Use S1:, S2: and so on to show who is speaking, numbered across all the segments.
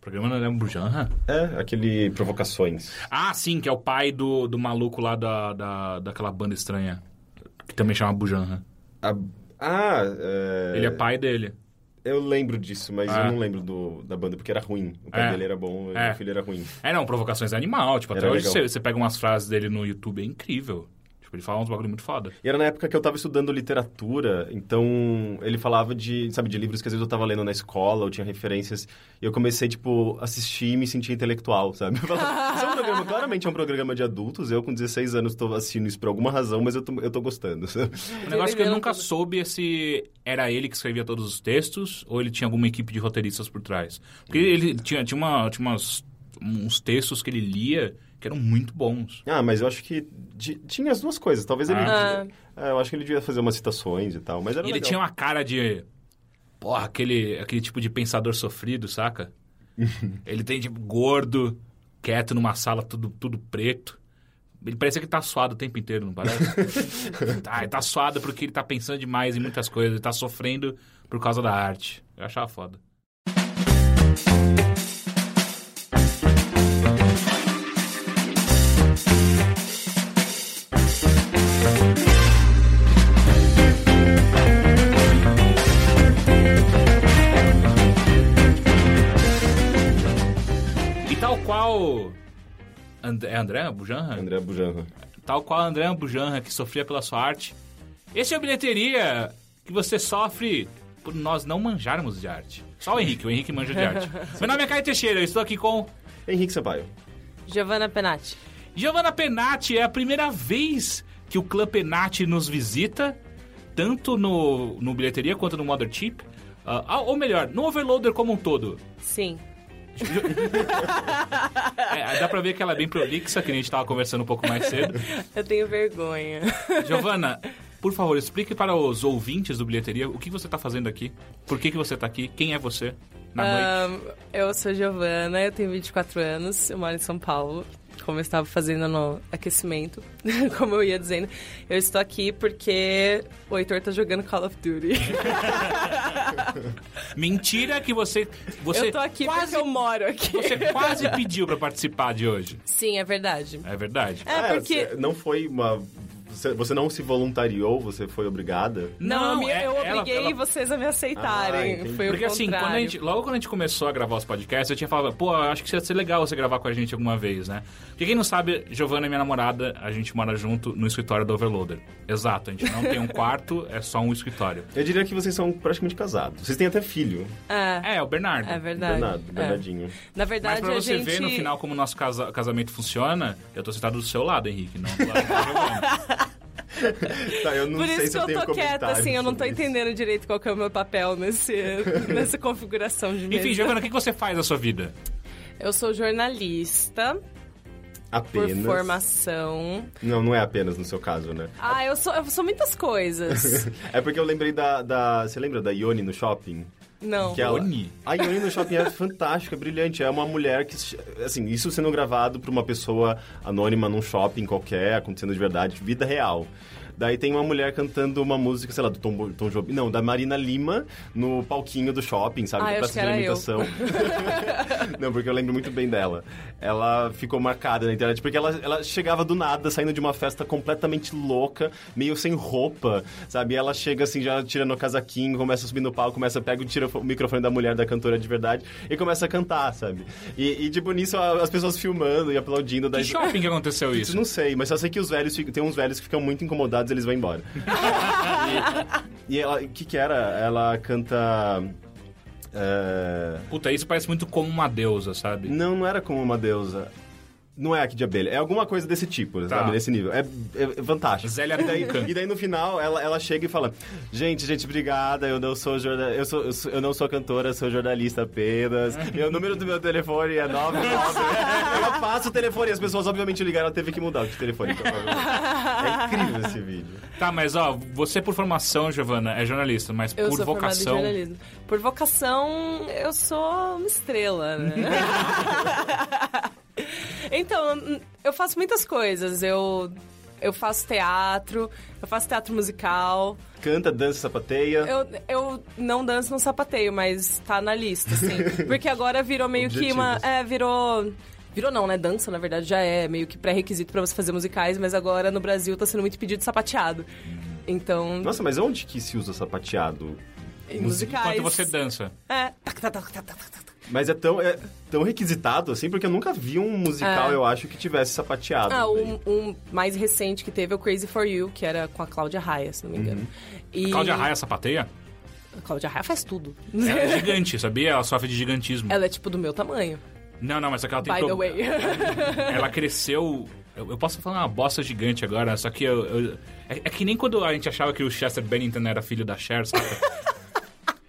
S1: programa não era um Bujanra?
S2: É, aquele Provocações.
S1: Ah, sim, que é o pai do, do maluco lá da, da, daquela banda estranha. Que também chama Bujanra.
S2: A- Ah, é...
S1: Ele é pai dele.
S2: eu lembro disso, mas
S1: Ah.
S2: eu não lembro do- da banda, porque era ruim. O pai
S1: É.
S2: dele era bom, e
S1: É.
S2: o filho era ruim.
S1: É, não, provocações é animal. Tipo, até
S2: Era
S1: hoje
S2: legal.
S1: você, você pega umas frases dele no YouTube, é incrível. Tipo, ele fala uns bagulho muito foda.
S2: E era na época que eu tava estudando literatura, então ele falava de, sabe, de livros que às vezes eu tava lendo na escola, ou tinha referências, e eu comecei, tipo, a assistir e me sentir intelectual, sabe? Eu falava, Isso é um programa, claramente é um programa de adultos, eu com 16 anos tô assistindo isso por alguma razão, mas eu tô, eu tô gostando, sabe?
S1: O negócio é que eu
S3: Ele
S1: nunca
S3: era-
S1: soube é se era ele que escrevia todos os textos ou ele tinha alguma equipe de roteiristas por trás. Porque ele tinha, tinha, uma, tinha umas, uns textos que ele lia que eram muito bons.
S2: Ah, mas eu acho que de- tinha as duas coisas, talvez ele...
S3: Ah.
S2: É, eu acho que ele devia fazer umas citações e tal, mas era
S1: E ele
S2: legal.
S1: tinha uma cara de. Porra, aquele, aquele tipo de pensador sofrido, saca? ele tem tipo gordo, quieto numa sala, tudo, tudo preto. Ele parece que tá suado o tempo inteiro, não parece? tá, ele tá suado porque ele tá pensando demais em muitas coisas, ele tá sofrendo por causa da arte. Eu achava foda. E tal qual. And... É André
S3: um-
S1: Bujanra?
S2: André Bujanra.
S1: Tal qual André Bujanra, que sofria pela sua arte. Esse é o bilheteria que você sofre por nós não manjarmos de arte. Só o Henrique, o Henrique manja de arte. Meu nome é Caio Teixeira, eu estou aqui com
S2: Henrique Sampaio.
S3: Giovanna Penati.
S1: Giovanna Penati. É a primeira vez que o Clã Penati nos visita, tanto no, no bilheteria quanto no Mothership. Ah, ou melhor, no Overloader como um todo.
S3: Sim.
S1: É, dá pra ver que ela é bem prolixa, que nem a gente tava conversando um pouco mais cedo.
S3: Eu tenho vergonha.
S1: Giovana, por favor, explique para os ouvintes do Bilheteria o que você está fazendo aqui, por que, que você está aqui, quem é você na noite.
S3: Ahn, Um, eu sou Giovana, eu tenho 24 anos, eu moro em São Paulo. Como eu estava fazendo no aquecimento, como eu ia dizendo, eu estou aqui porque o Heitor tá jogando Call of Duty.
S1: Mentira que você. você
S3: eu tô aqui
S1: quase,
S3: porque eu moro aqui.
S1: Você quase pediu para participar de hoje.
S3: Sim, é verdade.
S1: É verdade.
S3: É, porque.
S2: cê- Não foi uma... Você, você não se voluntariou, você foi obrigada?
S3: Não, eu me-
S1: é-
S3: eu
S1: ela-
S3: obriguei
S1: ela-
S3: vocês a me
S2: Ah,
S3: aceitarem.
S2: entendi.
S3: Foi
S1: Porque
S3: o contrário.
S1: assim, quando a gente, logo quando a gente começou a gravar os podcasts, eu tinha falado, pô, eu acho que ia ser legal você gravar com a gente alguma vez, né? Porque quem não sabe, Giovana é minha namorada, a gente mora junto no escritório do Overloader. Exato, a gente não tem um quarto, é só um escritório.
S2: Eu diria que vocês são praticamente casados. Vocês têm até filho,
S3: É,
S1: É, o Bernardo.
S3: é verdade.
S2: Bernardo,
S3: É.
S2: Bernardinho.
S3: Na
S1: Mas
S3: verdade,
S1: pra você
S3: a gente...
S1: ver no final como o nosso casa- casamento funciona, eu tô sentado do seu lado, Henrique, não do lado da Giovana.
S2: Tá, eu não
S3: Por
S2: sei
S3: isso
S2: se
S3: que eu,
S2: tenho
S3: tô quieta,
S2: comentário
S3: assim, eu não tô
S2: sobre isso.
S3: entendendo direito qual que é o meu papel nesse, nessa configuração de mesa.
S1: Enfim, Giovana, o que que você faz da sua vida?
S3: Eu sou jornalista por
S2: Apenas.
S3: formação.
S2: Não, não é apenas no seu caso, né?
S3: Ah, eu sou, eu sou muitas coisas.
S2: É porque eu lembrei da, da- Você lembra da Ione no shopping?
S3: Não.
S2: Que é ela-
S1: Ione?
S2: A Ione no shopping é fantástica, brilhante. É uma mulher que. Assim, isso sendo gravado por uma pessoa anônima num shopping qualquer, acontecendo de verdade, vida real. Daí tem uma mulher cantando uma música, sei lá, do Tom, Bo- Tom Jobim. Não, da Marina Lima no palquinho do shopping, sabe?
S3: Ah,
S2: da
S3: eu
S2: praça de
S3: acho que era eu.
S2: alimentação. Não, porque eu lembro muito bem dela. Ela ficou marcada na internet porque ela, ela chegava do nada, saindo de uma festa completamente louca, meio sem roupa, sabe? E ela chega assim, já tirando o casaquinho, começa a subir no palco, começa, pega e tira o microfone da mulher, da cantora de verdade, e começa a cantar, sabe? E, e tipo, nisso a- as pessoas filmando e aplaudindo.
S1: Que
S2: daí-
S1: shopping que aconteceu
S2: isso
S1: isso?
S2: eu não sei, mas só sei que os velhos ficam- tem uns velhos que ficam muito incomodados eles vão embora. e, e ela, o que que era? Ela canta. é,
S1: Puta, isso parece muito como uma deusa, sabe?
S2: não, não era como uma deusa. Não é aqui de abelha, é alguma coisa desse tipo, sabe? Nesse nível. É, é- é fantástico.
S1: Zélia
S2: e, daí,
S1: Duncan.
S2: e daí no final ela, ela chega e fala: Gente, gente, obrigada. Eu não sou, jorna... eu sou- eu sou- eu não sou cantora, sou jornalista apenas. Meu número do meu telefone é 99. eu passo o telefone. As pessoas obviamente ligaram, ela teve que mudar de telefone. provavelmente. É incrível esse vídeo.
S1: Tá, mas ó, você por formação, Giovana, é jornalista, mas
S3: Eu
S1: por
S3: sou
S1: vocação.
S3: formada em jornalismo. Por vocação, eu sou uma estrela, né? então, eu faço muitas coisas. Eu, eu faço teatro, eu faço teatro musical.
S2: Canta, dança, sapateia.
S3: Eu, eu não danço no sapateio, mas tá na lista, assim. Porque agora virou meio que uma. É, virou. Virou não, né? Dança, na verdade, já é meio que pré-requisito pra você fazer musicais, mas agora no Brasil tá sendo muito pedido sapateado. Então.
S2: Nossa, mas onde que se usa sapateado?
S3: em musicais.
S1: Enquanto você dança.
S3: É. Tac, tac, tac, tac, tac, tac.
S2: Mas é tão, é tão requisitado, assim, porque eu nunca vi um musical,
S3: É.
S2: eu acho, que tivesse sapateado.
S3: Ah,
S2: Daí-
S3: um, um mais recente que teve é o Crazy for You, que era com a Cláudia Raia, se não me engano. E...
S1: Uhum. Cláudia Raia sapateia?
S3: A Cláudia Raia faz tudo.
S1: Ela é gigante, sabia? Ela sofre de gigantismo.
S3: Ela é tipo do meu tamanho,
S1: Não, não, mas só que ela tem
S3: by the
S1: pro-
S3: way.
S1: Ela cresceu. Eu, eu posso falar uma bosta gigante agora, só que eu. eu- é, é que nem quando a gente achava que o Chester Bennington era filho da Cher, sabe?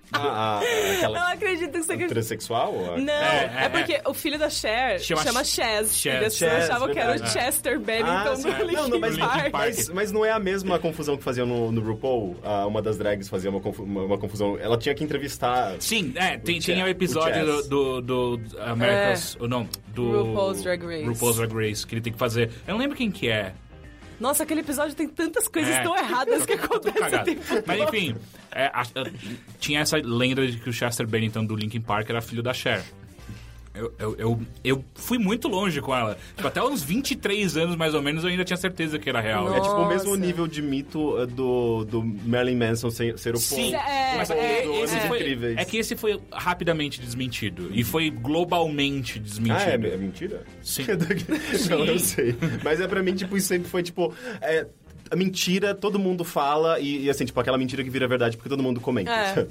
S2: Ah, ah,
S3: não
S2: aquela
S3: acredito que você acredita.
S2: transexual? ah. ou-
S3: Não,
S1: É,
S3: é,
S1: é,
S3: porque o filho da Cher
S1: Chama
S3: chama, Chaz.
S1: Chaz.
S3: E as
S2: Chaz,
S3: pessoas achavam que era o
S2: verdade.
S3: Chester
S2: Ah,
S3: Bennington
S2: sim.
S3: do
S2: não, não,
S3: Linkin
S2: mas,
S1: Linkin Park.
S3: Park.
S2: mas, mas não é a mesma confusão que faziam no, no RuPaul. Ah, uma das drags fazia uma, confu- uma- uma confusão. Ela tinha que entrevistar. tipo,
S1: Sim, é, tem,
S2: O
S1: tinha o
S2: jazz, o
S1: episódio
S2: jazz.
S1: do, do, do America's. ou Não, do.
S3: É. RuPaul's Drag Race.
S1: RuPaul's Drag Race, que ele tem que fazer. Eu não lembro quem que é.
S3: Nossa, aquele episódio tem tantas coisas
S1: É.
S3: tão erradas que
S1: Tô tudo
S3: acontecem. o
S1: cagado.
S3: tempo todo.
S1: Mas enfim, é, a- a- tinha essa lenda de que o Chester Bennington do Linkin Park era filho da Cher. Eu, eu, eu, eu fui muito longe com ela. Tipo, até uns 23 anos, mais ou menos, eu ainda tinha certeza que era real.
S2: É tipo o mesmo
S3: Nossa.
S2: nível de mito ah, do, do Marilyn Manson ser, ser o
S1: Sim,
S2: Paul.
S3: É,
S1: mas
S2: é, é,
S1: esse
S2: é.
S1: foi-
S2: incríveis.
S1: é que esse foi rapidamente desmentido. E foi globalmente
S2: Ah, é,
S1: desmentido.
S2: é mentira?
S1: Sim.
S2: Não, eu sei. Mas é pra mim, tipo, isso sempre foi, tipo... é, a mentira, todo mundo fala e, e, assim, tipo, aquela mentira que vira verdade porque todo mundo comenta.
S3: É.
S2: sabe?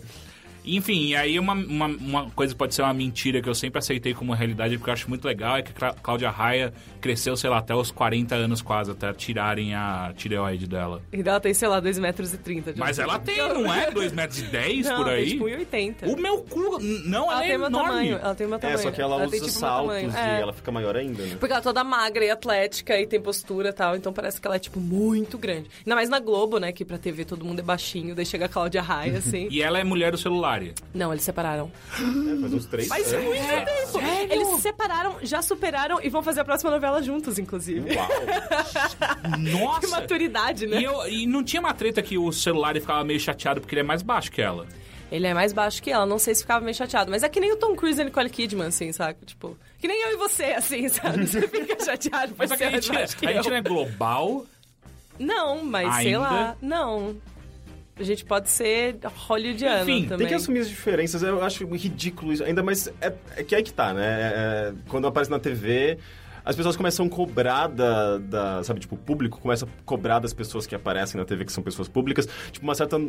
S1: Enfim, e aí uma, uma, uma coisa que pode ser uma mentira que eu sempre aceitei como realidade, porque eu acho muito legal, é que a Clá- Cláudia Raia cresceu, sei lá, até os 40 anos quase, até tirarem a tireoide dela.
S3: E ela tem, sei lá, 2,30 metros. E 30 de
S1: Mas
S3: altura.
S1: ela tem, não é? 2,10 metros e dez
S3: Não,
S1: por
S3: tem
S1: aí?
S3: tipo 1,80.
S1: O meu cu, n- não, ela,
S3: Ela
S1: é
S3: tem meu
S1: enorme.
S3: tamanho. Ela tem meu
S2: É,
S3: tamanho.
S2: só que ela, usa
S3: tem, tipo, meu
S2: saltos
S3: tamanho.
S2: e
S3: É.
S2: ela fica maior ainda, né?
S3: Porque ela é toda magra e atlética e tem postura e tal, então parece que ela é, tipo, muito grande. Ainda mais na Globo, né? Que pra TV todo mundo é baixinho, daí chega a Cláudia Raia, assim.
S1: E ela é mulher do celular.
S3: Não, eles separaram.
S2: É, faz uns três
S3: Mas
S2: anos.
S3: muito tempo! Eles se separaram, já superaram e vão fazer a próxima novela juntos, inclusive.
S2: Uau.
S3: Que
S1: Nossa!
S3: maturidade, né?
S1: E, eu, e não tinha uma treta que o celular ficava meio chateado porque ele é mais baixo que ela.
S3: Ele é mais baixo que ela, não sei se ficava meio chateado. Mas é que nem o Tom Cruise e a Nicole Kidman, assim, saca? Tipo, que nem eu e você, assim, sabe? Você fica chateado por
S1: Mas só que
S3: ser
S1: a
S3: mais
S1: gente, é-
S3: baixo que
S1: a gente
S3: eu.
S1: não é global.
S3: Não, mas sei
S1: Ainda?
S3: lá. Não. A gente pode ser hollywoodiano
S1: Enfim,
S2: Tem
S3: também.
S2: que assumir as diferenças, eu acho ridículo isso. Ainda mais é, é que aí que tá, né? É, é, quando aparece na TV, as pessoas começam a cobrar da, da- Sabe, tipo, o público começa a cobrar das pessoas que aparecem na TV, que são pessoas públicas, tipo, uma certa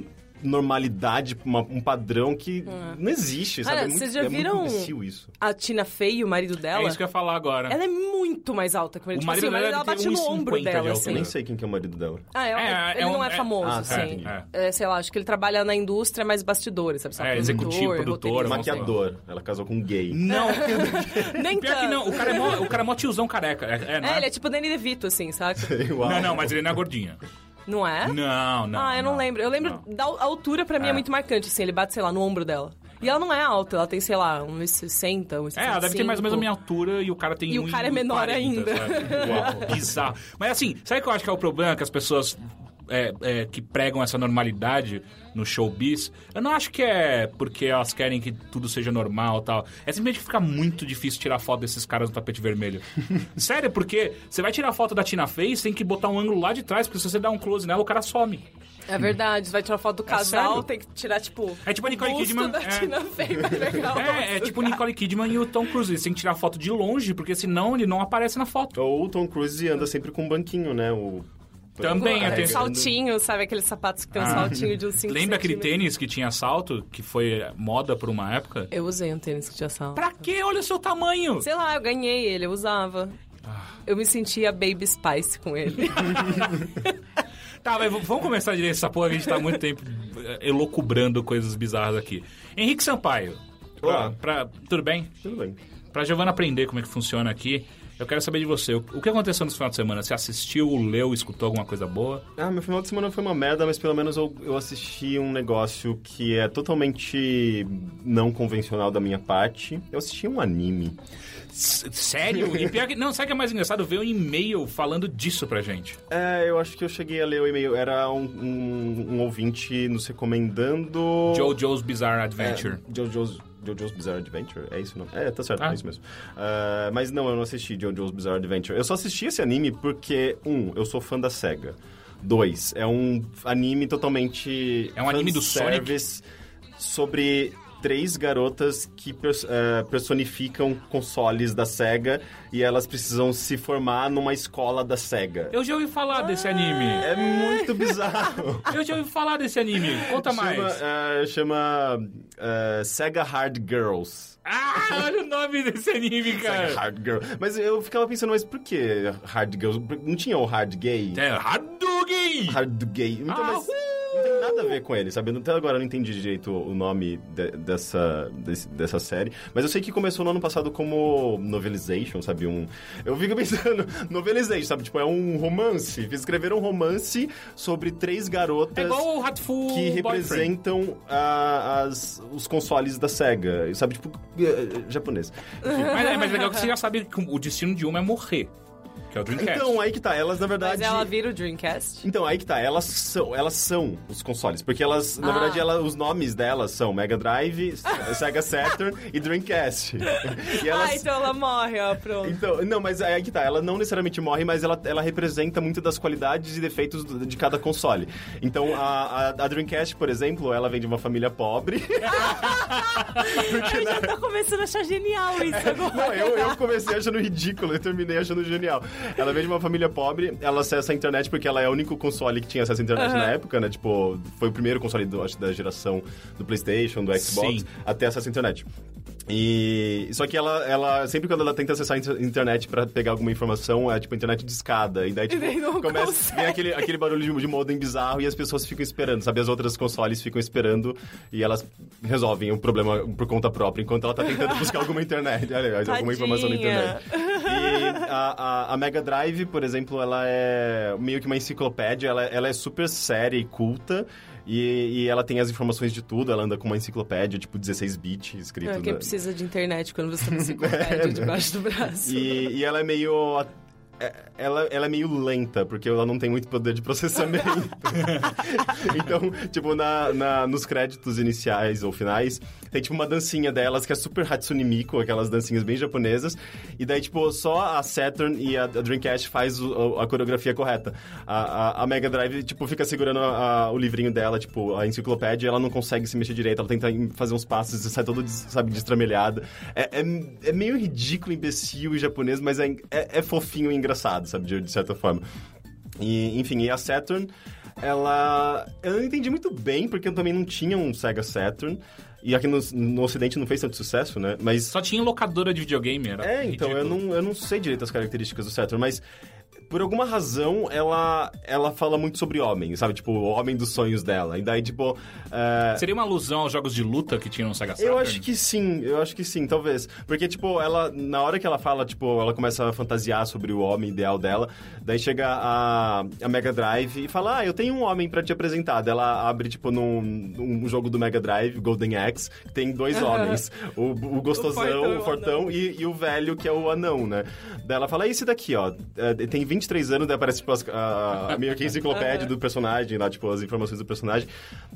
S2: normalidade, uma- um padrão que não existe, sabe?
S3: Olha,
S2: é muito,
S3: vocês já
S2: é muito
S3: viram-
S2: imbecil isso.
S3: A Tina Fey, o marido dela,
S1: É isso que eu ia falar agora.
S3: ela é muito mais alta que o
S1: O
S3: marido. Tipo
S1: marido
S3: assim, o marido
S1: dela
S3: dela
S1: deve
S3: bate
S1: ter
S3: no
S1: 1,50
S3: ombro
S1: de
S3: dela,
S1: altura.
S2: Eu nem
S3: assim.
S2: sei quem que é o marido dela.
S3: Ah, é,
S1: É,
S3: ele
S1: é um-
S3: não é
S1: é-
S3: famoso,
S2: Ah, tá,
S3: assim.
S2: entendi.
S3: É, sei lá, acho que ele trabalha na indústria, mas bastidores, sabe? Só
S1: É, executivo, produtor,
S3: roteirista.
S1: alguma
S2: Maquiador. Ela casou com um gay.
S1: Não,
S3: é Nem
S1: pior
S3: tanto.
S1: que não. O cara é mó, o cara é mó tiozão careca. É, é, não,
S3: É,
S1: é?
S3: ele é tipo Danny DeVito, assim, sabe?
S2: Uau.
S1: não, não, mas ele não é gordinho.
S3: Não é?
S1: Não, não.
S3: ah, eu não, lembro. Eu lembro
S1: Não.
S3: da al- a altura pra mim é.
S1: É.
S3: muito marcante, assim. Ele bate, sei lá, no ombro dela. E ela não é alta, ela tem, sei lá, uns 60, uns
S1: É, ela deve ter mais ou menos a minha altura e o cara tem
S3: assim, tipo, E o
S1: 1,40,
S3: cara é menor ainda.
S1: sabe? Uau, bizarro. Mas assim, sabe o que eu acho que é o problema que as pessoas é, é, que pregam essa normalidade no showbiz? Eu não acho que é porque elas querem que tudo seja normal e tal. É simplesmente que fica muito difícil tirar foto desses caras no tapete vermelho. Sério, porque você vai tirar foto da Tina Fey, você tem que botar um ângulo lá de trás, porque se você dá um close nela, o cara some.
S3: É verdade, vai tirar foto do
S1: sério?
S3: casal, tem que tirar, tipo.
S1: É tipo a Nicole
S3: o busto
S1: Kidman,
S3: da
S1: é.
S3: Tina Fey tá pra pegar o
S1: É, é
S3: rosto.
S1: tipo Nicole Kidman e o Tom Cruise. Eles têm que tirar foto de longe, porque senão ele não aparece na foto.
S2: Ou o Tom Cruise anda sempre com um banquinho, né? O...
S1: Também,
S3: Um
S1: atenção.
S3: saltinho, sabe? Aqueles sapatos que tem um
S1: tipo, Ah.
S3: saltinho de uns 5
S1: Lembra aquele tênis que tinha salto, que foi moda por uma época?
S3: Eu usei um tênis que tinha salto.
S1: Pra quê? Olha o seu tamanho!
S3: Sei lá, eu ganhei ele, eu usava.
S2: Ah.
S3: Eu me sentia Baby Spice com ele.
S1: Tá, mas v- vamos começar direito essa porra, que a gente tá há muito tempo eh, elocubrando coisas bizarras aqui. Henrique Sampaio, Pra,
S2: Olá.
S1: pra- tudo bem?
S2: Tudo bem.
S1: Pra Giovana aprender como é que funciona aqui, eu quero saber de você. O, o que aconteceu nesse final de semana? Você assistiu, leu, escutou alguma coisa boa?
S2: Ah, meu final de semana foi uma merda, mas pelo menos eu, eu assisti um negócio que é totalmente não convencional da minha parte. Eu assisti um anime.
S1: S- sério? E pior que, não, sabe o que é mais engraçado? Veio um e-mail falando disso pra gente.
S2: É, eu acho que eu cheguei a ler o e-mail. Era um, um, um ouvinte nos recomendando.
S1: JoJo's Bizarre
S2: É,
S1: Adventure.
S2: Jojo's, Jojo's Bizarre Adventure? É isso, não? É, tá certo,
S1: Ah.
S2: é isso mesmo. Ah, mas não, eu não assisti Jojo's Bizarre Adventure. Eu só assisti esse anime porque, um, eu sou fã da SEGA. Dois, é um anime totalmente...
S1: É um anime do
S2: fanservice Sobre três garotas que pers- eh, personificam consoles da SEGA e elas precisam se formar numa escola da SEGA.
S1: É. Eu já ouvi falar desse anime.
S2: É muito bizarro.
S1: Eu já ouvi falar desse anime. Conta
S2: Chama,
S1: Tá mais.
S2: eh, chama eh, SEGA Hard Girls.
S1: Ah, olha o nome desse anime,
S2: Segue
S1: cara.
S2: Hard Girl. Mas eu ficava pensando, mas por que Hard Girl? Não tinha o Hard Gay?
S1: É Hadouken! É
S2: Hard Gay. Então,
S1: Ah,
S2: mas não tem nada a ver com ele, sabe? Até agora eu não entendi direito o nome de- dessa, desse- dessa série. Mas eu sei que começou no ano passado como novelization, sabe? Um, eu fico pensando, novelization, sabe? Tipo, é um romance. Escreveram um romance sobre três garotas
S1: É igual o Hatful Boyfriend.
S2: que representam ah, as, os consoles da SEGA. Sabe, tipo, eh, eh, japonês. Enfim.
S1: Mas é mais legal que você já sabe que o destino de uma é morrer. Que é o Dreamcast.
S2: Então, aí que tá. Elas, na
S3: Mas
S2: verdade.
S3: ela vira o Dreamcast?
S2: Então, aí que tá, elas são, elas são os consoles. Porque elas, na
S3: Ah.
S2: verdade, ela- os nomes delas são Mega Drive, Sega Saturn e Dreamcast. E elas-
S3: Ah, então ela morre, ó, pronto.
S2: então, não, mas aí que tá, ela não necessariamente morre, mas ela, ela representa muito das qualidades e defeitos do- de cada console. Então, a, a- a Dreamcast, por exemplo, ela vem de uma família pobre.
S3: Ai, já tô começando a achar genial isso
S2: É. Não,
S3: agora.
S2: eu, eu comecei achando ridículo e terminei achando genial. Ela veio de uma família pobre, ela acessa a internet porque ela é o único console que tinha acesso à internet na época, né? Tipo, foi o primeiro console do- acho, da geração do PlayStation, do Xbox,
S1: Sim.
S2: até acesso à internet. E só que ela, ela sempre quando ela tenta acessar a inter- internet pra pegar alguma informação, é tipo internet de escada. E daí, tipo,
S3: daí não
S2: começa,
S3: consegue.
S2: vem aquele, aquele barulho de, de modem bizarro e as pessoas ficam esperando, sabe? As outras consoles ficam esperando e elas resolvem o problema por conta própria, enquanto ela tá tentando buscar alguma internet, aliás, alguma informação na internet. E a, a- a Mega Drive, por exemplo, ela é meio que uma enciclopédia, ela, ela é super séria e culta. E, e ela tem as informações de tudo, ela anda com uma enciclopédia, tipo 16 bits escrito.
S3: Ah, Quem
S2: na-
S3: precisa de internet quando você tem um
S2: É,
S3: enciclopédia debaixo
S2: né?
S3: do braço?
S2: e, e ela é meio. é- Ela, ela é meio lenta, porque ela não tem muito poder de processamento. então, tipo, na, na- nos créditos iniciais ou finais, tem tipo uma dancinha delas que é super Hatsune Miku, aquelas dancinhas bem japonesas. E daí, tipo, só a Saturn e a, a Dreamcast faz o- o- a coreografia correta. A, a- a Mega Drive, tipo, fica segurando a- a- o livrinho dela, tipo, a enciclopédia, e ela não consegue se mexer direito, ela tenta em- fazer uns passos e sai toda, des- sabe, destramelhada. É, é, é meio ridículo, imbecil e japonês, mas é, é, é fofinho e engraçado, sabe, de, de certa forma. E, enfim, e a Saturn, ela. Eu não entendi muito bem, porque eu também não tinha um Sega Saturn. E aqui no, no Ocidente não fez tanto sucesso, né? Mas
S1: Só tinha locadora de videogame, era
S2: é, então,
S1: ridículo.
S2: eu não, eu não sei direito as características do Saturn, mas por alguma razão ela, ela fala muito sobre homem, sabe? Tipo, o homem dos sonhos dela. E daí, tipo. é,
S1: Seria uma alusão aos jogos de luta que tinham no Sega Saturn?
S2: eu acho que sim, eu acho que sim, talvez. Porque, tipo, ela, na hora que ela fala, tipo, ela começa a fantasiar sobre o homem ideal dela, daí chega a, a Mega Drive e fala, ah, eu tenho um homem pra te apresentar. Daí ela abre, tipo, num, num jogo do Mega Drive, Golden Axe, que tem dois homens. o, o gostosão,
S3: fortão e
S2: o
S3: o
S2: fortão e, e o velho, que é o anão, né? Daí ela fala, "É esse daqui, ó, é, tem 23 anos, daí aparece, tipo, as- a, a meio que a enciclopédia do personagem, lá, tipo, as informações do personagem.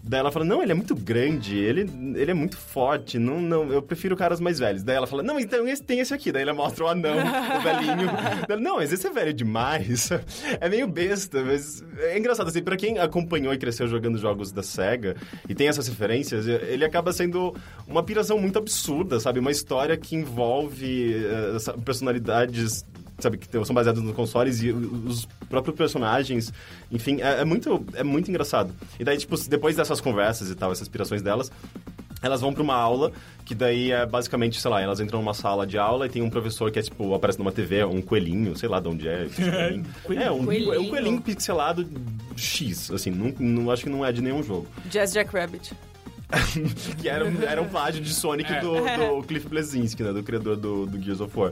S2: Daí ela fala, não, ele é muito grande, ele, ele é muito forte, não, não, eu prefiro caras mais velhos. Daí ela fala, não, então esse, tem esse aqui. Daí ela mostra o anão, o velhinho. Daí ela, não, mas esse é velho demais. É meio besta, mas é engraçado, assim, pra quem acompanhou e cresceu jogando jogos da SEGA e tem essas referências, ele acaba sendo uma piração muito absurda, sabe? Uma história que envolve eh, essa- personalidades sabe, que são baseados nos consoles e os próprios personagens, enfim, é, é muito, é muito engraçado. E daí, tipo, depois dessas conversas e tal, essas inspirações delas, elas vão pra uma aula, que daí é basicamente, sei lá, elas entram numa sala de aula e tem um professor que é, tipo, aparece numa TV, um coelhinho, sei lá de onde é. esse coelhinho. é, um coelhinho.
S3: Coelhinho.
S2: um coelhinho pixelado X, assim, não, não- acho que não é de nenhum jogo.
S3: Jazz Jack Rabbit.
S2: que era, um- era um plágio de Sonic
S1: É.
S2: do, do Cliff Blesinski, né? Do criador do, do Gears of War.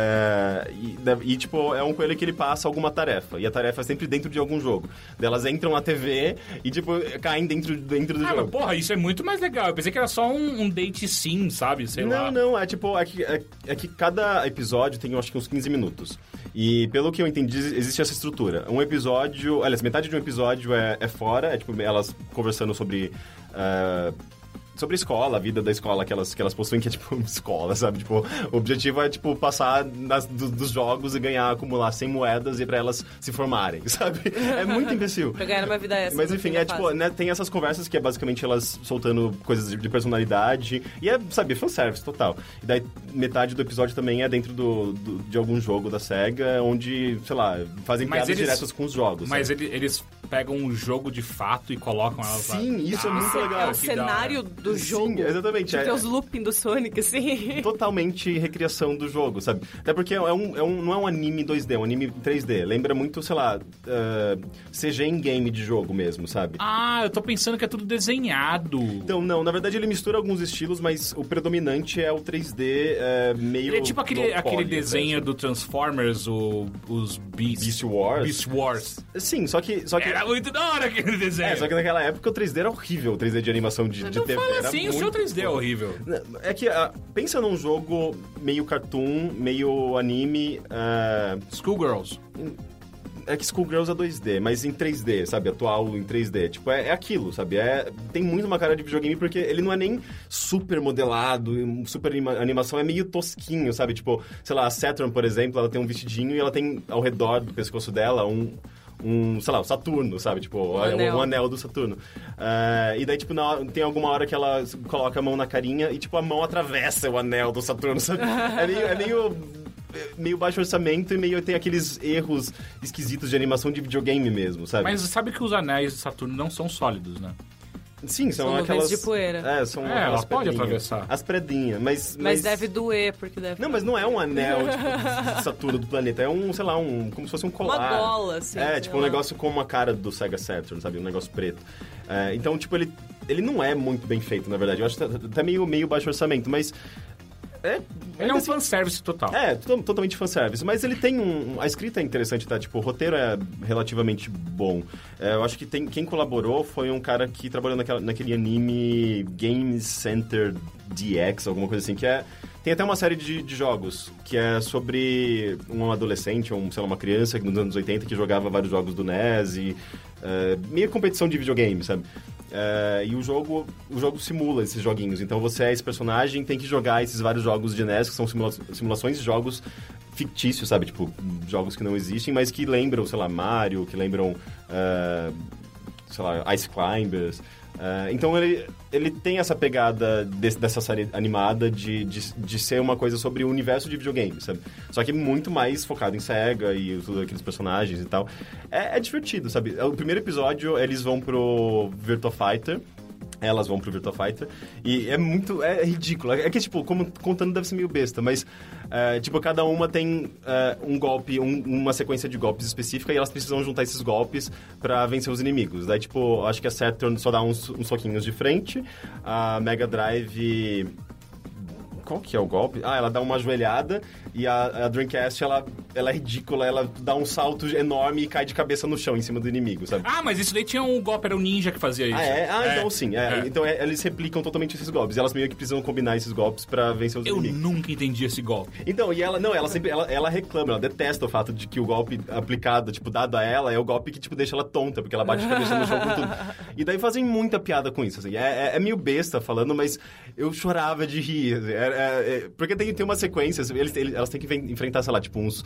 S2: É, e, deve- e, tipo, é um coelho que ele passa alguma tarefa. E a tarefa é sempre dentro de algum jogo. Daí Elas entram na TV e, tipo, caem dentro, dentro do
S1: Ah, mas
S2: jogo.
S1: porra, isso é muito mais legal. Eu pensei que era só um, um date sim, sabe? Sei
S2: não,
S1: lá.
S2: não, é tipo, é que, é, é que cada episódio tem, eu acho que uns 15 minutos. E pelo que eu entendi, existe essa estrutura. Um episódio, aliás, metade de um episódio é, é fora, é tipo, elas conversando sobre. ah, sobre escola, a vida da escola que elas, que elas possuem, que é tipo escola, sabe? Tipo, o objetivo é, tipo, passar nas- do- dos jogos e ganhar, acumular 100 moedas e pra elas se formarem, sabe? É muito imbecil.
S3: Pra ganhar uma vida extra.
S2: Mas
S3: no
S2: enfim,
S3: fim da
S2: é tipo,
S3: fase.
S2: né, tem essas conversas que é basicamente elas soltando coisas de- de personalidade. E é, sabe, fanservice total. E daí metade do episódio também é dentro do, do- de algum jogo da SEGA, onde, sei lá, fazem
S1: Mas
S2: piadas
S1: eles-
S2: diretas com os jogos.
S1: Mas
S2: sabe?
S1: ele- eles pegam um jogo de fato e colocam elas lá.
S2: Sim, isso é muito
S1: Ah,
S2: legal.
S3: É o
S1: que da hora.
S3: cenário do
S2: Sim,
S3: jogo.
S2: exatamente,
S3: Tipo,
S2: é.
S3: Tem os looping do Sonic, assim.
S2: Totalmente recriação do jogo, sabe? Até porque é um, é um- não é um anime 2D, é um anime 3D. Lembra muito, sei lá, ah, CG em game de jogo mesmo, sabe?
S1: Ah, eu tô pensando que é tudo desenhado.
S2: Então, não, na verdade ele mistura alguns estilos, mas o predominante é o 3D é, meio. assim,
S1: ele é tipo aquele,
S2: low poly,
S1: aquele
S2: até,
S1: desenho do Transformers, o, os Beast,
S2: Beast Wars?
S1: Beast Wars.
S2: assim. Sim, só que. Só que...
S1: Era muito da hora aquele desenho.
S2: É, só que naquela época o 3D era horrível, o 3D de animação de, de
S1: Não
S2: TV.
S1: fala
S2: era
S1: assim, o
S2: muito
S1: seu 3D é
S2: ruim.
S1: horrível.
S2: É que ah, pensa num jogo meio cartoon, meio anime. ah,
S1: Schoolgirls.
S2: é que Schoolgirls é 2D, mas em 3D, sabe? Atual em 3D. Tipo, é, é aquilo, sabe? É, tem muito uma cara de videogame porque ele não é nem super modelado, e um super anima- animação, é meio tosquinho, sabe? Tipo, sei lá, a Saturn, por exemplo, ela tem um vestidinho e ela tem ao redor do pescoço dela um. Um, sei lá, o Saturno, sabe? Tipo, um
S3: anel.
S2: um anel do Saturno. Ah, e daí, tipo, na hora- tem alguma hora que ela coloca a mão na carinha e, tipo, a mão atravessa o anel do Saturno, sabe? É meio, é meio, é meio baixo orçamento e meio tem aqueles erros esquisitos de animação de videogame mesmo, sabe?
S1: Mas sabe que os anéis de Saturno não são sólidos, né?
S2: Sim, são,
S3: São nuvens
S2: aquelas...
S3: de poeira.
S2: É, são
S1: É,
S2: aquelas
S1: elas podem
S2: pedrinhas.
S1: atravessar.
S2: As predinhas, mas...
S3: Mas deve doer, porque deve.
S2: Não, mas não é um anel, tipo, de Saturno do planeta. É um, sei lá, um... Como se fosse um colar.
S3: Uma bola, assim,
S2: É,
S3: sei
S2: tipo um
S3: lá.
S2: negócio como a cara do Sega Saturn, sabe? Um negócio preto. É, então, tipo, ele... Ele não é muito bem feito, na verdade. Eu acho até- até meio, meio baixo orçamento, mas... É,
S1: Ele é um
S2: assim,
S1: fanservice total.
S2: é, to- totalmente fanservice. Mas ele tem um. um- A escrita é interessante, tá? Tipo, o roteiro é relativamente bom. É, eu acho que tem, quem colaborou foi um cara que trabalhou naquela- naquele anime Game Center DX, alguma coisa assim, que é. Tem até uma série de, de jogos que é sobre um adolescente, ou um, sei lá, uma criança nos anos 80 que jogava vários jogos do NES e. é, meio competição de videogame, sabe? É, e o jogo, o jogo simula esses joguinhos. Então você é esse personagem, tem que jogar esses vários jogos de NES, que são simula- simulações de jogos fictícios, sabe? Tipo, jogos que não existem, mas que lembram, sei lá, Mario, que lembram, é, sei lá, Ice Climbers. É, então ele, ele tem essa pegada desse- dessa série animada de, de, de ser uma coisa sobre o universo de videogame, sabe? Só que muito mais focado em SEGA e tudo aqueles personagens e tal. É, é divertido, sabe? O primeiro episódio eles vão pro Virtua Fighter. Elas vão pro Virtua Fighter. E é muito. É ridículo. É que, tipo, como contando deve ser meio besta, mas. é, tipo, cada uma tem é, um golpe, um- uma sequência de golpes específica e elas precisam juntar esses golpes pra vencer os inimigos. Daí, tipo, acho que a Saturn só dá uns, uns soquinhos de frente. A Mega Drive qual que é o golpe? Ah, ela dá uma ajoelhada e a, a Dreamcast, ela, ela é ridícula, ela dá um salto enorme e cai de cabeça no chão em cima do inimigo, sabe?
S1: Ah, mas isso daí tinha um golpe, era o ninja que fazia isso.
S2: Ah, é? Ah,
S1: É.
S2: então sim. é.
S1: É.
S2: Então é, eles replicam totalmente esses golpes. E elas meio que precisam combinar esses golpes pra vencer os
S1: Eu
S2: inimigos.
S1: nunca entendi esse golpe.
S2: Então, e ela, não, ela sempre, ela, ela reclama, ela detesta o fato de que o golpe aplicado, tipo, dado a ela, é o golpe que, tipo, deixa ela tonta, porque ela bate a cabeça no chão com tudo. E daí fazem muita piada com isso, assim. É, é- é meio besta falando, mas eu chorava de rir. assim. É- é- é- porque tem, tem uma sequência, assim, eles- eles- elas têm que ven- enfrentar, sei lá, tipo, uns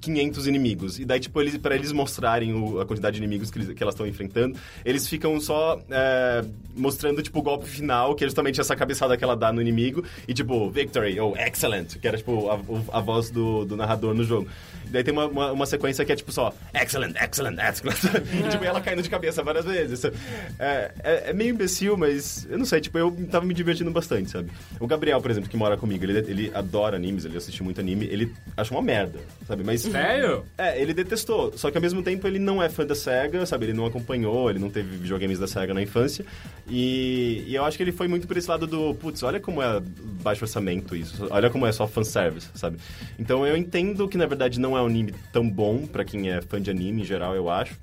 S2: 500 inimigos. E daí, tipo, eles, pra eles mostrarem o- a quantidade de inimigos que, eles- que elas estão enfrentando, eles ficam só é, mostrando, tipo, o golpe final, que é justamente essa cabeçada que ela dá no inimigo, e tipo, victory, ou excellent, que era, tipo, a, o- a voz do, do narrador no jogo. E daí tem uma, uma, uma sequência que é, tipo, só excellent, excellent, excellent. tipo, e ela caindo de cabeça várias vezes. sabe? É, é, é meio imbecil, mas eu não sei, tipo, eu tava me divertindo bastante, sabe? O Gabriel, por exemplo, que mora comigo, ele, ele adora animes, ele assiste muito anime, ele acha uma merda, sabe? Mas
S1: Sério?
S2: É, ele detestou. Só que ao mesmo tempo ele não é fã da SEGA, sabe? Ele não acompanhou, ele não teve videogames da SEGA na infância. E, e eu acho que ele foi muito por esse lado do, putz, olha como é baixo orçamento isso, olha como é só fanservice, sabe? Então eu entendo que na verdade não é um anime tão bom pra quem é fã de anime em geral, eu acho.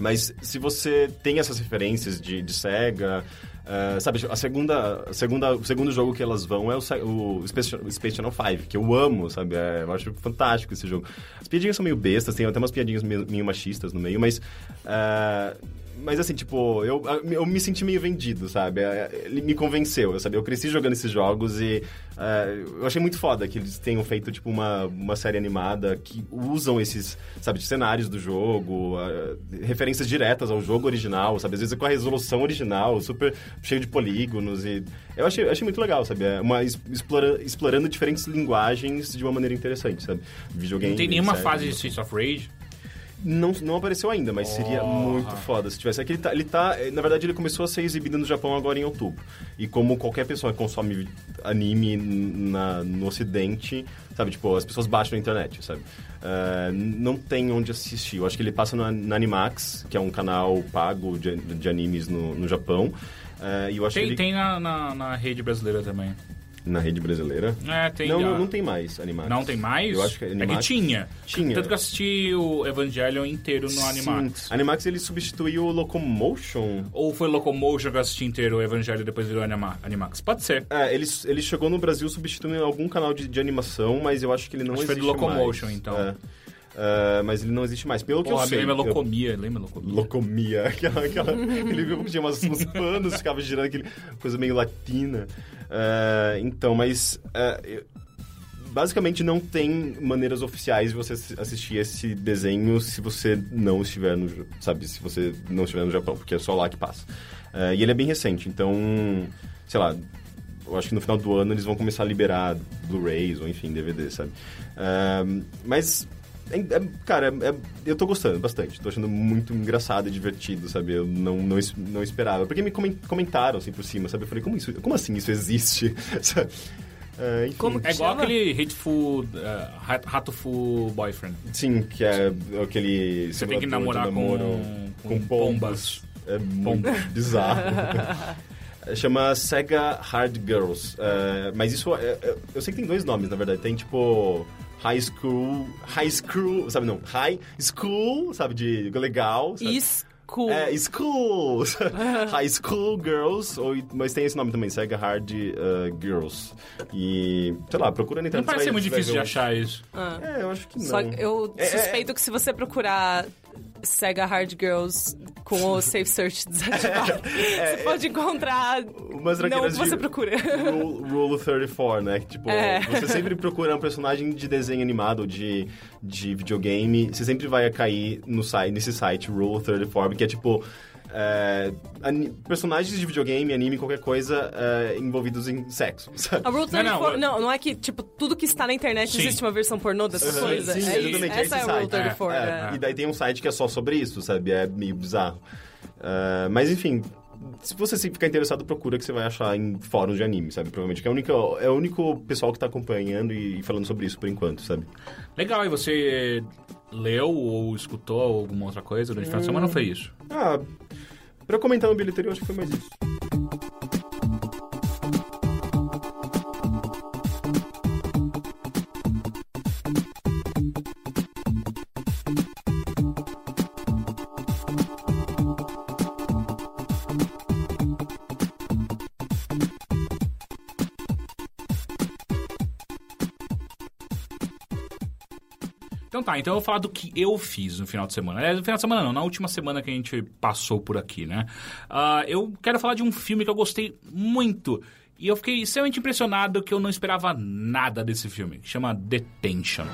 S2: Mas se você tem essas referências de, de SEGA. ah, sabe, a segunda, a segunda, o segundo jogo que elas vão é o, Se- o Space, o Space Channel 5, que eu amo, sabe? É, eu acho fantástico esse jogo. As piadinhas são meio bestas, tem até umas piadinhas meio, meio machistas no meio, mas. ah, mas assim, tipo, eu, eu me senti meio vendido, sabe? É, Ele me convenceu, eu sabia. Eu cresci jogando esses jogos e ah, eu achei muito foda que eles tenham feito, tipo, uma, uma série animada que usam esses, sabe, cenários do jogo, ah, referências diretas ao jogo original, sabe? Às vezes com a resolução original, super cheio de polígonos e... Eu achei, achei muito legal, sabe? É Uma, es- explora- explorando diferentes linguagens de uma maneira interessante, sabe? Videogame...
S1: Não tem nenhuma
S2: série.
S1: fase de Streets of Rage.
S2: Não, não apareceu ainda, mas seria muito foda se tivesse. É que ele tá, ele tá- eh, Na verdade, ele começou a ser exibido no Japão agora em outubro. E como qualquer pessoa que consome anime na- no ocidente, sabe? Tipo, as pessoas baixam na internet, sabe? Eh, não tem onde assistir. Eu acho que ele passa na, na Animax, que é um canal pago de, de animes no, no Japão. Eh, e eu acho
S1: Tem,
S2: que ele...
S1: tem na, na, na rede brasileira também.
S2: Na rede brasileira.
S1: É, tem.
S2: não,
S1: a-
S2: não, não tem mais Animax.
S1: Não tem mais?
S2: Eu acho que é Animax.
S1: que tinha.
S2: Tinha.
S1: Tanto que eu assisti o Evangelion inteiro no Animax.
S2: Sim. Animax, ele substituiu o Locomotion...
S1: Ou foi Locomotion que eu assisti inteiro o Evangelho e depois virou Anima Animax. Pode ser.
S2: É, ele, ele chegou no Brasil substituindo algum canal de, de animação, mas eu acho que ele não
S1: Acho que foi
S2: existe
S1: do Locomotion,
S2: mais.
S1: então.
S2: É. É, mas ele não existe mais. Pelo que
S1: Porra, é
S2: eu sei...
S1: lembra
S2: eu-
S1: Locomia, lembra Locomia?
S2: Locomia, aquela, aquela, aquele livro que tinha umas, uns panos, ficava girando aquele coisa meio latina. É, então, mas é, eu- basicamente não tem maneiras oficiais de você assi- assistir esse desenho se você não estiver no, Ja- sabe, se você não estiver no Japão, porque é só lá que passa. É, e ele é bem recente, então, sei lá, eu acho que no final do ano eles vão começar a liberar Blu-rays ou enfim, DVD, sabe? Ah, mas, é- é- cara, é- é- eu tô gostando bastante. Tô achando muito engraçado e divertido, sabe? Eu não, não, es- não esperava. Porque me comen- comentaram assim por cima, sabe? Eu falei, como, isso, como assim isso existe? Sabe? Ah, enfim.
S3: Como que
S1: É igual
S3: Chama?
S1: aquele Hateful, uh, Hat- Hatoful Boyfriend.
S2: Sim, que é aquele.
S1: Você tem que
S2: simulador de
S1: namorar com-
S2: namoro
S1: com
S2: pombas. É muito bizarro. Chama Sega Hard Girls. É, mas isso. é- é- eu sei que tem dois nomes, na verdade. Tem tipo. High School. High School. Sabe, não. High School, sabe, de legal. Sabe?
S3: Isco.
S2: É, School! High School Girls, ou, mas tem esse nome também, Sega Hard eh, Girls. E, sei lá, procura na
S1: Não
S2: internet.
S1: parece
S2: vai-
S1: ser muito
S2: vai
S1: difícil de
S2: ver um-
S1: achar isso.
S2: É, eu acho que não.
S3: Só que eu
S2: É, é, é.
S3: suspeito que se você procurar Sega Hard Girls com o Safe Search desativado, você pode encontrar
S2: É, Umas
S3: não o
S2: raqueiras
S3: que
S2: de-
S3: você procura.
S2: Rule, Rule 34, né? Que, Tipo,
S3: É.
S2: você sempre procura um personagem de desenho animado, de, de videogame, você sempre vai cair no site, nesse site, Rule 34, que é tipo. é, ani- personagens de videogame, anime, qualquer coisa é, envolvidos em sexo, sabe?
S3: A Rule
S1: Não, não,
S3: 34...
S1: eu-
S3: Não, não, é que, tipo, tudo que está na internet
S1: Sim.
S3: existe uma versão pornô dessa
S1: Sim,
S3: coisa.
S1: sim,
S3: é isso.
S1: exatamente,
S2: é
S3: Essa é
S2: Uhum. esse
S3: a Rule
S2: site. É,
S3: 34.
S2: É,
S3: né?
S2: E daí tem um site que é só sobre isso, sabe? É meio bizarro. Ah, mas enfim, se você se ficar interessado, procura que você vai achar em fóruns de anime, sabe? Provavelmente que é, a única, é o único pessoal que tá acompanhando e falando sobre isso por enquanto, sabe?
S1: Legal, e você leu ou escutou alguma outra coisa durante o final de semana? Não foi isso?
S2: Ah, pra comentar no bilheteria, eu acho que foi mais isso.
S1: Então tá, então eu vou falar do que eu fiz no final de semana. Aliás, no final de semana não, na última semana que a gente passou por aqui, né? Ah, eu quero falar de um filme que eu gostei muito. E eu fiquei extremamente impressionado que eu não esperava nada desse filme. Que chama Detention.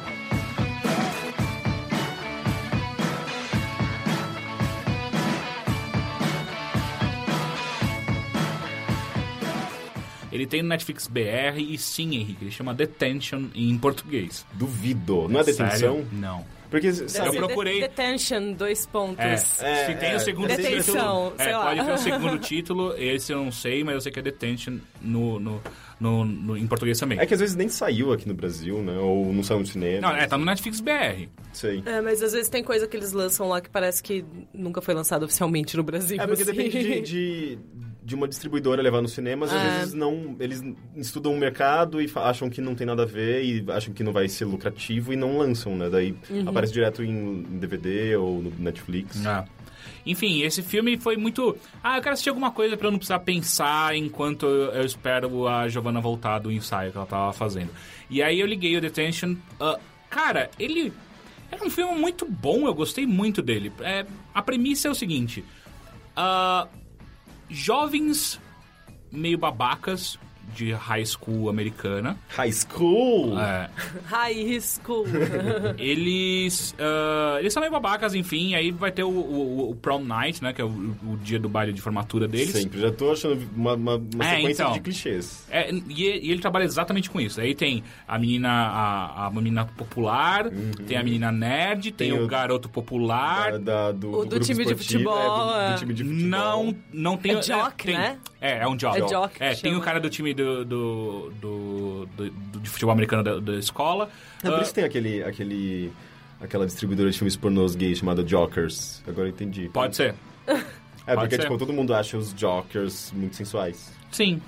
S1: Ele tem no Netflix BR e sim, Henrique, ele chama Detention em português.
S2: Duvido. Não é detenção?
S1: Sério? Não.
S2: Porque,
S1: Eu
S2: sabe,
S1: ser procurei.
S3: Det- Detention, dois
S1: É,
S3: pontos.
S2: É,
S1: se tem
S2: é,
S1: o segundo
S2: detenção,
S1: título.
S3: sei
S1: é,
S3: lá.
S1: Pode ter o segundo título, esse eu não sei, mas eu sei que é Detention no, no, no- no- em português também.
S2: é que às vezes nem saiu aqui no Brasil, né? Ou não saiu no cinema.
S1: Não, é, tá no Netflix BR.
S2: Não sei.
S3: É, mas às vezes tem coisa que eles lançam lá que parece que nunca foi lançado oficialmente no Brasil.
S2: É, porque
S3: assim.
S2: depende de, de, de uma distribuidora levar nos cinemas. Às
S3: É.
S2: vezes não, eles estudam o mercado e fa- acham que não tem nada a ver e acham que não vai ser lucrativo e não lançam, né? Daí
S3: Uhum.
S2: aparece direto em, em DVD ou no Netflix.
S1: Ah. Enfim, esse filme foi muito. Ah, eu quero assistir alguma coisa pra eu não precisar pensar enquanto eu eu espero a Giovanna voltar do ensaio que ela tava fazendo. E aí eu liguei o Detention. ah, cara, ele. Era um filme muito bom, eu gostei muito dele. É, a premissa é o seguinte: ah, jovens meio babacas de high school americana.
S2: High School!
S1: é,
S3: High school.
S1: eles. ah, eles são meio babacas, enfim. Aí vai ter o, o- o prom night, né? Que é o, o dia do baile de formatura deles.
S2: Sempre. Já tô achando uma, uma- uma
S1: É,
S2: sequência
S1: então.
S2: de clichês.
S1: É, e, e ele trabalha exatamente com isso. Aí tem a menina, a, a menina popular, tem a menina nerd, tem,
S2: Uhum. Tem
S1: o,
S2: o-
S1: garoto
S2: Da,
S1: popular.
S2: da- do,
S3: O do
S2: grupo
S3: time de
S2: esportivo,
S3: futebol,
S2: é, do- do,
S3: é.
S2: time de futebol.
S1: Não, não tem.
S3: É jock,
S1: tem-
S3: né?
S1: É, é um jock.
S3: É jock que
S1: É, tem o
S3: chama.
S1: cara do time do, do, do, do- do- de futebol americano da, da escola.
S2: É
S1: Ah,
S2: por isso que tem aquele, aquele, aquela distribuidora de filmes pornôs gays chamada Jokers. Agora eu entendi.
S1: pode ser.
S2: É,
S1: pode
S2: porque
S1: ser.
S2: tipo, todo mundo acha os Jokers muito sensuais.
S1: Sim.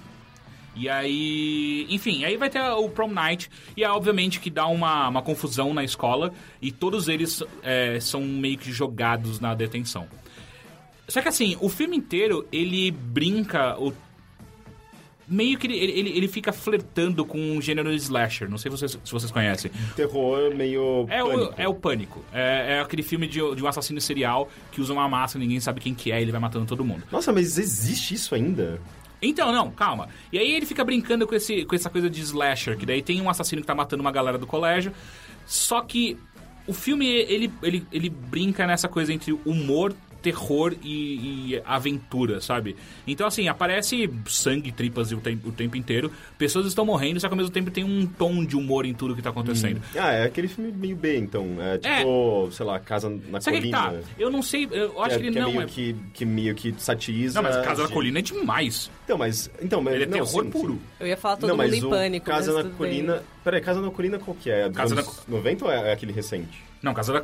S1: E aí, enfim, aí vai ter o prom night, e é obviamente que dá uma, uma confusão na escola, e todos eles é, são meio que jogados na detenção. Só que assim, o filme inteiro, ele brinca, o... meio que ele, ele, ele fica flertando com o gênero slasher, não sei vocês- se vocês conhecem.
S2: terror meio
S1: É o,
S2: pânico.
S1: é o Pânico, é, é aquele filme de, de um assassino serial que usa uma máscara, ninguém sabe quem que é, ele vai matando todo mundo.
S2: Nossa, mas existe isso ainda?
S1: Então, não, calma. E aí ele fica brincando com, esse, com essa coisa de slasher, que daí tem um assassino que tá matando uma galera do colégio. Só que o filme, ele, ele, ele brinca nessa coisa entre humor, terror e, e aventura, sabe? Então, assim, aparece sangue, tripas o tempo, o tempo inteiro. Pessoas estão morrendo, só que ao mesmo tempo tem um tom de humor em tudo que tá acontecendo.
S2: Ah, é aquele filme meio B, então. É tipo, sei lá, Casa na
S1: Só que que tá,
S2: Colina.
S1: eu não sei, eu acho
S2: é,
S1: que ele
S2: é
S1: não
S2: meio
S1: é...
S2: que, que meio que satiriza.
S1: Não, mas Casa da
S2: de-
S1: Colina é demais.
S2: Então, mas. Então, mas
S1: Ele é
S2: não,
S1: terror
S2: sim,
S1: puro.
S2: sim.
S3: Eu ia falar todo
S2: não,
S3: mundo
S2: mas
S3: em
S2: o
S3: pânico.
S2: Casa
S3: mas
S2: na
S3: tudo bem.
S2: Colina. Peraí, Casa na Colina qual que é? É dos
S1: Casa
S2: anos 90 ou é, é aquele recente?
S1: Não, Casa da...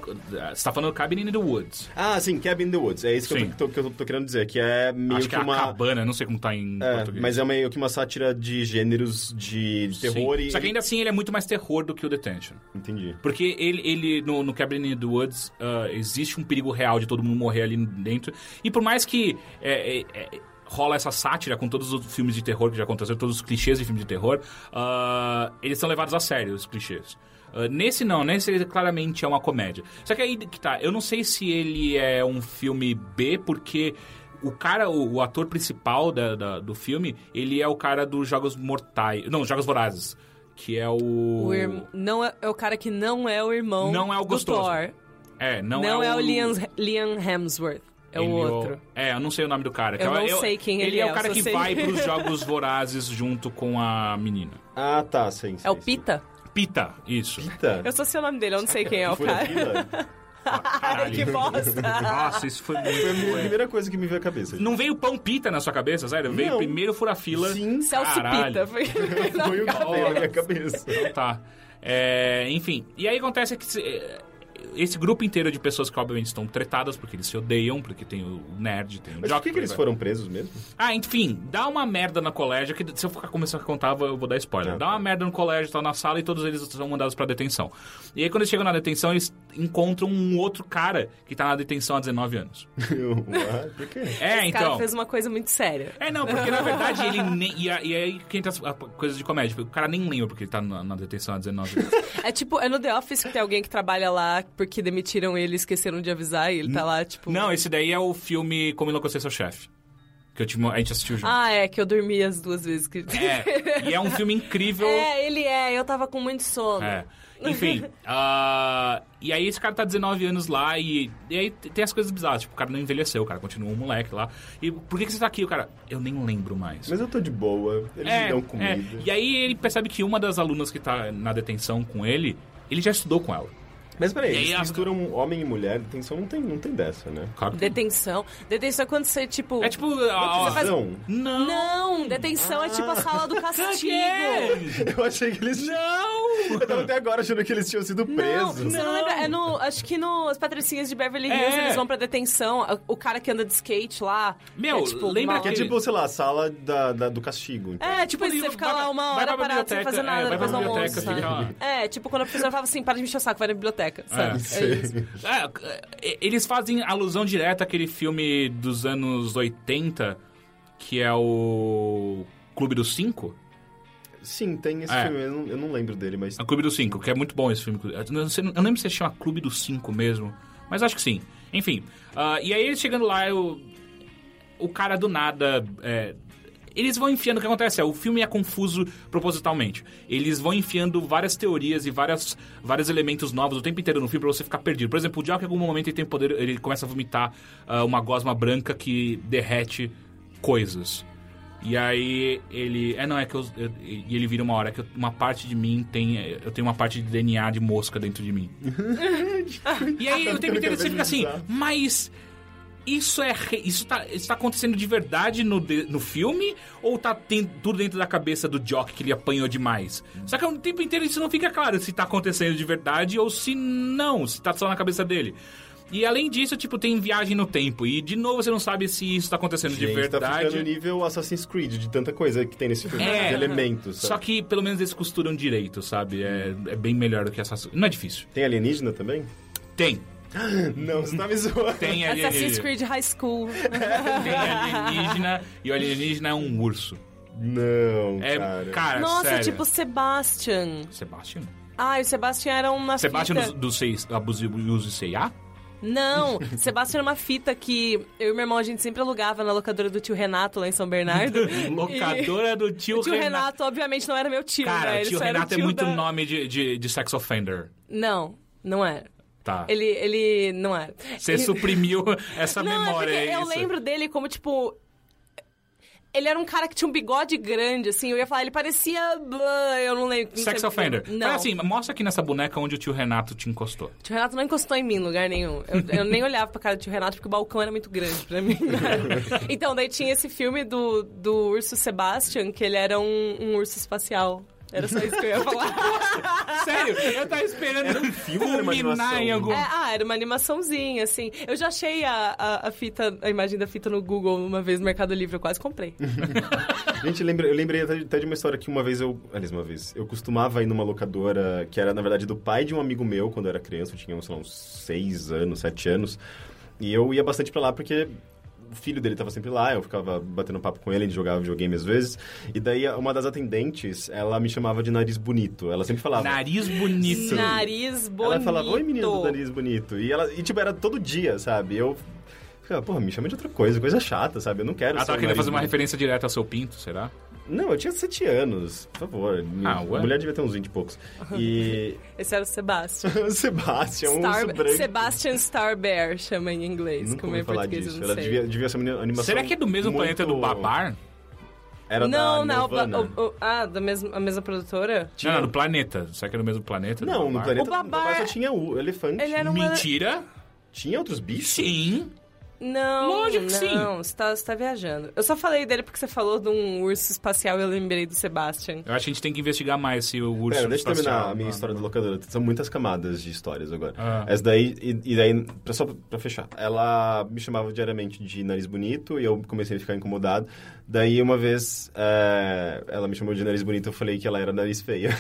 S1: Você tá falando Cabin in the Woods.
S2: Ah, sim, Cabin in the Woods. É isso que, eu
S1: Sim.
S2: tô, que eu tô- tô querendo dizer, que é meio
S1: Acho que,
S2: que
S1: é
S2: uma.
S1: a cabana, não sei como tá em
S2: é,
S1: português.
S2: mas é meio que uma sátira de gêneros de de
S1: Sim.
S2: terror e.
S1: Só que ainda assim ele é muito mais terror do que o Detention.
S2: Entendi.
S1: Porque ele, ele no, no Cabin in the Woods, ah, existe um perigo real de todo mundo morrer ali dentro. E por mais que é, é, é, rola essa sátira com todos os filmes de terror que já aconteceu, todos os clichês de filme de terror, ah, eles são levados a sério, os clichês. Ah, nesse não, nesse ele claramente é uma comédia. Só que aí que tá, eu não sei se ele é um filme B, porque o cara, o, o ator principal da- da- do filme, ele é o cara dos Jogos Mortais. Não, Jogos Vorazes. Que é o.
S3: O irm- não é, é o cara que não é o irmão
S1: Não é o
S3: do
S1: gostoso.
S3: Thor.
S1: É, não,
S3: Não, é, o, Liam,
S1: Ele
S3: Liam Hemsworth. É o outro.
S1: É, eu não sei o nome do cara. que
S3: Eu
S1: é o-
S3: não sei quem ele
S1: é.
S3: é,
S1: o cara
S3: eu só
S1: que
S3: sei-
S1: vai pros Jogos Vorazes junto com a menina.
S2: Ah, tá, sim.
S3: É o
S2: sim, sim.
S3: Pita?
S1: Pita, isso.
S2: Tá.
S3: Eu só sei o nome dele, eu não sei quem é o
S2: Foi na
S3: cara.
S2: fila?
S1: Ah,
S3: Ai, que bosta!
S1: Nossa, isso foi muito...
S2: Foi a minha primeira coisa que me veio à cabeça.
S1: Não veio pão pita na sua cabeça, sério? Veio
S2: Não.
S1: primeiro fura-fila.
S2: Sim,
S3: Celso
S1: Caralho.
S3: Pita. Foi...
S2: foi o que veio na minha
S1: Nossa.
S2: cabeça.
S1: Então tá. É, enfim, e aí acontece que se- é, esse grupo inteiro de pessoas que obviamente estão tretadas, porque eles se odeiam, porque tem o nerd, tem o
S2: Mas
S1: jockey,
S2: por que, que eles
S1: vai-
S2: foram presos mesmo?
S1: Ah, enfim, dá uma merda no colégio, que se eu ficar começar a contar, eu vou- eu vou dar spoiler.
S2: Tá.
S1: Dá uma merda no colégio, tá na sala e todos eles são mandados pra detenção. E aí quando eles chegam na detenção, eles encontram um outro cara que tá na detenção há 19 anos.
S2: Eu, ah, por quê?
S1: É,
S3: Esse
S1: então.
S3: cara fez um- uma coisa muito séria.
S1: É, não, porque na verdade ele nem. E, a- e aí quem tá. A coisa de comédia, o cara nem lembra porque ele tá na, na detenção há 19 anos.
S3: É tipo, é no The Office que tem alguém que trabalha lá porque demitiram ele e esqueceram de avisar e ele tá lá, tipo...
S1: não, esse daí é o filme Como Enlouquecer Seu Chefe. Que eu te, mo- a gente assistiu junto.
S3: Ah, é, que eu dormi as duas vezes que...
S1: É, e é um filme incrível.
S3: É, ele é, eu tava com muito sono.
S1: É. Enfim, ah, e aí esse cara tá 19 anos lá e, e aí t- tem as coisas bizarras. Tipo, o cara não envelheceu, o cara continua um moleque lá. E por que, que você tá aqui? O cara, eu nem lembro mais.
S2: Mas eu tô de boa, eles me
S1: é,
S2: dão comida.
S1: é. E aí ele percebe que uma das alunas que tá na detenção com ele, ele já estudou com ela.
S2: Mas peraí,
S1: E aí
S2: eles
S1: a-
S2: misturam homem e mulher, detenção não tem, não tem dessa, né?
S1: Claro que-
S3: Detenção. Detenção é quando você, tipo.
S1: É tipo. a-
S3: Você faz-
S2: Não.
S1: Não! Ah.
S3: Não, detenção é tipo a sala do castigo.
S2: Eu achei que eles.
S3: Tipo,
S1: Não!
S2: Eu tava até agora achando que eles tinham sido
S3: Não,
S2: presos.
S3: você não.
S1: Não.
S3: lembra? É no, acho que nos Patricinhas de Beverly Hills
S1: É.
S3: eles vão pra detenção. O cara que anda de skate lá.
S1: Meu,
S3: é, tipo,
S1: lembra
S3: uma-
S2: Que é tipo, sei lá, a sala da, da- do castigo. então.
S3: É, tipo, você fica lá uma hora parado sem fazer nada
S1: é, vai pra
S3: depois do almoço.
S1: biblioteca,
S3: sabe?
S1: fica lá.
S3: É, tipo, quando a professora falava assim, para de me encher o saco, vai na biblioteca, sabe? É isso.
S1: É, é, eles fazem alusão direta àquele filme dos anos 80, que é o Clube dos Cinco.
S2: Sim, tem esse
S1: É.
S2: filme, eu não, eu não lembro dele, mas.
S1: É o Clube dos Cinco, que é muito bom esse filme. Eu não, sei- eu não lembro se chama Clube dos Cinco mesmo, mas acho que sim. Enfim, ah, e aí eles chegando lá, eu, o cara do nada... é, eles vão enfiando, o que acontece é, o filme é confuso propositalmente. Eles vão enfiando várias teorias e várias, vários elementos novos o tempo inteiro no filme pra você ficar perdido. Por exemplo, o Diabo, em algum momento, ele tem poder, ele começa a vomitar ah, uma gosma branca que derrete coisas. E aí ele. É, não, é que eu. eu- E ele vira uma hora é que eu- uma parte de mim tem. Eu tenho uma parte de DNA de mosca dentro de mim. e aí o tempo inteiro você fica assim, mas. Isso é. re- Isso tá, isso tá acontecendo de verdade no, de- no filme? Ou tá ten- tudo dentro da cabeça do Jock que ele apanhou demais? Só que o tempo inteiro isso não fica claro se tá acontecendo de verdade ou se não, se tá só na cabeça dele. E além disso, tipo, tem viagem no tempo. E de novo você não sabe se isso tá acontecendo de
S2: Gente, Tá
S1: verdade.
S2: ficando nível Assassin's Creed, de tanta coisa que tem nesse filme,
S1: É.
S2: de elementos.
S1: Só
S2: sabe?
S1: que pelo menos eles costuram direito, sabe? É, é bem melhor do que Assassin's Não é difícil.
S2: Tem alienígena também?
S1: Tem.
S2: Não, você tá me zoando.
S1: Tem
S3: Assassin's
S1: alienígena.
S3: Creed é High School.
S1: É, Tem alienígena. E o alienígena é um urso.
S2: Não,
S1: É, cara,
S2: cara.
S3: Nossa,
S1: sério.
S3: tipo Sebastian.
S1: Sebastian?
S3: Ah, e o Sebastian era uma
S1: Sebastian
S3: fita...
S1: dos, dos seis abusivos e C&A?
S3: Não, Sebastian era uma fita que eu e meu irmão a gente sempre alugava na locadora do tio Renato lá em São Bernardo.
S1: Locadora do
S3: E...
S1: tio,
S3: O tio Renato, obviamente, não era meu tio, né?
S1: Cara,
S3: Ele
S1: tio
S3: só era
S1: Renato é
S3: tio
S1: muito
S3: da-
S1: nome de, de, de sex offender.
S3: Não, não era.
S1: Tá.
S3: Ele, ele não era.
S1: Você
S3: Ele-
S1: suprimiu essa
S3: não,
S1: memória.
S3: é porque
S1: é
S3: eu
S1: isso.
S3: lembro dele como, tipo... Ele era um cara que tinha um bigode grande, assim. Eu ia falar, ele parecia... blá, Eu não lembro. não
S1: Sex
S3: sei-
S1: offender.
S3: é Não.
S1: Mas assim, mostra aqui nessa boneca onde o tio Renato te encostou.
S3: O tio Renato não encostou em mim em lugar nenhum. Eu, eu nem olhava pra cara do tio Renato porque o balcão era muito grande pra mim. então, daí tinha esse filme do, do urso Sebastian, que ele era um, um urso espacial. Era só isso que eu ia falar.
S1: Sério, eu tava esperando
S2: filme ou era uma
S1: culminar em
S2: animação?
S1: algum.
S3: É, ah, era uma animaçãozinha, assim. Eu já achei a, a, a fita, a imagem da fita no Google uma vez no Mercado Livre, eu quase comprei.
S2: Gente, lembra, eu lembrei até, até de uma história que uma vez eu. Aliás, uma vez. Eu costumava ir numa locadora que era, na verdade, do pai de um amigo meu quando eu era criança. Eu tinha, sei lá, uns 6 anos, 7 anos. E eu ia bastante pra lá porque. O filho dele tava sempre lá, eu ficava batendo papo com ele, a gente jogava videogame às vezes. E daí, uma das atendentes, ela me chamava de nariz bonito. Ela sempre
S3: É.
S2: falava.
S1: Nariz bonito.
S3: Nariz bonito.
S2: Ela falava, oi menino do nariz bonito. E ela, e tipo, era todo dia, sabe? Eu ficava, porra, me chama de outra coisa, coisa chata, sabe? Eu não quero
S1: Ela
S2: ser
S1: tava
S2: um
S1: querendo
S2: nariz
S1: tá, fazer uma
S2: bonito.
S1: referência direta ao seu pinto, será?
S2: Não, eu tinha sete anos, por favor.
S1: Ah, ué?
S2: Mulher devia ter uns 20 e poucos. E
S3: Esse era o Sebastian.
S2: o Sebastian, um
S3: Star...
S2: urso branco.
S3: Sebastian Star Bear chama em inglês,
S2: Nunca
S3: como
S2: ouvi
S3: em
S2: falar
S3: português,
S2: disso.
S3: eu não
S2: Ela
S3: sei.
S2: devia, devia ser uma animação
S1: Será que é do mesmo
S2: muito-
S1: planeta do Babar?
S2: Era
S3: não,
S2: da
S3: não,
S2: Nelvana.
S3: o- o- o- ah, da mesma, a mesma produtora?
S1: Não, não, do planeta. Será que é do mesmo planeta? do
S2: Não, no
S1: Babar?
S2: planeta
S3: O Babar-
S2: do Babar só tinha o elefante.
S3: Ele era uma...
S1: Mentira?
S2: Tinha outros bichos?
S1: Sim.
S3: Não,
S1: Lógico que
S3: não,
S1: sim.
S3: Você tá, você tá viajando. Eu só falei dele porque você falou de um urso espacial e eu lembrei do
S2: É.
S3: Sebastian.
S1: Eu acho que a gente tem que investigar mais se o urso.
S2: Pera, deixa eu
S1: espacial-
S2: terminar a minha história da locadora. São muitas camadas de histórias agora.
S1: Ah.
S2: Essa daí, e, e daí, pra- só pra fechar, ela me chamava diariamente de nariz bonito e eu comecei a ficar incomodado. Daí, uma vez, é, ela me chamou de nariz bonito, eu falei que ela era nariz feia.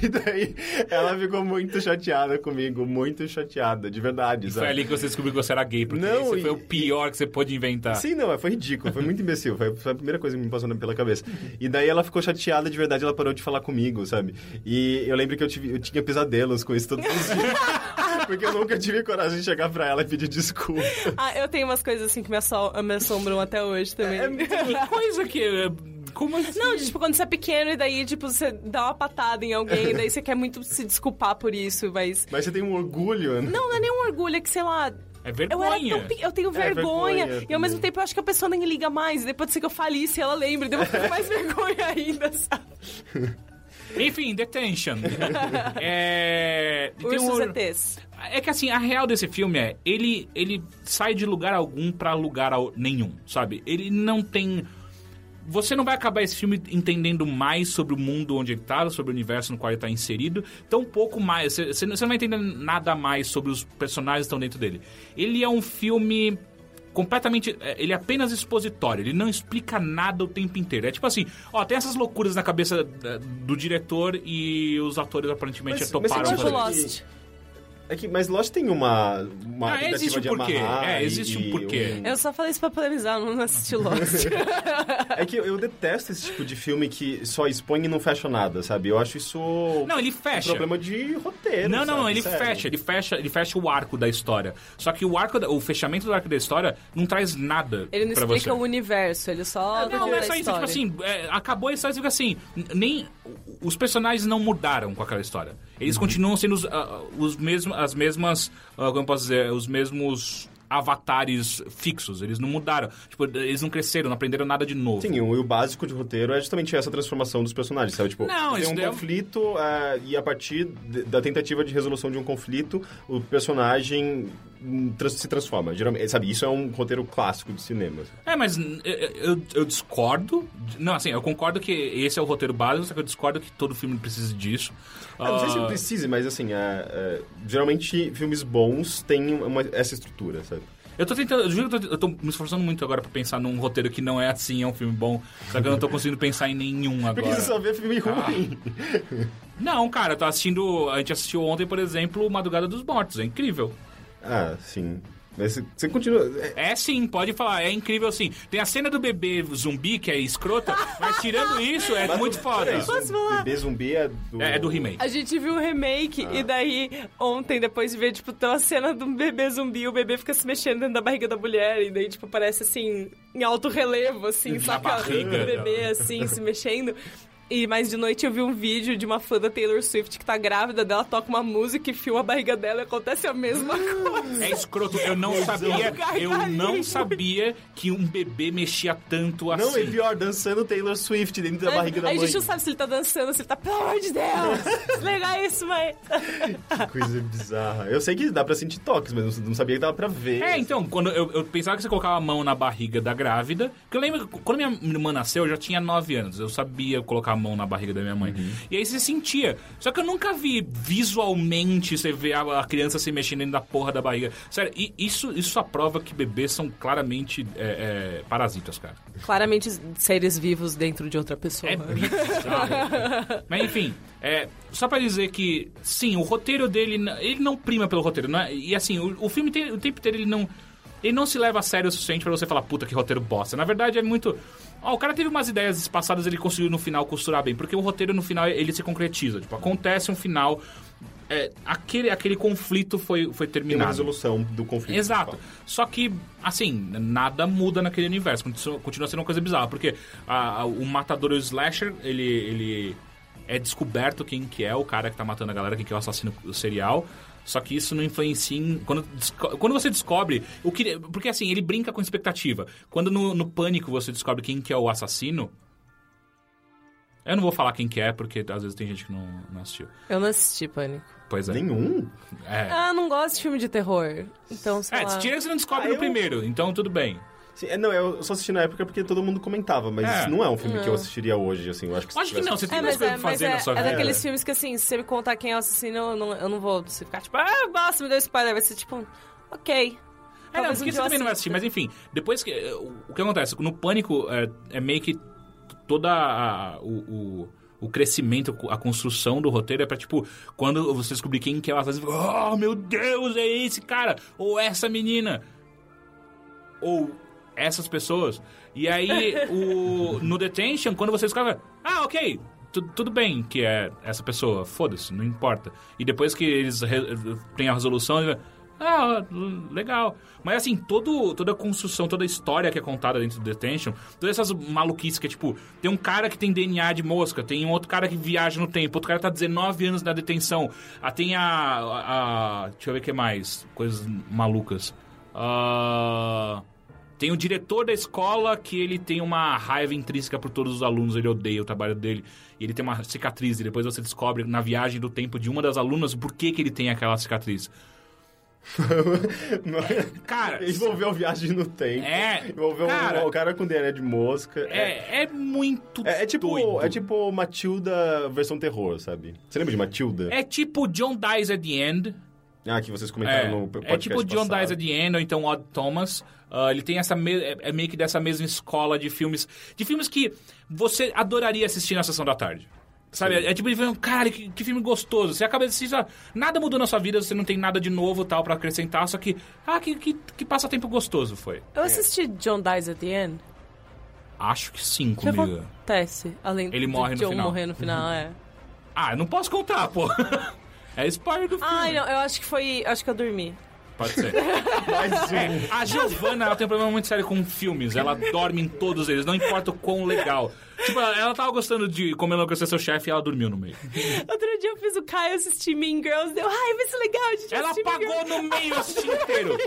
S2: E daí, ela ficou muito chateada comigo, muito chateada, de verdade,
S1: E
S2: sabe?
S1: foi ali que você descobriu que você era gay, porque
S2: Não,
S1: esse foi
S2: e-
S1: o pior que você pôde inventar.
S2: Sim, não, foi ridículo, foi muito imbecil, foi foi a primeira coisa que me passou na- pela cabeça. E daí ela ficou chateada de verdade, ela parou de falar comigo, sabe? E eu lembro que eu, tive, eu tinha pesadelos com isso todos os dias, porque eu nunca tive coragem de chegar pra ela e pedir desculpa.
S3: Ah, eu tenho umas coisas assim que me, assol... me assombram até hoje também.
S2: É,
S1: Que coisa que. Como assim?
S3: Não, tipo, quando você é pequeno e daí, tipo, você dá uma patada em alguém e daí você quer muito se desculpar por isso, mas...
S2: Mas você tem um orgulho, né?
S3: Não, não é nenhum orgulho, é que, sei lá,
S1: é
S3: Eu era
S1: vergonha.
S3: tão pe... Eu tenho
S2: É,
S3: vergonha.
S2: vergonha
S3: e ao mesmo
S2: também.
S3: tempo eu acho que a pessoa nem liga mais. E depois de ser que eu falisse, ela lembra. E depois eu fico mais vergonha ainda, sabe?
S1: Enfim, Detention. é... tem
S3: Ursos
S1: um-
S3: ETs.
S1: É que assim, a real desse filme é, ele, ele sai de lugar algum pra lugar ao- nenhum, sabe? Ele não tem. Você não vai acabar esse filme entendendo mais sobre o mundo onde ele tá, sobre o universo no qual ele tá inserido, tão pouco mais. Você você não você não vai entender nada mais sobre os personagens que estão dentro dele. Ele é um filme completamente. é, Ele é apenas expositório, ele não explica nada o tempo inteiro. É tipo assim, ó, tem essas loucuras na cabeça eh, do diretor e os atores aparentemente
S2: Mas- mas
S1: toparam
S2: você
S3: Tipo
S2: Para
S1: fazer.
S2: acha
S3: Lost.
S2: É que, mas Lost tem uma, uma
S1: Ah,
S2: tentativa
S1: existe um
S2: de
S1: porquê.
S2: amarrar
S1: É,
S2: e-
S1: existe um
S2: e
S1: porquê.
S3: Eu só falei isso pra polemizar, eu não assisti Lost.
S2: É que eu, eu detesto esse tipo de filme que só expõe e não fecha nada, sabe? Eu acho isso
S1: Não, ele
S2: um
S1: fecha.
S2: problema de roteiro.
S1: Não, não, não,
S2: sabe?
S1: ele
S2: Sério.
S1: fecha, ele fecha, ele fecha o arco da história. Só que o arco, da- o fechamento do arco da história não traz nada
S3: Ele não
S1: pra
S3: explica
S1: você.
S3: o universo, ele só.
S1: Não, não é só isso, é tipo assim, é, acabou a história, você fica assim, n- nem os personagens não mudaram com aquela história. Eles
S2: Uhum.
S1: continuam sendo os, ah, os mesmos, as mesmas, ah, como eu posso dizer, os mesmos avatares fixos, eles não mudaram. Tipo, eles não cresceram, não aprenderam nada de novo.
S2: Sim, o, e o básico de roteiro é justamente essa transformação dos personagens, sabe? Tipo,
S1: Não,
S2: tem
S1: isso
S2: um
S1: daí é-
S2: conflito ah, e a partir de- da tentativa de resolução de um conflito, o personagem hum, trans- se transforma. Geralmente, sabe, isso é um roteiro clássico de cinema. assim.
S1: É, mas n- eu, eu- eu discordo. Não, assim, eu concordo que esse é o roteiro básico, só que eu discordo que todo filme precisa disso.
S2: Eu É, não sei se
S1: Ah,
S2: precise, mas assim, ah, ah, geralmente filmes bons têm uma- essa estrutura, sabe?
S1: Eu tô tentando, eu juro que eu tô, eu tô me esforçando muito agora pra pensar num roteiro que não é assim, é um filme bom. Só que eu não tô conseguindo pensar em nenhum
S2: Porque
S1: agora.
S2: você só vê
S1: Ah.
S2: filme ruim.
S1: Não, cara, eu tô assistindo. A gente assistiu ontem, por exemplo, Madrugada dos Mortos. É incrível.
S2: Ah, sim. Mas você- você continua. é,
S1: É sim, pode falar, é incrível sim. Tem a cena do bebê zumbi, que é escrota, mas tirando isso, é
S2: mas-
S1: muito foda.
S2: peraí,
S3: Posso
S2: zumbi-
S3: falar?
S2: Bebê zumbi é do.
S1: É, é do remake.
S3: A gente viu o remake e daí, ontem, depois de ver, tipo, tem uma cena de um bebê zumbi, o bebê fica se mexendo dentro da barriga da mulher, e daí, tipo, parece assim, em alto relevo, assim, saca o
S1: barriga.
S3: bebê assim, se mexendo. E mais de noite eu vi um vídeo de uma fã da Taylor Swift que tá grávida dela, toca uma música e filma a barriga dela e acontece a mesma coisa.
S1: É escroto, eu não sabia, eu não sabia que um bebê mexia tanto assim.
S2: Não, é pior, dançando Taylor Swift dentro da
S3: Aí-
S2: barriga da
S3: aí
S2: mãe.
S3: a gente não sabe se ele tá dançando, se ele tá, pelo amor de Deus! Legal isso, mãe!
S2: Coisa bizarra. Eu sei que dá pra sentir toques, mas não- não sabia que dava pra ver.
S1: É, então, quando eu, eu pensava que você colocava a mão na barriga da grávida. Porque eu lembro que quando minha irmã nasceu, eu já tinha 9 anos. Eu sabia colocar a mão na barriga da minha mãe. E aí você sentia. Só que eu nunca vi visualmente você ver a, a criança se mexendo dentro da porra da barriga. Sério, e isso, isso só prova que bebês são claramente é, é, parasitas, cara.
S3: Claramente seres vivos dentro de outra pessoa.
S1: É bizarro. Mas enfim, é, só pra dizer que, sim, o roteiro dele, n- ele não prima pelo roteiro. não é? E assim, o, o filme tem- o tempo inteiro ele não. Ele não se leva a sério o suficiente pra você falar, puta, que roteiro bosta. Na verdade, é muito. Ó, o cara teve umas ideias espaçadas, ele conseguiu no final costurar bem. Porque o roteiro no final ele se concretiza. Tipo, acontece um final. é, aquele, aquele conflito foi, foi
S2: Tem uma
S1: terminado.
S2: resolução do conflito. tipo,
S1: Exato. Só que, assim, nada muda naquele universo. Continua continua sendo uma coisa bizarra. Porque a- a- o matador e o slasher, ele, ele é descoberto quem que é o cara que tá matando a galera, quem que é o assassino serial. Só que isso não influencia em... Quando, desco- quando você descobre... O que, porque, assim, ele brinca com expectativa. Quando no, no Pânico você descobre quem que é o assassino... Eu não vou falar quem que é, porque às vezes tem gente que não, não assistiu.
S3: Eu não assisti Pânico.
S1: Pois é.
S2: Nenhum?
S1: É,
S3: Ah, não gosto de filme de terror. Então, sei
S1: é
S3: lá.
S1: tira que você não descobre
S2: Ah,
S1: no
S2: eu-
S1: primeiro. Então, tudo bem.
S2: Sim, é, não, eu só assisti na época porque todo mundo comentava, mas
S1: É.
S2: isso não é um filme que eu assistiria hoje, assim. Eu acho que se
S1: Acho que
S2: tivesse-
S1: não, você tem
S3: É,
S1: mais
S3: mas
S1: coisa
S3: é,
S1: pra
S3: mas
S1: fazer
S3: é,
S1: na sua
S3: é
S1: vida.
S3: daqueles filmes que, assim, se você me contar quem é o assassino, eu não, eu não vou se ficar tipo, ah, nossa, me deu spoiler. Vai ser tipo, ok.
S1: É, não,
S3: Talvez um
S1: porque
S3: dia
S1: você
S3: eu
S1: também não vai assistir,
S3: assista.
S1: mas enfim, depois que. eh, o- O que acontece? No pânico é, é meio que toda a- a- o, o- o crescimento, a construção do roteiro é pra tipo, quando você descobrir quem que é o assassino, oh meu Deus, é esse cara! Ou essa menina! Ou essas pessoas. E aí, o, no Detention, quando você descobre, ah, ok. tu- Tudo bem que é essa pessoa, foda-se, não importa. E depois que eles re- têm a resolução, eles falam, ah, legal. Mas assim, todo, toda a construção, toda a história que é contada dentro do Detention, todas essas maluquices que é tipo, tem um cara que tem DNA de mosca, tem um outro cara que viaja no tempo, outro cara tá 19 anos na detenção, ah, tem a, a, a- Deixa eu ver o que mais. Coisas malucas. Ah. Tem o diretor da escola que ele tem uma raiva intrínseca por todos os alunos, ele odeia o trabalho dele. E ele tem uma cicatriz, e depois você descobre na viagem do tempo de uma das alunas por que, que ele tem aquela cicatriz. É, Cara,
S2: é. Envolveu a viagem no tempo.
S1: É,
S2: Envolveu um
S1: cara.
S2: o cara com DNA de mosca.
S1: é, é muito
S2: É, é tipo,
S1: doido.
S2: é tipo Matilda versão terror, sabe? Você lembra de Matilda?
S1: É tipo John Dies at the End.
S2: Ah, que vocês comentaram
S1: É,
S2: no
S1: é
S2: podcast
S1: tipo John
S2: passado.
S1: Dies at the End, ou então Odd Thomas. Ah, ele tem essa me- é, é meio que dessa mesma escola de filmes. De filmes que você adoraria assistir na sessão da tarde. Sabe? É, é tipo, ele fala, cara, que, que filme gostoso. Você acaba de assistir, ah, nada mudou na sua vida, você não tem nada de novo tal pra acrescentar, só que, ah, que, que, que passatempo gostoso foi.
S3: Eu assisti John Dies at the End.
S1: Acho que sim,
S3: O que
S1: comigo.
S3: acontece? Além
S1: Ele
S3: do
S1: morre no
S3: John
S1: final. Uhum.
S3: morrer no final, é.
S1: Ah, eu não posso contar, pô. é spoiler do filme.
S3: Ai, não, eu acho que foi. Acho que eu dormi.
S1: Pode ser.
S2: Mais um.
S1: É, a Giovanna ela tem um problema muito sério com filmes. Ela dorme em todos eles, não importa o quão legal. Tipo, ela, ela tava gostando de Como Eu Não Conheci Seu Chefe e ela dormiu no meio.
S3: Outro dia eu fiz o Caio assistir Mean Girls, deu, ai, vai ser legal, a gente
S1: Ela
S3: assistir Mean
S1: apagou no meio o assistindo inteiro.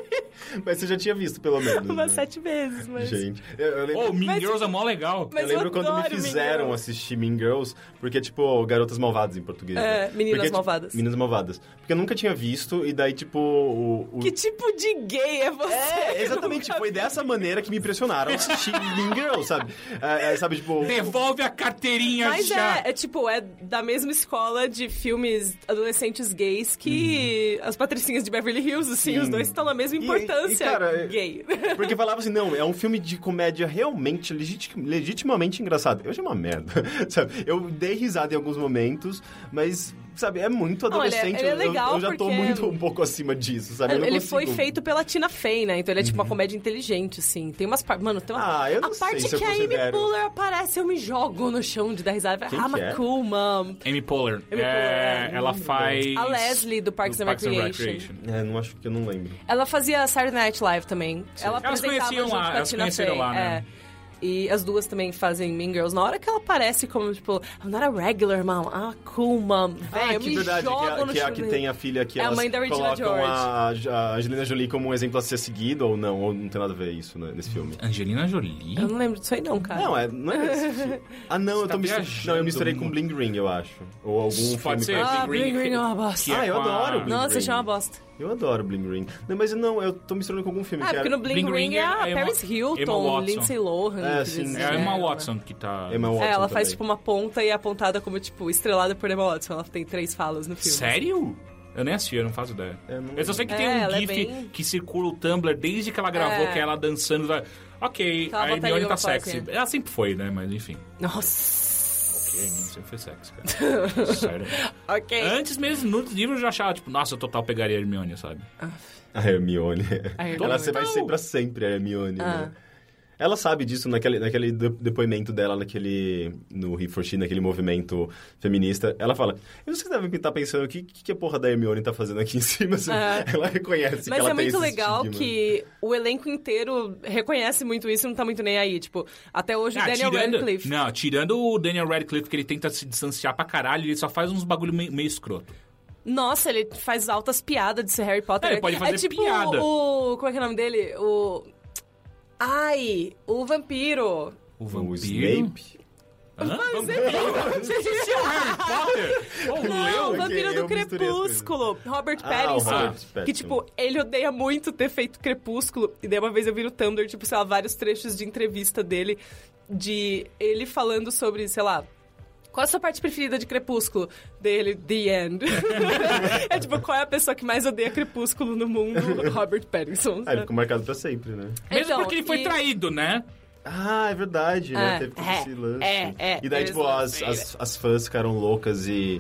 S2: Mas você já tinha visto, pelo menos.
S3: Girls umas
S2: né?
S3: sete vezes, mas...
S2: Gente, eu, eu lembro...
S1: Ô, Mean
S3: Mas-
S1: Girls é mó legal.
S3: mas
S2: eu
S3: eu
S2: lembro quando me
S3: adoro Mean
S2: fizeram
S3: Girls.
S2: assistir Mean Girls, porque é tipo Garotas Malvadas em português.
S3: É,
S2: né?
S3: Meninas
S2: Porque, tipo,
S3: Malvadas.
S2: Meninas Malvadas. Porque eu nunca tinha visto, e daí, tipo, o. o-
S3: Que tipo de gay é você?
S2: É, exatamente. Foi dessa maneira que me impressionaram a assistir Mean Girls, sabe? É, é, sabe, tipo.
S1: Devolve a carteirinha
S3: Mas
S1: já.
S3: é, é tipo, é da mesma escola de filmes adolescentes gays que as patricinhas de Beverly Hills, assim, os dois estão na mesma
S2: Uhum. E- e,
S3: importância
S2: cara,
S3: gay.
S2: Porque falava assim, não, é um filme de comédia realmente, legiti- legitimamente engraçado. Eu achei uma merda, sabe? Eu dei risada em alguns momentos, mas, sabe, é muito
S3: Olha,
S2: adolescente.
S3: ele
S2: eu-
S3: é
S2: eu-
S3: legal
S2: eu, já tô
S3: porque-
S2: muito um pouco acima disso, sabe? Eu não
S3: Ele
S2: consigo- Uhum.
S3: foi feito pela Tina Fey, né? Então ele é tipo uma comédia inteligente, assim. Tem umas partes. Mano, tem uma.
S2: Ah, eu não
S3: a
S2: sei
S3: parte
S2: se eu
S3: que a Amy
S2: considero.
S3: Puller aparece, eu me jogo no chão de dar risada.
S2: Quem
S3: ah,
S2: que
S3: mas
S2: é?
S3: cool, mom.
S1: Amy Poehler.
S3: Amy
S1: É,
S3: Poehler.
S1: ela faz...
S3: A Leslie do Parks and Recreation.
S2: É, não acho que eu não lembro.
S3: Ela fazia Saturday Night Live também. Ela
S1: Elas
S3: apresentava
S1: conheciam
S3: junto
S1: lá,
S3: com a
S1: elas
S3: Tina
S1: conheceram
S3: Fey.
S1: lá, né?
S3: é. E as duas também fazem Mean Girls. Na hora que ela aparece como, tipo, I'm not a regular mom, ah, cool mom. Véi, Ah, eu
S2: Ah, que
S3: me
S2: verdade,
S3: jogo
S2: que, é-
S3: no
S2: que é a
S3: chuveiro.
S2: que tem a filha que
S3: É a
S2: elas
S3: mãe da Regina
S2: colocam A, a Angelina Jolie como um exemplo a ser seguido ou não, ou não tem nada a ver isso né, nesse filme.
S1: Angelina Jolie?
S3: Eu não lembro disso aí não, cara.
S2: Não, é, não é esse filme. Ah, não, eu
S1: tá
S2: tô misturando.
S1: viajando
S2: Não, eu misturei com
S1: muito.
S2: Bling Ring, eu acho. Ou algum
S1: Pode
S2: filme
S1: ser.
S2: parecido.
S3: Ah,
S1: Bling Ring.
S3: Bling Ring é uma bosta.
S1: Que é
S2: Ah, eu
S1: com a-
S2: adoro Bling
S3: Nossa,
S2: Ring.
S3: achei uma bosta.
S2: Eu adoro Bling Ring. Não, mas não, eu tô misturando com algum filme.
S3: Ah,
S2: que
S3: porque
S2: era
S3: no Bling,
S1: Bling
S3: Ring é a
S1: Ring é Emma-
S3: Paris
S1: Emma
S3: Hilton,
S1: Watson.
S3: Lindsay Lohan.
S2: É,
S3: que
S2: sim,
S3: eles
S1: É a Emma
S3: fizeram, né?
S1: Watson que tá...
S2: Emma Watson
S3: É, ela faz
S2: também.
S3: tipo uma ponta e é apontada como tipo estrelada por Emma Watson. Ela tem três falas no filme.
S1: Sério? Eu nem assisti, eu não faço ideia.
S2: Eu não-
S1: Eu só sei que
S3: É,
S1: tem um
S3: ela é
S1: GIF
S3: bem-
S1: que circula o Tumblr desde que ela gravou,
S3: É.
S1: que é ela dançando. tá? Ok,
S3: Aquela
S1: a Hermione
S3: botaria
S1: tá
S3: no palco,
S1: sexy.
S3: né?
S1: Ela sempre foi, né? Mas enfim.
S3: Nossa.
S1: A Hermione sempre foi sexy, cara. Sério.
S3: Ok.
S1: Antes mesmo, nos livros eu já achava, tipo, nossa, eu total pegaria a Hermione, sabe?
S2: A Ah, Hermione.
S3: A Hermione.
S2: Ela se- vai
S1: Total.
S2: ser pra sempre a Hermione,
S3: Ah.
S2: né? Ela sabe disso naquele, naquele de- depoimento dela, naquele, no He for She, naquele movimento feminista. Ela fala, eu sei que você deve estar pensando, o que, que que a porra da Hermione tá fazendo aqui em cima? assim?"
S3: Ah.
S2: Ela reconhece que
S3: Mas
S2: ela
S3: é
S2: tem esse
S3: muito legal
S2: estigma.
S3: que o elenco inteiro reconhece muito isso e não tá muito nem aí. Tipo, até hoje o
S1: Ah,
S3: Daniel
S1: tirando,
S3: Radcliffe.
S1: Não, tirando o Daniel Radcliffe, que ele tenta se distanciar pra caralho, ele só faz uns bagulho meio, meio escroto.
S3: Nossa, ele faz altas piadas de ser Harry Potter.
S1: É, ele pode fazer
S3: é tipo
S1: piada.
S3: o. Como é que é o nome dele? O. Ai, o vampiro.
S1: O
S2: O
S1: vampiro.
S2: Snape... Ah,
S1: Hã? Vampiro? Você assistiu Harry Potter? Ou
S3: Não, o
S1: leu?
S2: porque
S3: vampiro do
S2: eu misturei as
S3: Crepúsculo. Robert
S2: Ah,
S3: Pattinson.
S2: o Robert Pattinson.
S3: Que, tipo, ele odeia muito ter feito Crepúsculo. E daí uma vez eu vi no Tumblr, tipo, sei lá, vários trechos de entrevista dele. De ele falando sobre, sei lá... Qual a sua parte preferida de Crepúsculo? Dele, The End. é tipo, qual é a pessoa que mais odeia Crepúsculo no mundo? Robert Pattinson.
S2: Ah, ele
S3: sabe?
S2: ficou marcado pra sempre, né?
S1: É. Mesmo
S3: Então,
S1: porque ele foi
S3: e-
S1: traído, né?
S2: Ah, é verdade, né?
S3: É,
S2: Teve todo
S3: é,
S2: esse lance.
S3: é, é,
S2: E daí,
S3: teve
S2: tipo,
S3: esse
S2: as,
S3: lance.
S2: as, as fãs ficaram loucas e...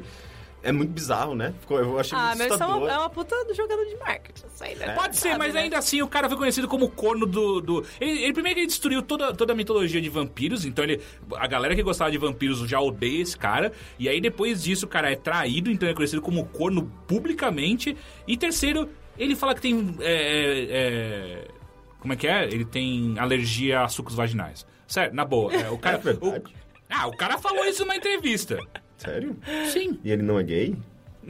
S2: É muito bizarro, né? Ficou, eu achei
S3: Ah,
S2: muito
S3: mas isso é
S2: assustador.
S3: uma, é uma puta jogada de marketing. Isso aí, né?
S1: tá
S2: É.
S1: Pode ser,
S3: Sabe,
S1: mas
S3: né?
S1: ainda assim o cara foi conhecido como o corno do. do- Ele, ele- primeiro que ele destruiu toda, toda a mitologia de vampiros, então ele. A galera que gostava de vampiros já odeia esse cara. E aí depois disso o cara é traído, então é conhecido como o corno publicamente. E terceiro, ele fala que tem. é, é, é, como é que é? Ele tem alergia a sucos vaginais. Sério, na boa. é, o cara.
S2: É verdade.
S1: o- ah, o cara falou isso numa entrevista.
S2: Sério?
S1: Sim.
S2: E ele não é gay?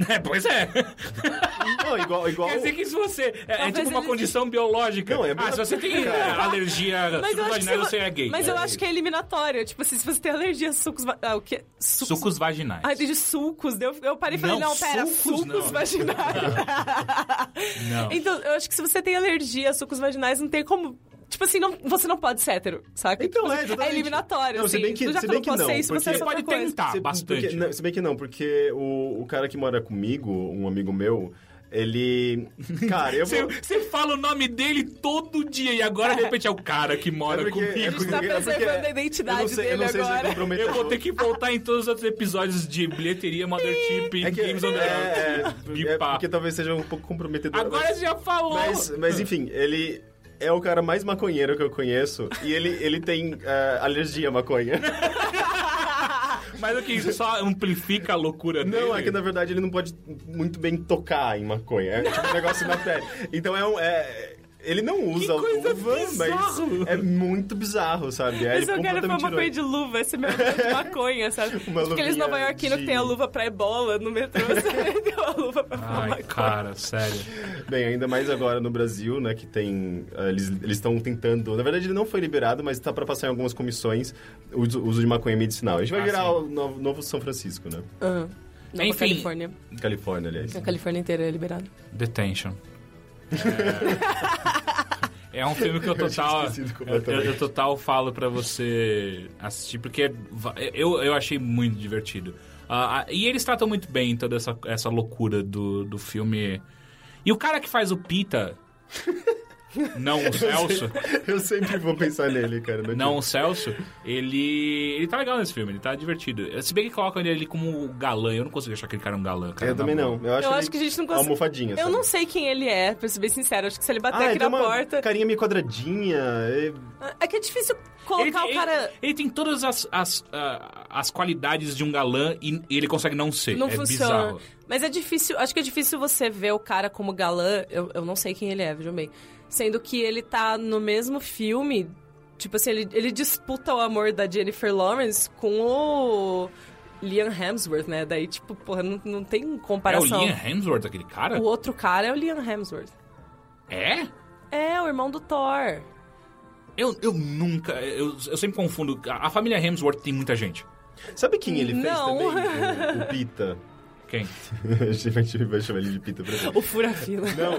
S1: É, pois é.
S2: Não, igual, igual...
S1: Quer dizer que se você. É, é
S3: Talvez
S1: tipo uma
S3: ele-
S1: condição biológica.
S2: Não, é
S1: ah, se você tem é, alergia
S3: Mas eu acho, que
S1: subvaginal,
S3: se-
S1: você é gay.
S3: mas eu acho que é eliminatório. Tipo assim, se você tem alergia a sucos. va- Ah, o quê? Sucos.
S1: Sucos vaginais.
S3: Ah, entendi, sucos. Daí Eu, eu parei e falei,
S1: Não,
S3: não, pera,
S1: sucos
S3: sucos,
S1: não.
S3: vaginais.
S1: Não.
S3: Então, eu acho que se você tem alergia a sucos vaginais, não tem como. Tipo assim, não, você não pode ser hétero, saca?
S2: Então,
S3: Tipo
S2: é,
S3: assim,
S2: exatamente.
S3: é eliminatório.
S2: Não, se
S3: assim.
S2: bem que- se
S3: já que eu
S2: bem
S3: não
S2: que
S3: posso
S2: não,
S3: ser isso,
S2: porque-
S3: você é
S1: Você
S3: outra
S1: pode
S3: coisa.
S1: tentar
S2: Se-
S1: Ah, bastante.
S2: Porque, não, se bem que não, porque o, o cara que mora comigo, um amigo meu, ele. Cara, eu
S1: Você,
S2: vou.
S1: você fala o nome dele todo dia e agora de repente é o cara que mora
S2: é
S1: comigo.
S3: tá
S2: porque-
S3: preservando a identidade
S2: eu não sei, eu
S3: dele
S2: não sei se é
S3: agora.
S2: comprometedor.
S1: Eu vou ter que voltar em todos os outros episódios de bilheteria, Mothership e
S2: É que,
S1: Games on the
S2: é,
S1: Road.
S2: é, é
S1: Pipá.
S2: porque talvez seja um pouco comprometedor.
S1: Agora
S2: mas-
S1: você já falou.
S2: Mas, mas enfim, ele é o cara mais maconheiro que eu conheço e ele, ele tem eh, alergia à maconha.
S1: Mas o que isso só amplifica a loucura dele?
S2: Não, é que na verdade ele não pode muito bem tocar em maconha. É tipo um negócio na pele. Então é um. é- ele não usa
S1: Que coisa
S2: luva,
S1: bizarro!
S2: mas é muito bizarro, sabe? É
S3: Mas eu quero uma
S2: completamente
S3: maconha de luva, esse meu é de maconha, sabe?
S2: Uma
S3: Tipo aqueles
S2: luvinha
S3: nova iorquinos
S2: de-
S3: que tem a luva pra ebola no metrô, sabe? Tem uma luva pra fumar
S1: Ai,
S3: maconha.
S1: cara, sério.
S2: Bem, ainda mais agora no Brasil, né, que tem... ah, Eles eles estão tentando... Na verdade, ele não foi liberado, mas tá pra passar em algumas comissões o uso, uso de maconha medicinal. A gente vai
S1: Ah,
S2: virar
S1: sim.
S2: o novo, novo São Francisco, né?
S3: Ah, não,
S1: Enfim.
S3: pra Califórnia.
S2: Califórnia, aliás.
S3: A Califórnia inteira é liberada.
S1: Detention. É... é um filme que eu
S2: Eu tinha
S1: total.
S2: esquecido
S1: Eu, eu,
S2: completamente.
S1: total falo pra você assistir, porque va- eu, eu achei muito divertido. Ah, ah, e eles tratam muito bem toda essa, essa loucura do, do filme. E o cara que faz o Pita. Não o Celso.
S2: Eu sempre vou pensar nele, cara. não
S1: Não o Celso. Ele. Ele tá legal nesse filme, ele tá divertido. Se bem que colocam ele ali como galã. Eu não consigo achar aquele cara um galã, cara.
S2: Eu
S1: na
S2: também
S1: boa.
S2: não. Eu acho,
S3: Eu
S2: ele
S3: acho que a gente não consegue...
S2: Almofadinha,
S3: Eu
S2: sabe?
S3: não sei quem ele é, pra ser bem sincero. Acho que se ele bater
S2: Ah,
S3: aqui
S1: então
S2: ele tem
S3: na
S2: uma
S3: porta...
S2: carinha meio quadradinha. é-
S3: É que é difícil colocar
S1: tem-
S3: o cara...
S1: ele tem todas as, as, ah, as qualidades de um galã e ele consegue não ser.
S3: Não
S1: é
S3: funciona.
S1: bizarro.
S3: Mas é difícil, acho que é difícil você ver o cara como galã. Eu, eu não sei quem ele é, vejam bem. Sendo que ele tá no mesmo filme. Tipo assim, ele, ele disputa o amor da Jennifer Lawrence com o Liam Hemsworth, né? Daí, tipo, porra, não, não tem
S1: É o
S3: comparação.
S1: Liam Hemsworth, aquele cara?
S3: O outro cara é o Liam Hemsworth.
S1: É?
S3: É, o irmão do Thor.
S1: Eu, eu nunca. Eu, eu sempre confundo. A a família Hemsworth tem muita gente.
S2: Sabe quem ele fez
S3: Não.
S2: também? O, o Pita.
S1: Quem?
S2: A gente vai chamar ele de Pita pra sempre.
S3: O Furafila.
S2: Não,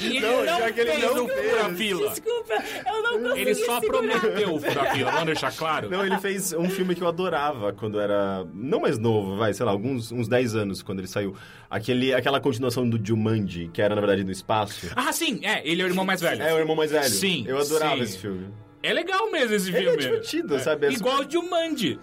S1: E ele
S2: Não, já que ele
S1: fez
S2: não
S1: o
S2: fez.
S1: Furafila.
S3: Desculpa, eu não consegui
S1: Ele só
S3: segurar.
S1: prometeu o Furafila, vamos deixar claro.
S2: não, ele fez um filme que eu adorava quando era. Não mais novo, vai, sei lá, alguns uns 10 anos quando ele saiu. Aquele, aquela continuação do Jumanji, que era na verdade no espaço.
S1: Ah, sim, é, ele é o irmão mais velho.
S2: É o irmão mais velho.
S1: Sim,
S2: Eu adorava
S1: sim.
S2: esse filme.
S1: É legal mesmo esse
S2: Ele
S1: filme.
S2: é divertido, sabe? É
S1: Igual o Jumanji.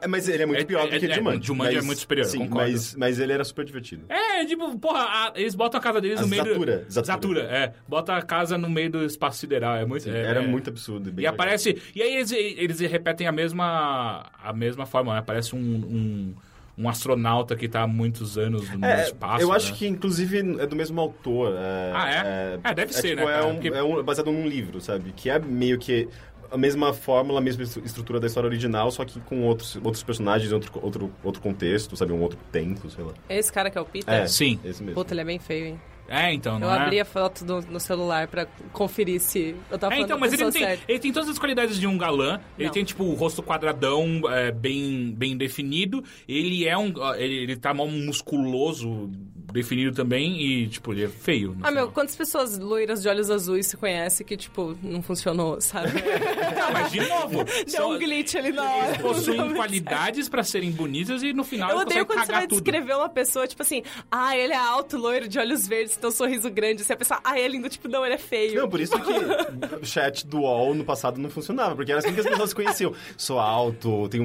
S2: É, mas ele é muito
S1: É-
S2: pior
S1: é-
S2: do que
S1: é,
S2: Jumanji.
S1: Jumanji é
S2: mas-
S1: muito superior,
S2: sim,
S1: concordo.
S2: Mas, mas ele era super divertido.
S1: É, tipo, porra, a- eles botam a casa deles
S2: A
S1: no meio
S2: Zatura,
S1: do...
S2: Zatura.
S1: é. Bota a casa no meio do espaço sideral, é muito... é,
S2: era
S1: é.
S2: muito absurdo. bem
S1: E
S2: legal.
S1: aparece... E aí eles, eles repetem a mesma, a mesma forma, né? Aparece um, um, um astronauta que tá há muitos anos no
S2: É,
S1: espaço,
S2: eu acho
S1: né?
S2: que, inclusive, é do mesmo autor.
S1: Ah, é? É, deve ser,
S2: tipo,
S1: né,
S2: É,
S1: cara?
S2: um,
S1: Porque-
S2: é um- baseado num livro, sabe? Que é meio que a mesma fórmula, a mesma estru- estrutura da história original, só que com outros, outros personagens, outro, outro, outro contexto, sabe? Um outro tempo, sei lá.
S3: Esse cara que é o Peter?
S2: É,
S1: Sim.
S2: Esse mesmo.
S3: Puta, ele é bem feio, hein?
S1: É, então, não
S3: Eu
S1: é?
S3: abri a foto do- no celular pra conferir se eu tava
S1: É,
S3: falando
S1: então,
S3: da
S1: mas ele
S3: pessoa
S1: tem,
S3: certa.
S1: ele tem todas as qualidades de um galã. Ele
S3: Não.
S1: tem, tipo, o rosto quadradão, é, bem, bem definido. Ele é um... ó, Ele, ele tá mal musculoso, definido também. E, tipo, ele é feio. no
S3: Ah, meu,
S1: final.
S3: quantas pessoas loiras de olhos azuis se conhece que, tipo, não funcionou, sabe?
S1: Ah, mas de novo...
S3: Deu
S1: são-
S3: um glitch ali na hora.
S1: Eles possuem qualidades pra serem bonitas e no final
S3: Eu
S1: eles
S3: odeio
S1: conseguem
S3: quando você
S1: cagar
S3: vai
S1: tudo.
S3: descrever uma pessoa, tipo assim, ah, ele é alto, loiro, de olhos verdes, tem um sorriso grande. Se a pessoa, ah, ele é lindo, tipo, não, ele é feio.
S2: Não, por isso que o chat do UOL no passado não funcionava, porque era assim que as pessoas se conheciam. Sou alto, tenho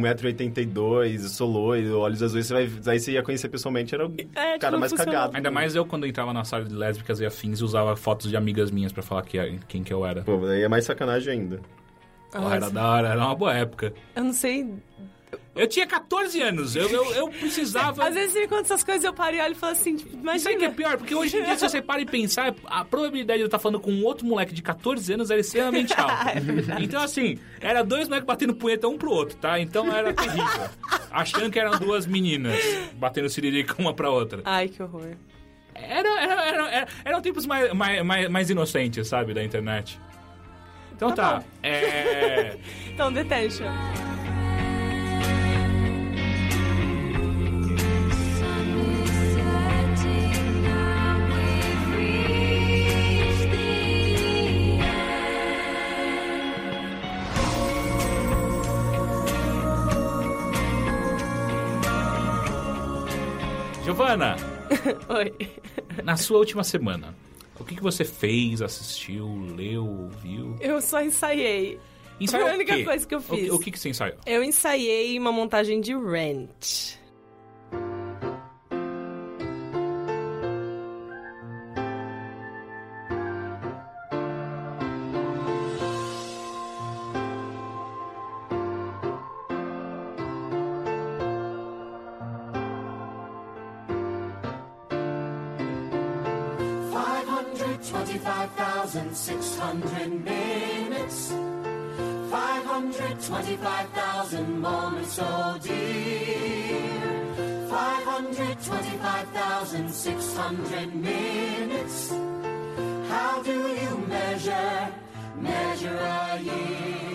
S2: 1,82m, sou loiro, olhos azuis, você vai, aí você ia conhecer pessoalmente, era o
S3: É, tipo,
S2: cara
S3: não
S2: mais
S3: funcionou.
S2: cagado.
S1: Ainda mais eu quando entrava na sala de lésbicas e afins e usava fotos de amigas minhas pra falar que, quem que eu era.
S2: Pô, daí é mais sacanagem ainda.
S3: Ah,
S1: Porra, era
S3: mas
S1: da hora, era uma boa época.
S3: Eu não sei.
S1: Eu tinha 14 anos, eu, eu, eu precisava.
S3: Às vezes você me conta essas coisas, eu paro e olho e falo assim, tipo,
S1: Sabe o que é
S3: imagina.
S1: pior? Porque hoje em dia, se você para e pensar, a probabilidade de eu estar falando com um outro moleque de 14 anos era extremamente
S3: É
S1: alta. então, assim, era dois moleques batendo punheta um pro outro, tá? Então era terrível. Achando que eram duas meninas batendo siririca uma pra outra.
S3: Ai, que horror.
S1: Era, era, era, era- eram tempos mais, mais, mais, mais inocentes, sabe, da internet. Então tá.
S3: bom.
S1: é,
S3: Então, detention.
S1: Giovana,
S3: Oi.
S1: na sua última semana, o que, que você fez, assistiu, leu, ouviu?
S3: Eu só ensaiei.
S1: Ensaiou
S3: Foi a única
S1: o quê?
S3: coisa que eu
S1: O-
S3: fiz.
S1: O, que, que você ensaiou?
S3: Eu ensaiei uma montagem de Rent.
S4: Five hundred twenty-five thousand six hundred minutes. Five hundred twenty-five thousand moments, oh dear. Five hundred twenty-five thousand six hundred minutes. How do you measure, measure a year?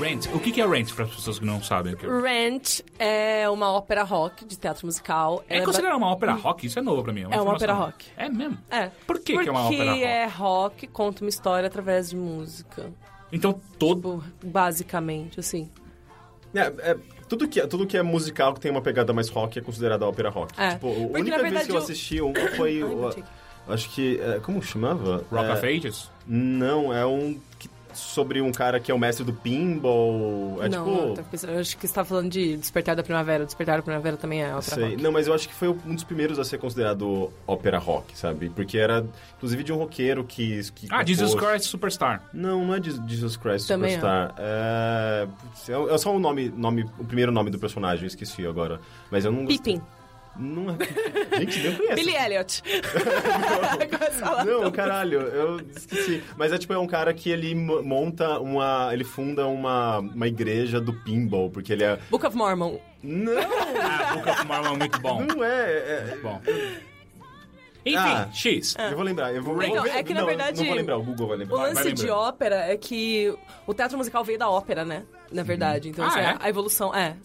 S1: Rent. O que, que é Rent, para as pessoas que não sabem?
S3: Rent é uma ópera rock de teatro musical.
S1: É
S3: Ela ba-
S1: considerada uma ópera rock? Isso é novo pra mim.
S3: É uma
S1: informação.
S3: ópera rock.
S1: É mesmo?
S3: É.
S1: Por que, que é uma ópera rock?
S3: Porque é rock, conta uma história através de música.
S1: Então todo.
S3: Tipo, basicamente, assim.
S2: É, é, tudo, que, tudo que é musical que tem uma pegada mais rock é considerada ópera rock.
S3: É.
S2: Tipo, a
S3: Porque,
S2: única vez
S3: na verdade,
S2: que eu
S3: eu-
S2: assisti uma foi. o-
S3: bati.
S2: acho que. é, como chamava?
S3: Tipo
S1: Rock
S2: é,
S1: of Ages?
S2: Não, é um. que- sobre um cara que é o mestre do pinball. É
S3: não,
S2: tipo.
S3: eu tava pensando- eu acho que você tá falando de Despertar da Primavera. Despertar da Primavera também é ópera
S2: Sei.
S3: rock.
S2: Não, mas eu acho que foi um dos primeiros a ser considerado ópera rock, sabe? Porque era, inclusive, de um roqueiro que... que
S1: Ah, Jesus
S2: compôs.
S1: Christ Superstar.
S2: Não, não é Je- Jesus Christ
S3: Também é.
S2: Superstar. É, putz, é, é só o nome, nome, o primeiro nome do personagem, eu esqueci agora. Mas eu não gostei.
S3: Pippin.
S2: Não é... Gente, nem conheço.
S3: Billy Elliot. Agora fala.
S2: Não, caralho, eu esqueci. Mas é tipo, é um cara que ele mo- monta uma... Ele funda uma, uma igreja do pinball, porque ele é...
S3: Book of Mormon.
S2: Não,
S1: Ah, Book of Mormon é muito bom.
S2: não é... é-
S1: bom. Enfim,
S2: Ah.
S1: X.
S2: Eu vou lembrar, eu vou...
S3: Então,
S2: eu vou-
S3: é que, na
S2: não, eu
S3: verdade,
S2: Não vou lembrar, o Google vai lembrar.
S3: O
S1: Vai- vai
S3: lance de
S1: lembrando.
S3: ópera é que o teatro musical veio da ópera, né? Na verdade. Então,
S1: Ah,
S3: assim,
S1: é?
S3: a evolução é.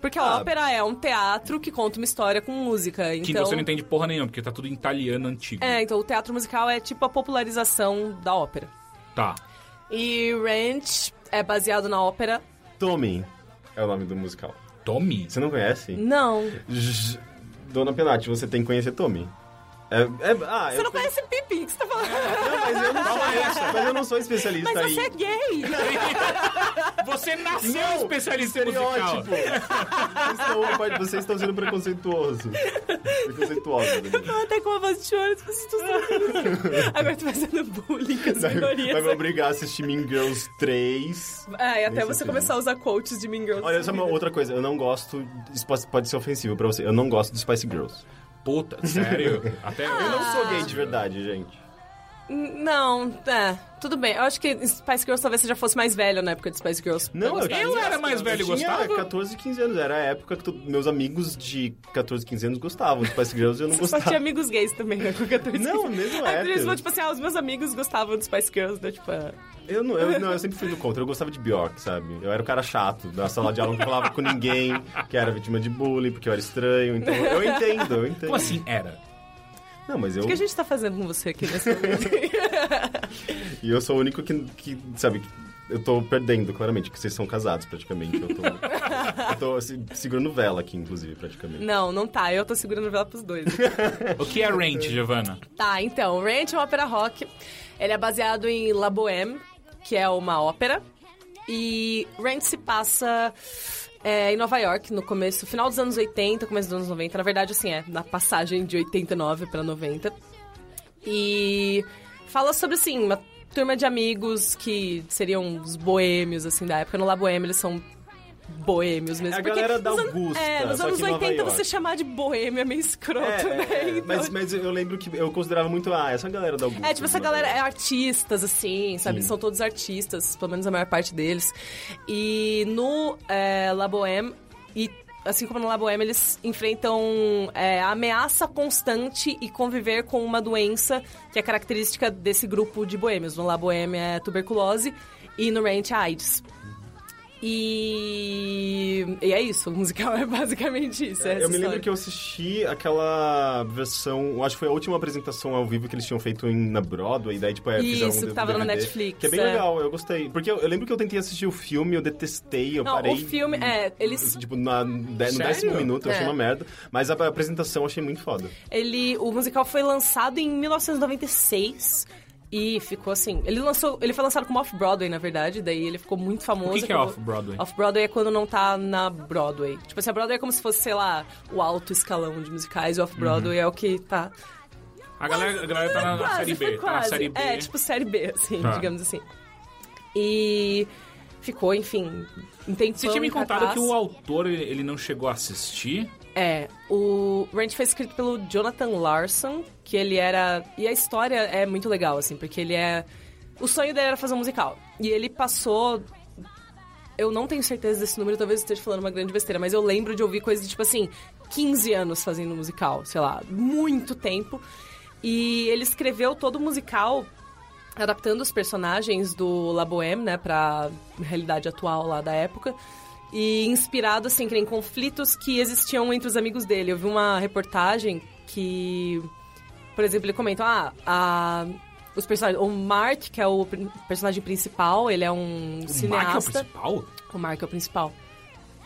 S3: Porque a
S2: Ah.
S3: ópera é um teatro que conta uma história com música.
S1: Que
S3: Então,
S1: você não entende porra nenhuma, porque tá tudo em italiano antigo.
S3: é, então o teatro musical é tipo a popularização da ópera.
S1: Tá.
S3: E Ranch é baseado na ópera?
S2: Tommy é o nome do musical.
S1: Tommy?
S2: Você não conhece?
S3: Não.
S2: J- Dona Penati, você tem que conhecer Tommy. É, é, ah,
S3: Você
S2: eu
S3: não
S2: conhe-
S3: conhece Pippin, que você tá
S1: É,
S3: falando?
S2: Não, mas eu não sou, mas eu não sou especialista
S3: Mas
S2: em
S3: você é gay!
S1: Você nasceu
S2: Não,
S1: especialista em musical.
S2: estereótipo. Vocês estão- pode- Vocês estão sendo preconceituosos. Preconceituosos. né? Danilo.
S3: Até com a voz de choro, tipo assim, as pessoas estão Agora tu vai sendo bullying com as
S2: Vai
S3: minorias.
S2: me obrigar a assistir Mean Girls 3.
S3: É, e até
S2: Nem
S3: você
S2: sei
S3: começar a usar coaches de Mean Girls.
S2: Olha, só uma outra coisa. Eu não gosto... Isso pode- pode ser ofensivo pra você. Eu não gosto de Spice Girls.
S1: Puta, sério?
S3: Ah,
S1: Até
S2: Eu não sou gay de verdade, gente.
S3: N- Não, é, tudo bem. Eu acho que Spice Girls talvez você já fosse mais velho na época de Spice Girls.
S2: Não,
S3: Pra gostar.
S1: Eu era mais velho e
S2: tinha
S1: gostava?
S2: 14, 15 anos. Era a época que tu- meus amigos de 14, 15 anos gostavam de Spice Girls e eu não
S3: Você só tinha
S2: gostava.
S3: amigos gays também, né? Com 14
S2: Não, mesmo
S3: é. Eles
S2: hétero.
S3: falam, tipo assim, ah, os meus amigos gostavam de Spice Girls, né? Tipo, ah,
S2: Eu, não, eu, não, eu sempre fui do contra. Eu gostava de Bjork, sabe? Eu era o cara chato da sala de aula que não falava com ninguém, que era vítima de bullying, porque eu era estranho. Então, eu entendo, eu entendo.
S1: Como assim era?
S2: Não, mas eu...
S3: o que a gente tá fazendo com você aqui nesse momento?
S2: E eu sou o único que, que sabe... que Eu tô perdendo, claramente, que vocês são casados, praticamente. Eu tô, eu tô assim, segurando vela aqui, inclusive, praticamente.
S3: não, não tá. Eu tô segurando vela pros dois.
S1: O que é Rent, Giovana?
S3: Tá, então, Ranch é uma ópera rock. Ele é baseado em La Bohème, que é uma ópera. E Ranch se passa é, em Nova York, no começo, final dos anos 80, começo dos anos 90. Na verdade, assim, é na passagem de 89 pra 90. E fala sobre, assim, uma turma de amigos que seriam os boêmios, assim, da época. No La Bohème, eles são boêmios mesmo.
S2: É a
S3: Porque
S2: galera da
S3: nos an-
S2: Augusta,
S3: É, nos
S2: só
S3: anos
S2: que em Nova
S3: 80
S2: York.
S3: você chamar de boêmio é meio escroto, né?
S2: É, é,
S3: Então,
S2: mas, mas eu lembro que eu considerava muito, ah, essa galera da Augusta.
S3: É, tipo, essa galera é artistas, assim, sabe? Eles São todos artistas, pelo menos a maior parte deles. E no é, La Bohème, e assim como no La Bohème, eles enfrentam é, a ameaça constante e conviver com uma doença que é característica desse grupo de boêmios. No La Bohème é tuberculose e no Ranch é AIDS. E... e é isso, o musical é basicamente isso. é essa
S2: Eu me lembro
S3: história.
S2: que eu assisti aquela versão, eu acho que foi a última apresentação ao vivo que eles tinham feito em- na Broadway, daí tipo, é, fizeram
S3: Isso,
S2: um
S3: que tava
S2: DVD,
S3: no Netflix,
S2: Que é bem
S3: é.
S2: legal, eu gostei. Porque eu, eu lembro que eu tentei assistir o filme, eu detestei, eu
S3: Não,
S2: parei.
S3: o filme, é, eles
S2: Tipo, na, no dé- no
S1: Sério?
S2: décimo minuto eu achei
S3: É.
S2: uma merda, mas a a apresentação eu achei muito foda.
S3: Ele, o musical foi lançado em 1996 e ficou assim. Ele lançou, ele foi lançado como off Broadway, na verdade. Daí ele ficou muito famoso.
S1: O que que é
S3: Acabou-
S1: off-Broadway?
S3: Off Broadway é quando não tá na Broadway. Tipo assim, a Broadway é como se fosse, sei lá, o alto escalão de musicais. O off Broadway é o que tá
S1: Uhum. A galera, a galera tá na, na
S3: quase,
S1: série
S3: foi
S1: B. Tá na
S3: quase.
S1: série B.
S3: É, tipo série B, assim,
S1: Tá.
S3: digamos assim. E ficou, enfim, um tempão
S1: Você tinha me
S3: em
S1: contado
S3: cartaz.
S1: que o autor ele ele não chegou a assistir.
S3: É, o Ranch foi escrito pelo Jonathan Larson, que ele era. E a história é muito legal, assim, porque ele é. O sonho dele era fazer um musical. E ele passou. Eu não tenho certeza desse número, talvez eu esteja falando uma grande besteira, mas eu lembro de ouvir coisas de, tipo assim, 15 anos fazendo musical, sei lá, muito tempo. E ele escreveu todo o musical adaptando os personagens do La Bohème, né, pra realidade atual lá da época. E inspirado, assim, que nem conflitos que existiam entre os amigos dele. Eu vi uma reportagem que, por exemplo, ele comenta, ah, a- Os personagens, o Mark, que é o prin- personagem principal, ele é
S1: O
S3: um
S1: Mark é o
S3: cineasta.
S1: principal?
S3: o Mark é o principal.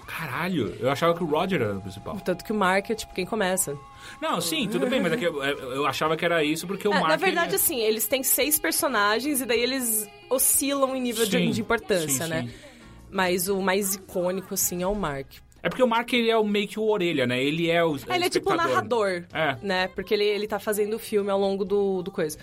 S1: Caralho, eu achava que o Roger era o principal.
S3: Tanto que o Mark é, tipo, quem começa.
S1: Não, sim, tudo bem, mas é que eu, eu achava que era isso porque o
S3: É,
S1: Mark...
S3: na verdade,
S1: ele-
S3: assim, eles têm seis personagens e daí eles oscilam em nível de,
S1: Sim,
S3: de importância,
S1: sim,
S3: né?
S1: sim.
S3: Mas o mais icônico, assim, é o Mark.
S1: É porque o Mark ele é o meio que o orelha, né? Ele é o.
S3: ele é tipo o
S1: espectador.
S3: narrador,
S1: É.
S3: né? Porque ele, ele tá fazendo o filme ao longo do, do coisa.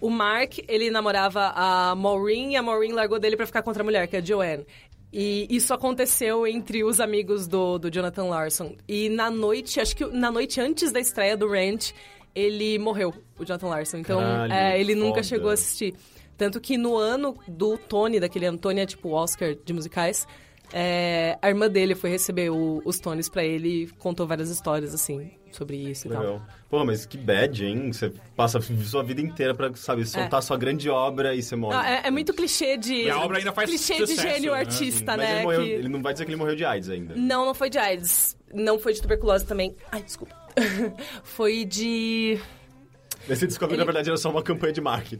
S3: O Mark, ele namorava a Maureen e a Maureen largou dele pra ficar com outra mulher, que é a Joanne. E isso aconteceu entre os amigos do, do Jonathan Larson. E na noite, acho que na noite antes da estreia do Ranch, ele morreu, o Jonathan Larson. Então,
S2: Caralho,
S3: é, ele
S2: foda.
S3: nunca chegou a assistir. Tanto que no ano do Tony, daquele ano, Tony é tipo o Oscar de musicais, é, a irmã dele foi receber o- os Tonys pra ele e contou várias histórias, assim, sobre isso e tal.
S2: Legal. Porra, mas que bad, hein? Você passa a sua vida inteira pra, sabe, soltar sua grande obra e você morre.
S3: Ah, é, é muito clichê de.
S1: E a obra ainda faz
S3: clichê de
S1: sucesso,
S3: gênio
S1: né?
S3: artista,
S2: Mas
S3: né?
S2: ele, morreu-
S3: que- Hum.
S2: ele não vai dizer que ele morreu de AIDS ainda.
S3: Não, não foi de AIDS. Não foi de tuberculose também. Ai, desculpa. foi de.
S2: Mas você descobre que, na verdade, era só uma campanha de marketing.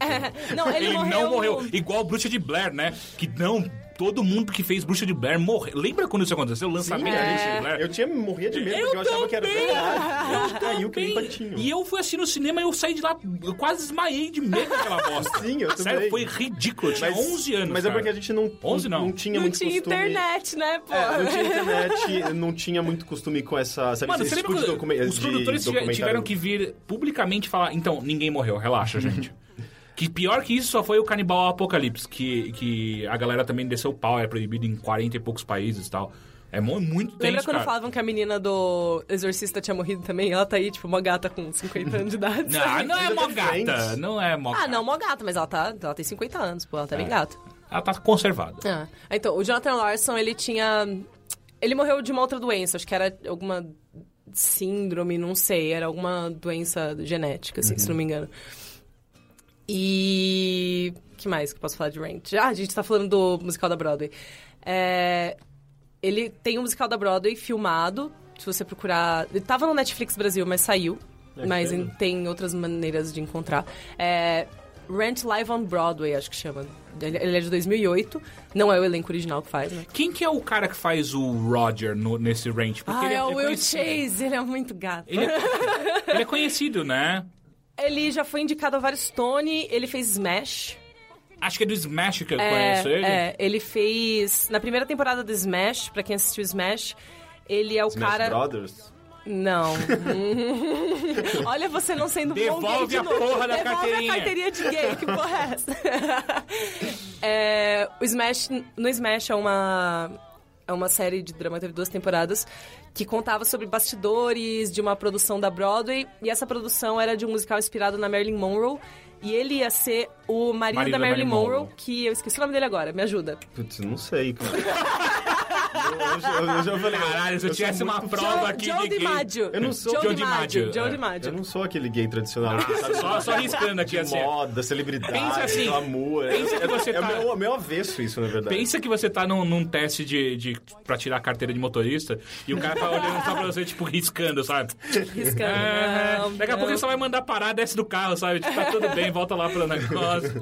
S3: Não, ele,
S1: Ele
S3: morreu.
S1: não morreu.
S3: no-
S1: Igual Bruxa de Blair, né? Que não. Todo mundo que fez Bruxa de Blair morreu. Lembra quando isso aconteceu? O lançamento da
S3: É.
S1: Bruxa de Blair?
S2: Eu tinha morria de medo,
S1: É. Eu
S2: porque eu achava que era
S1: também!
S2: verdade. Caiu que nem
S1: Bem,
S2: patinho.
S1: E eu fui assistir no cinema e eu saí de lá, eu quase esmaiei de medo daquela bosta.
S2: Sim, eu
S1: Sério,
S2: também.
S1: foi ridículo. Eu tinha 11 anos.
S2: Mas é
S1: cara.
S2: porque a gente não,
S1: 11 não.
S2: tinha
S3: Não
S2: muito
S3: tinha
S2: costume...
S3: internet, né, pô?
S2: É, não tinha internet, não tinha muito costume com essa... Sabe,
S1: Mano,
S2: esse
S1: você lembra
S2: tipo de
S1: quando
S2: documen-
S1: os
S2: de
S1: produtores tive-
S2: documentário.
S1: tiveram que vir publicamente falar: então, ninguém morreu, relaxa, gente. que pior que isso só foi o Canibal Apocalipse, que, que a galera também desceu o pau, é proibido em 40 e poucos países e tal. É mo- muito tenso,
S3: Lembra quando
S1: cara.
S3: falavam que a menina do Exorcista tinha morrido também? Ela tá aí, tipo, uma gata com 50 anos de idade.
S1: Não, não é
S2: Ainda
S1: mó
S2: tem Friends.
S1: gata. Não é mó
S3: Ah,
S1: gata.
S3: não, uma gata, mas ela, tá, ela tem 50 anos, pô, ela tá bem gata.
S1: Ela tá conservada.
S3: Ah, então, o Jonathan Larson, ele tinha... Ele morreu de uma outra doença, acho que era alguma síndrome, não sei, era alguma doença genética, assim, se não me
S1: Uhum.
S3: engano. E... que mais que eu posso falar de Rent? Ah, a gente tá falando do musical da Broadway. É, Ele tem um musical da Broadway filmado, se você procurar... Ele tava no Netflix Brasil, mas saiu. mas
S2: pena.
S3: em- tem outras maneiras de encontrar. É... Rent Live on Broadway, acho que chama. Ele ele é de 2008, não é o elenco original que faz, né?
S1: Quem que é o cara que faz o Roger no- nesse range? Porque
S3: Ah, é o Will
S1: conhecido.
S3: Chase, ele é muito gato.
S1: Ele é, ele é conhecido, né?
S3: Ele já foi indicado a vários Tony, ele fez Smash.
S1: Acho que é do Smash que eu
S3: É,
S1: conheço ele.
S3: é, ele fez. Na primeira temporada do Smash, pra quem assistiu Smash, ele é o
S2: Smash
S3: cara.
S2: Brothers?
S3: Não. Olha você não sendo bom
S1: Devolve
S3: gay de
S1: a
S3: novo.
S1: porra da
S3: Devolve
S1: carteirinha.
S3: a carteirinha de gay, que porra é essa? É, o Smash, no Smash é uma... é uma série de drama, teve duas temporadas, que contava sobre bastidores de uma produção da Broadway. E essa produção era de um musical inspirado na Marilyn Monroe. E ele ia ser o marido,
S1: Marido
S3: da
S1: da Marilyn
S3: Marilyn Monroe,
S1: Monroe.
S3: que eu esqueci o nome dele agora, me ajuda.
S2: Putz, não sei, cara. eu, já- eu já falei.
S1: Caralho, se eu
S2: sou
S1: tivesse
S2: muito-
S1: uma prova aqui
S3: Joe, Joe
S1: de gay...
S3: DiMaggio.
S2: Eu não sou-
S3: Joe
S1: Joe
S3: DiMaggio.
S1: DiMaggio,
S3: Joe
S1: é.
S2: Eu
S3: DiMaggio.
S2: não sou aquele gay tradicional. que sabe
S1: Só, só riscando aqui, Ah, assim. ó.
S2: moda, celebridade,
S1: Pensa assim,
S2: glamour.
S1: pensa que
S2: é
S1: você
S2: é
S1: tá-
S2: meu, meu avesso isso, na verdade.
S1: Pensa que você tá num, num teste de, de pra tirar a carteira de motorista e o cara tá olhando só pra você, tipo, riscando, sabe?
S3: Riscando.
S1: É,
S3: Não,
S1: Daqui a
S3: não.
S1: pouco ele só vai mandar parar, desce do carro, sabe? Tipo, tá tudo bem, volta lá pro negócio.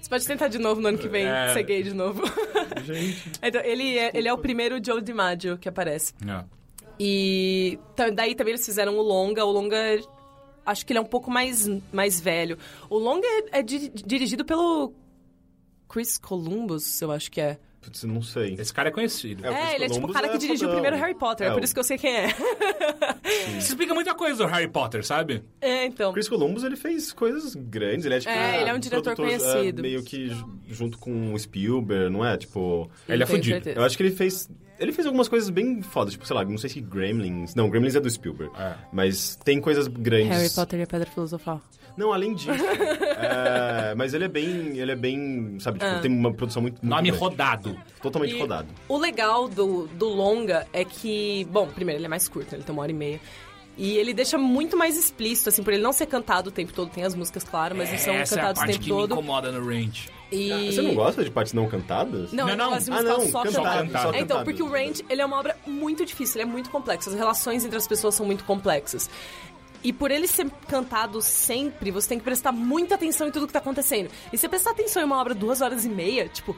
S3: Você pode tentar de novo no ano que vem,
S1: É.
S3: ser gay de novo.
S2: Gente.
S3: então, ele é, ele é o primeiro Joe DiMaggio que aparece.
S1: Não.
S3: E ta- daí também eles fizeram o Longa. O Longa, acho que ele é um pouco mais, mais velho. O Longa é, é di- dirigido pelo Chris Columbus, eu acho que é.
S2: Putz, não sei.
S1: Esse cara é conhecido.
S2: É, o Chris
S3: É, ele é tipo o
S2: Columbus
S3: cara
S2: é
S3: que dirigiu o
S2: fodão.
S3: primeiro Harry Potter, é,
S2: É,
S3: por
S2: o-
S3: isso que eu sei quem é.
S1: Isso explica muita coisa do Harry Potter, sabe?
S3: é, então.
S2: Chris Columbus, ele fez coisas grandes. Ele é, tipo,
S3: É, ele é um diretor
S2: produtor, é,
S3: conhecido.
S2: meio que ju- junto com o Spielberg, não é? Tipo...
S1: Ele é
S3: Tenho
S1: fudido.
S3: certeza.
S2: Eu acho que ele fez... Ele fez algumas coisas bem fodas, tipo, sei lá, não sei se Gremlins... Não, Gremlins é do Spielberg.
S1: É.
S2: Mas tem coisas grandes.
S3: Harry Potter e a Pedra Filosofal.
S2: Não, além disso. é, mas ele é bem... Ele é bem... Sabe, tipo, tem uma produção muito... muito
S1: Nome
S2: grande.
S1: rodado.
S2: Totalmente
S3: Ah. E
S2: rodado.
S3: O legal do, do longa é que, bom, primeiro ele é mais curto, ele tem uma hora e meia. E ele deixa muito mais explícito, assim, por ele não ser cantado o tempo todo. Tem as músicas, claro, mas não são
S1: Essa é a
S3: cantadas o
S1: parte
S3: tempo
S1: que
S3: todo.
S1: me incomoda no range.
S3: E...
S2: Ah, Você não gosta de partes não cantadas?
S3: Não,
S1: Não,
S3: eu
S1: não.
S3: gosto de
S1: Ah,
S3: musical
S2: não,
S3: só
S2: cantado,
S3: cantado.
S1: só
S3: É, então,
S2: cantado.
S3: porque o Range, ele é uma obra muito difícil, ele é muito complexo. As relações entre as pessoas são muito complexas. E por ele ser cantado sempre, você tem que prestar muita atenção em tudo que tá acontecendo. E se prestar atenção em uma obra duas horas e meia, tipo...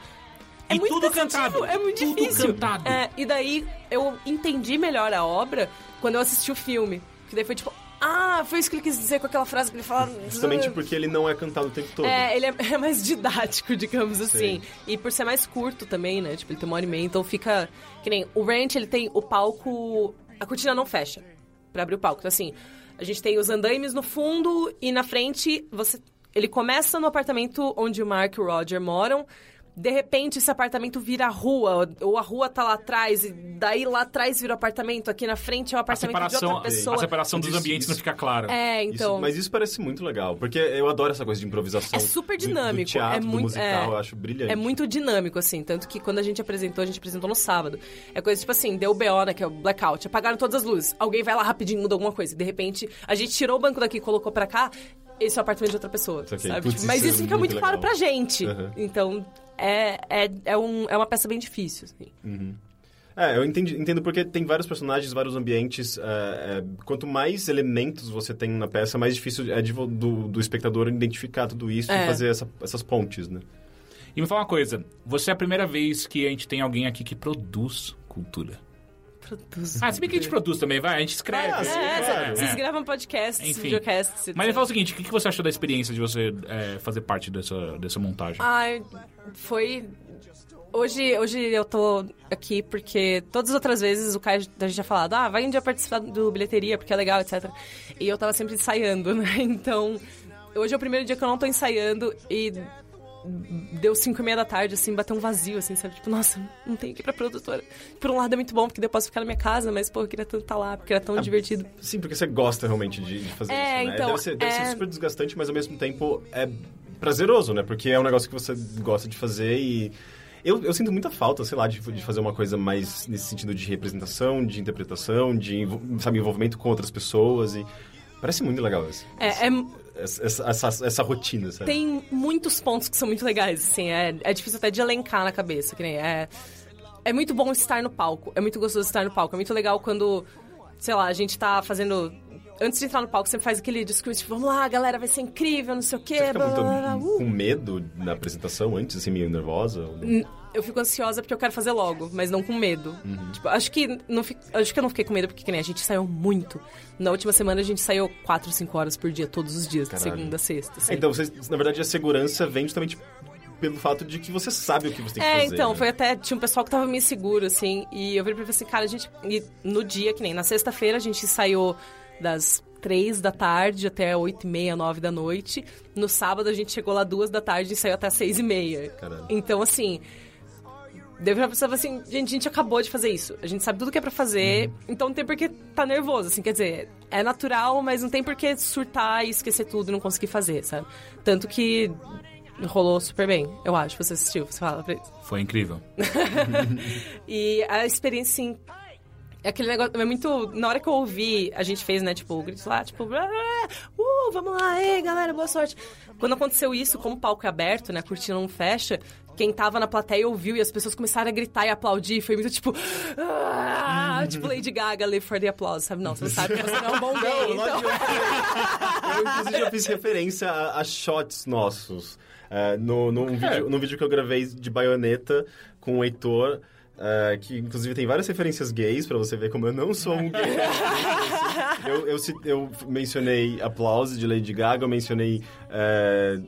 S3: É
S1: E
S3: muito
S1: tudo
S3: cansativo,
S1: cantado.
S3: É muito
S1: Tudo
S3: difícil.
S1: cantado.
S3: É, e daí eu entendi melhor a obra quando eu assisti o filme. Que daí foi tipo... Ah, foi isso que ele quis dizer com aquela frase que ele fala...
S2: Justamente porque ele não é cantado o tempo todo.
S3: É, ele é, é mais didático, digamos assim.
S2: Sim.
S3: E por ser mais curto também, né? Tipo, ele tem uma hora e meia, então fica. Que nem o Ranch, ele tem o palco. A cortina não fecha pra abrir o palco. Então, assim, a gente tem os andaimes no fundo e na frente você. Ele começa no apartamento onde o Mark e o Roger moram. De repente, esse apartamento vira a rua, ou a rua tá lá atrás, e daí lá atrás vira o apartamento, aqui na frente é o
S1: A
S3: apartamento de
S1: separação,
S3: outra pessoa.
S1: a separação dos
S2: Isso,
S1: ambientes
S2: isso.
S1: não fica clara.
S3: É,
S2: Isso-
S3: então.
S2: mas isso parece muito legal, porque eu adoro essa coisa de improvisação.
S3: É super
S2: do- Do,
S3: dinâmico,
S2: teatro,
S3: é muito-
S2: do musical,
S3: é.
S2: eu acho brilhante.
S3: É muito dinâmico, assim. Tanto que quando a gente apresentou, a gente apresentou no sábado. É coisa tipo assim, deu BO, né, que é o blackout. Apagaram todas as luzes. Alguém vai lá rapidinho, muda alguma coisa. De repente, a gente tirou o banco daqui e colocou pra cá. Esse é o apartamento de outra pessoa,
S2: Saquei.
S3: sabe?
S2: Putz,
S3: Tipo, mas
S2: isso é
S3: isso fica muito,
S2: muito
S3: claro
S2: legal.
S3: pra gente.
S2: Aham.
S3: Então, é, é, é, um, é uma peça bem difícil, assim.
S2: É, eu entendi, entendo porque tem vários personagens, vários ambientes. é, é, quanto mais elementos você tem na peça, mais difícil é de vo- do, do espectador identificar tudo isso
S3: É.
S2: e fazer essa- essas pontes, né?
S1: E me fala uma coisa. Você é a primeira vez que a gente tem alguém aqui que produz cultura.
S3: Produz.
S1: Ah, se bem que a gente produz também, vai. A gente escreve.
S2: Ah, sim,
S3: É,
S2: claro.
S3: vocês
S1: É.
S3: gravam podcasts,
S1: Enfim.
S3: videocasts, etc.
S1: Mas me fala o seguinte, o que que você achou da experiência de você é, fazer parte dessa, dessa montagem?
S3: Ai, foi. Hoje, hoje eu tô aqui porque todas as outras vezes o Caio da gente tinha falado, ah, vai um dia participar do bilheteria porque é legal, etc. E eu tava sempre ensaiando, né? Então, hoje é o primeiro dia que eu não tô ensaiando e deu 5 e meia da tarde, assim, bateu um vazio, assim, sabe? Tipo, nossa, não tenho que ir pra produtora. Por um lado é muito bom, porque daí eu posso ficar na minha casa, mas, pô, eu queria tanto estar lá, porque era tão divertido.
S2: Sim, porque você gosta realmente de, de fazer
S3: É,
S2: isso, né?
S3: então,
S2: deve ser, deve ser
S3: é.
S2: super desgastante, mas ao mesmo tempo é prazeroso, né? Porque é um negócio que você gosta de fazer e... Eu, eu sinto muita falta, sei lá, de, de fazer uma coisa mais nesse sentido de representação, de interpretação, de, envol- sabe, envolvimento com outras pessoas e... Parece muito legal isso.
S3: É, é,
S2: Essa, essa, essa- essa rotina, sabe?
S3: Tem muitos pontos que são muito legais, assim. É, é difícil até de elencar na cabeça, que nem é. É muito bom estar no palco. É muito gostoso estar no palco. É muito legal quando, sei lá, a gente tá fazendo. Antes de entrar no palco, você faz aquele discurso, tipo, vamos lá, galera, vai ser incrível, não sei o quê.
S2: Você fica
S3: blá, blá, blá,
S2: muito
S3: uh.
S2: com medo na apresentação antes, assim, meio nervosa? ou não?
S3: Eu fico ansiosa porque eu quero fazer logo, mas não com medo.
S2: Uhum.
S3: Tipo, acho que não fi- acho que eu não fiquei com medo porque que nem a gente saiu muito. Na última semana a gente saiu 4, 5 horas por dia, todos os dias, de
S2: Caralho.
S3: segunda a sexta. assim.
S2: É, Então, você, na verdade, a segurança vem justamente pelo fato de que você sabe o que você tem que
S3: É,
S2: fazer.
S3: então,
S2: né?
S3: foi até. Tinha um pessoal que tava meio seguro, assim. E eu virei pra ele e falei assim, cara, a gente. e no dia, que nem na sexta-feira, a gente saiu das três da tarde até oito e meia, nove da noite. No sábado, a gente chegou lá duas da tarde e saiu até seis e meia.
S2: Caralho.
S3: Então, assim. Daí eu já pensava assim, gente, a gente acabou de fazer isso. A gente sabe tudo que é pra fazer,
S2: Uhum.
S3: então não tem por que tá nervoso, assim. Quer dizer, é natural, mas não tem por que surtar e esquecer tudo e não conseguir fazer, sabe? Tanto que rolou super bem, eu acho. Você assistiu, você fala pra eles.
S1: Foi incrível.
S3: E a experiência, sim. É aquele negócio, é muito. Na hora que eu ouvi, a gente fez, né, tipo, o grito lá, tipo, "Blá, blá, blá, uh, vamos lá, ei, galera, boa sorte. Quando aconteceu isso, como o palco é aberto, né, a cortina não fecha, quem tava na plateia ouviu e as pessoas começaram a gritar e aplaudir. Foi muito tipo. "Ah", tipo Lady Gaga, Live for the Applause, sabe? Não, você sabe que você não é um bom gay.
S2: Uhum. Não, não adianta. Eu,
S3: então.
S2: inclusive, já fiz referência a, a shots nossos. É, no, num, vídeo, num vídeo que eu gravei de baioneta com o Heitor, é, que inclusive tem várias referências gays, pra você ver como eu não sou um gay. eu, eu, ci- eu mencionei Applause, de Lady Gaga, eu mencionei é,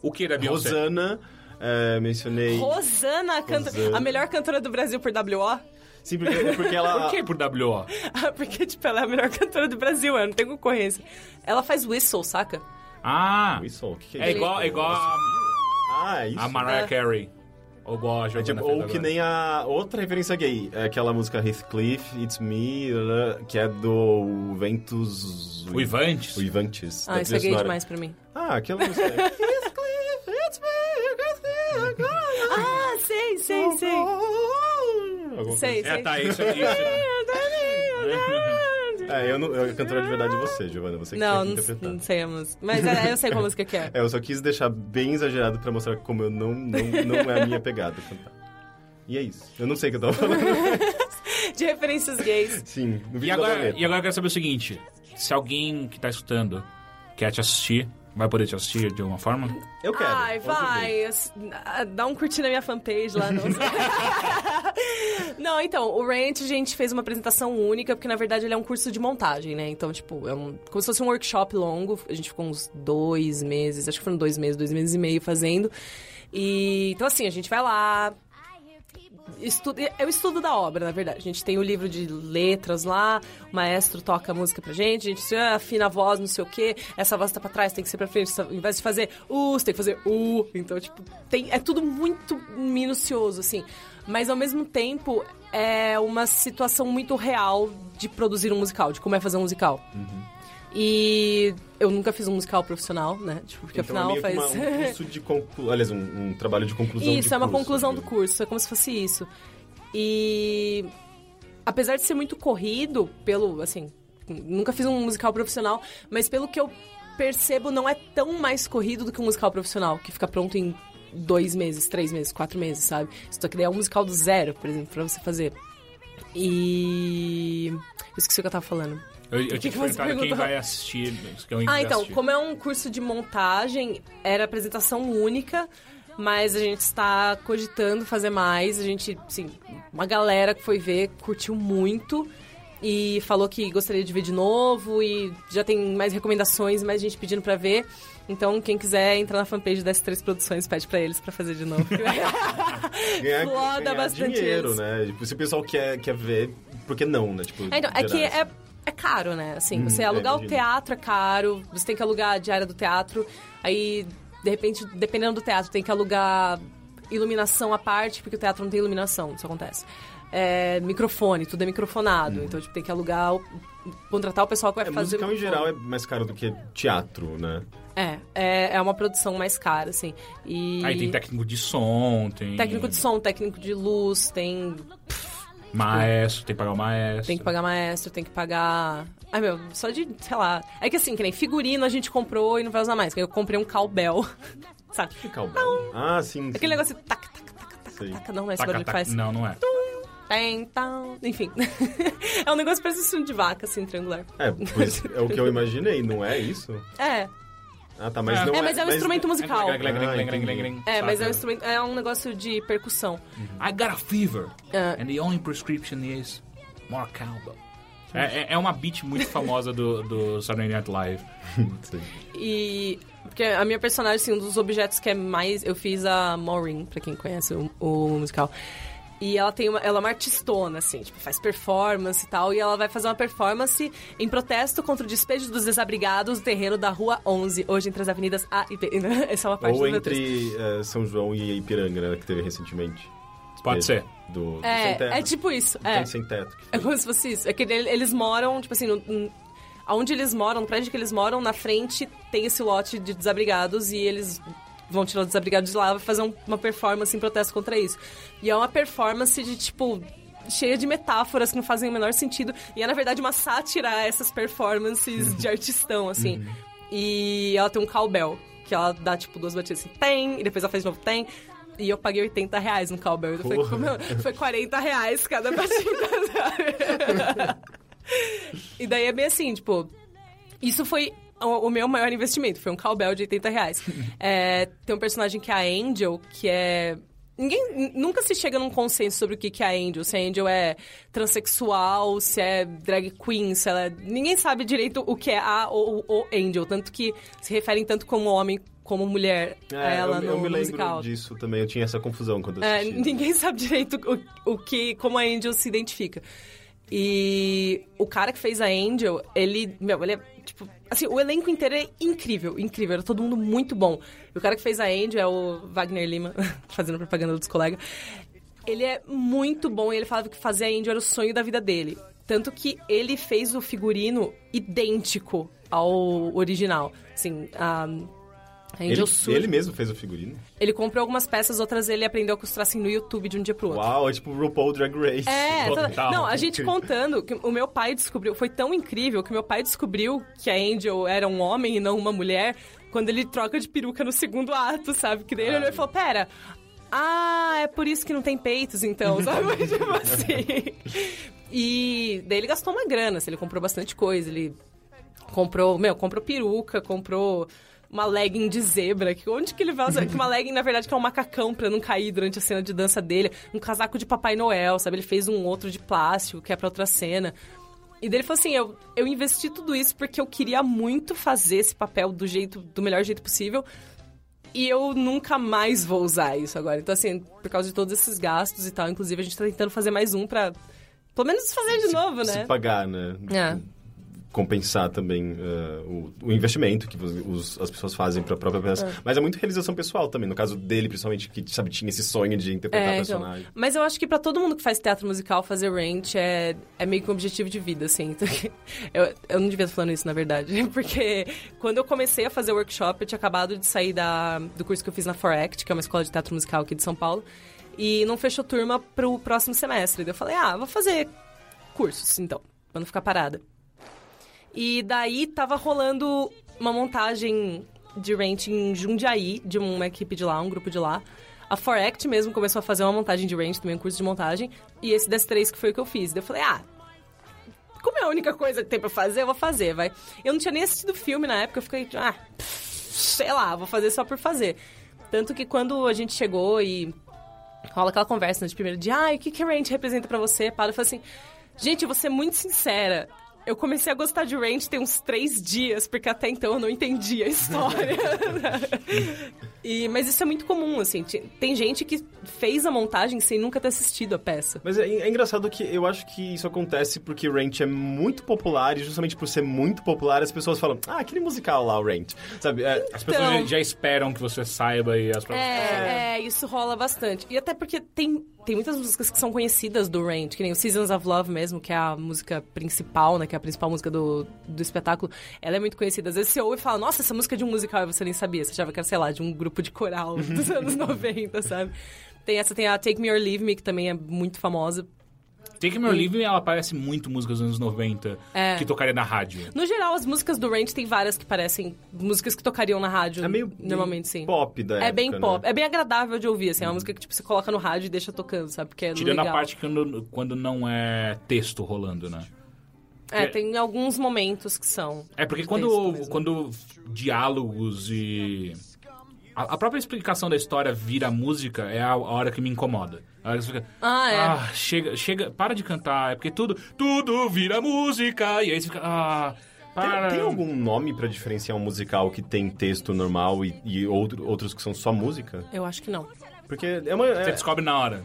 S1: O que era Beyoncé?
S2: Rosana, é, mencionei...
S3: Rosana, canta,
S2: Rosana.
S3: a melhor cantora do Brasil por WO.
S2: Sim, porque, é porque ela...
S1: Por que por WO?
S3: Porque, tipo, ela é a melhor cantora do Brasil, ela não tem concorrência. Ela faz whistle, saca?
S1: Ah,
S2: Isso, o que que é,
S1: é
S2: isso?
S1: igual, é igual a,
S2: Ah, é isso.
S1: a Mariah Carey. Ou igual a
S2: É
S1: Giovanna
S2: tipo,
S1: fez
S2: ou que
S1: agora.
S2: nem a outra referência gay, é aquela música Heathcliff, It's Me, né, que é do Ventos...
S1: Uivantes?
S2: Uivantes.
S3: Ah,
S2: da
S3: isso é
S2: trilha
S3: gay
S2: sonora.
S3: demais pra mim.
S2: Ah, aquela música. Heathcliff, It's Me, Heathcliff,
S3: Ah, sei, sei, sei.
S2: Alguma
S3: Sei,
S1: É,
S3: sei.
S1: tá, isso aqui.
S2: É. coisa. É, eu não. Eu cantora de verdade é você, Giovana. Você que
S3: Não,
S2: tem
S3: não,
S2: que interpretar.
S3: não sei a música. Mas é, eu sei qual música que é.
S2: É, eu só quis deixar bem exagerado pra mostrar como eu não, não, não é a minha pegada cantar. E é isso. Eu não sei o que eu tava falando.
S3: De referências gays.
S2: Sim, no vídeo
S1: E
S2: da
S1: agora,
S2: Valeta.
S1: e agora eu quero saber o seguinte: se alguém que tá escutando quer te assistir, vai poder te assistir de alguma forma?
S2: Eu quero.
S3: Ai,
S2: vamos ver.
S3: vai. ass- ah, Dá um curtir na minha fanpage lá. Não, não então, o Rant a gente fez uma apresentação única, porque na verdade ele é um curso de montagem, né? Então, tipo, é um, como se fosse um workshop longo. A gente ficou uns dois meses, acho que foram dois meses, dois meses e meio fazendo. E, então, assim, a gente vai lá, Estudo, é o estudo da obra, na verdade. A gente tem o livro de letras lá, o maestro toca a música pra gente, a gente se- ah, afina a voz, não sei o quê, essa voz tá pra trás, tem que ser pra frente, essa- ao invés de fazer U, você tem que fazer U. Então, tipo, tem, é tudo muito minucioso, assim. Mas ao mesmo tempo, é uma situação muito real de produzir um musical, de como é fazer um musical.
S2: Uhum.
S3: E eu nunca fiz um musical profissional, né? Tipo, porque
S2: Então, é
S3: afinal
S2: meio que
S3: faz.
S2: uma- um curso de conclu... Aliás, um, um trabalho de conclusão
S3: Isso,
S2: de
S3: é uma
S2: curso,
S3: conclusão
S2: né?
S3: do curso, é como se fosse isso. E apesar de ser muito corrido pelo, assim, nunca fiz um musical profissional, mas pelo que eu percebo, não é tão mais corrido do que um musical profissional, que fica pronto em dois meses, três meses, quatro meses, sabe? Isso aqui daí é um musical do zero, por exemplo, pra você fazer. E... Eu esqueci o que eu tava falando.
S1: Eu, eu tinha
S3: que você
S1: perguntado quem
S3: perguntou?
S1: vai assistir. Quem
S3: Ah,
S1: vai
S3: então,
S1: assistir.
S3: como é um curso de montagem, era apresentação única, mas a gente está cogitando fazer mais. A gente, sim, uma galera que foi ver curtiu muito e falou que gostaria de ver de novo e já tem mais recomendações, mais gente pedindo pra ver. Então, quem quiser entrar na fanpage das três produções, pede pra eles pra fazer de novo.
S2: Ganhar,
S3: Floda
S2: ganhar
S3: bastante
S2: dinheiro,
S3: eles.
S2: né? Tipo, se o pessoal quer, quer ver, por que não, né? Tipo,
S3: É, então, é
S2: gerar
S3: que
S2: essa-
S3: é, é caro, né? Assim,
S2: Hum,
S3: você
S2: é,
S3: alugar o
S2: imagino.
S3: teatro é caro, você tem que alugar a diária do teatro, aí, de repente, dependendo do teatro, tem que alugar iluminação à parte, porque o teatro não tem iluminação, isso acontece. É, microfone, tudo é microfonado, então tipo, tem que alugar, o- contratar o pessoal que vai
S2: Hum. É,
S3: fazer. um o
S2: musical em
S3: microfone.
S2: geral é mais caro do que teatro, né?
S3: É, é, é uma produção mais cara, assim. E
S1: Aí tem técnico de som, tem.
S3: técnico de som, técnico de luz, tem
S1: Maestro, tem que pagar o maestro.
S3: Tem que pagar maestro, tem que pagar. Ai, meu, só de, sei lá. É que assim, que nem figurino a gente comprou e não vai usar mais. Eu comprei um cowbell. Sabe? Então,
S2: Calma. Ah, sim.
S3: Aquele
S2: sim.
S3: negócio de tac, tac, tac, tac,
S2: Sei.
S3: tac. Não, não é esse
S1: Taca,
S3: barulho que
S1: taca.
S3: faz.
S1: Não, não é.
S3: Tem, tal. Enfim. é um negócio que parece um sumo de vaca, assim, triangular.
S2: É, pois, é o que eu imaginei, não é isso?
S3: É.
S2: Ah, tá, mas
S1: É.
S2: não é.
S3: É, mas é um instrumento musical. É, mas é um
S1: Saca?
S3: instrumento. É um negócio de percussão.
S1: I got a fever.
S3: É.
S1: And the only prescription is more cowbell. É, é- é uma beat muito famosa do, do Saturday Night Live.
S2: Sim.
S3: E. Porque a minha personagem, assim, um dos objetos que é mais. Eu fiz a Maureen, pra quem conhece o, o musical. E ela tem uma. Ela é uma artistona, assim, tipo, faz performance e tal. E ela vai fazer uma performance em protesto contra o despejo dos desabrigados do terreno da Rua 11, hoje entre as avenidas A e B. Essa é uma parte
S2: Ou
S3: do meu texto.
S2: entre eh, São João e Ipiranga, né, que teve recentemente.
S1: Pode ser.
S2: Do, do sem teto.
S3: É, é tipo isso. É.
S2: Tem sem teto. que
S3: É como se fosse isso. É que ele- eles moram, tipo assim, no, n- aonde eles moram, no prédio que eles moram, na frente tem esse lote de desabrigados e eles vão tirar os desabrigados de lá e fazer um- uma performance em protesto contra isso. E é uma performance de, tipo, cheia de metáforas que não fazem o menor sentido. E é, na verdade, uma sátira a essas performances de artistão, assim. E ela tem um cowbell, que ela dá, tipo, duas batidas assim, tem, e depois ela faz de novo, tem. E eu paguei 80 reais no cowbell. Eu falei,
S2: Porra.
S3: "Meu, foi 40 reais cada batida, sabe? e daí é bem assim, tipo... Isso foi o, o meu maior investimento. Foi um cowbell de 80 reais.
S2: Uhum.
S3: É, tem um personagem que é a Angel, que é... Ninguém... n- Nunca se chega num consenso sobre o que que é a Angel. Se a Angel é transexual, se é drag queen, se ela é... Ninguém sabe direito o que é a ou o Angel. Tanto que se referem tanto como homem como mulher a
S2: É,
S3: ela
S2: eu,
S3: no
S2: eu me
S3: no
S2: lembro
S3: musical.
S2: disso também, eu tinha essa confusão quando eu
S3: É,
S2: assisti.
S3: ninguém sabe direito o, o que, como a Angel se identifica. E o cara que fez a Angel, ele, meu, ele é, tipo, assim, o elenco inteiro é incrível, incrível, era todo mundo muito bom. E o cara que fez a Angel é o Wagner Lima, fazendo propaganda dos colegas. Ele é muito bom e ele falava que fazer a Angel era o sonho da vida dele. Tanto que ele fez o figurino idêntico ao original. Assim, a, a Angel
S2: Ele,
S3: surge-
S2: ele mesmo fez o figurino.
S3: ele comprou algumas peças, outras ele aprendeu a costurar assim no YouTube de um dia pro outro.
S2: Uau, é tipo RuPaul Drag Race.
S3: É,
S1: Total.
S3: tá- não, a gente contando que o meu pai descobriu, foi tão incrível que meu pai descobriu que a Angel era um homem e não uma mulher quando ele troca de peruca no segundo ato, sabe? Que daí ele olhou e falou: pera. Ah, é por isso que não tem peitos, então, sabe? tipo assim. E daí ele gastou uma grana, assim, ele comprou bastante coisa, ele comprou, meu, comprou peruca, comprou uma legging de zebra, que onde que ele vai usar? Que uma legging, na verdade, que é um macacão pra não cair durante a cena de dança dele, um casaco de Papai Noel, sabe? Ele fez um outro de plástico, que é pra outra cena. E daí ele falou assim, eu, eu investi tudo isso porque eu queria muito fazer esse papel do jeito, do melhor jeito possível, e eu nunca mais vou usar isso agora. Então, assim, por causa de todos esses gastos e tal, inclusive a gente tá tentando fazer mais um pra, pelo menos fazer de novo,
S2: Se
S3: né?
S2: pagar, né?
S3: É.
S2: Compensar também eh, o, o investimento que os- os- as pessoas fazem pra própria peça. Mas é muito realização pessoal também. No caso dele, principalmente, que sabe, tinha esse sonho de interpretar
S3: É, então.
S2: personagem.
S3: Mas eu acho que pra todo mundo que faz teatro musical, fazer ranch é, é meio que um objetivo de vida, assim. Então, eu, eu não devia estar falando isso, na verdade. Porque quando eu comecei a fazer workshop, eu tinha acabado de sair da, do curso que eu fiz na Foract, que é uma escola de teatro musical aqui de São Paulo. E não fechou turma pro próximo semestre. Daí eu falei, ah, vou fazer cursos, então, pra não ficar parada. E daí tava rolando uma montagem de ranch em Jundiaí, de uma equipe de lá, um grupo de lá. A Foract mesmo começou a fazer uma montagem de ranch, também um curso de montagem. E esse das três que foi o que eu fiz. Daí eu falei, ah, como é a única coisa que tem pra fazer, eu vou fazer, vai. Eu não tinha nem assistido filme na época, eu fiquei, ah, pff, sei lá, vou fazer só por fazer. Tanto que quando a gente chegou e rola aquela conversa né, de primeiro dia, ai, o que que Ranch representa pra você? Para, eu falo assim, gente, eu vou ser muito sincera. Eu comecei a gostar de Ranch tem uns três dias, porque até então eu não entendia a história. e, mas isso é muito comum, assim. ti- Tem gente que fez a montagem sem nunca ter assistido a peça.
S2: Mas é, é engraçado que eu acho que isso acontece porque Rent é muito popular e justamente por ser muito popular as pessoas falam, ah, aquele musical lá, o Rent. Sabe? É,
S1: As pessoas
S3: Então-
S1: já- já esperam que você saiba e as próprias...
S3: É, é, isso rola bastante. E até porque tem, tem muitas músicas que são conhecidas do Range, que nem o Seasons of Love mesmo, que é a música principal, né? Que é a principal música do, do espetáculo. Ela é muito conhecida. Às vezes você ouve e fala, nossa, essa música é de um musical e você nem sabia. Você achava que era, sei lá, de um grupo de coral dos anos 90, sabe? Tem essa, tem a Take Me or Leave Me, que também é muito famosa.
S1: Take Me or Leave Me, ela parece muito música dos anos 90,
S3: É.
S1: que tocaria na rádio.
S3: No geral, as músicas do Range tem várias que parecem músicas que tocariam na rádio.
S2: é meio
S3: normalmente, sim.
S2: pop da
S3: É bem
S2: época,
S3: pop,
S2: né? Uhum.
S3: é bem agradável de ouvir, assim, é uma música que tipo, você coloca no rádio e deixa tocando, sabe? Porque é
S1: Tirando
S3: legal.
S1: a parte quando, quando não é texto rolando, né?
S3: É, tem alguns momentos que são.
S1: É porque
S3: texto
S1: quando,
S3: mesmo.
S1: quando diálogos e. A, a própria explicação da história vira música é a, a hora que me incomoda. A hora que você fica.
S3: Ah, é.
S1: chega, chega, para de cantar. É porque tudo. Tudo vira música. E aí você fica. Ah, para.
S2: Tem, tem algum nome pra diferenciar um musical que tem texto normal e, e outro- outros que são só música?
S3: Eu acho que não.
S2: Porque é uma. é-
S1: Você descobre na hora.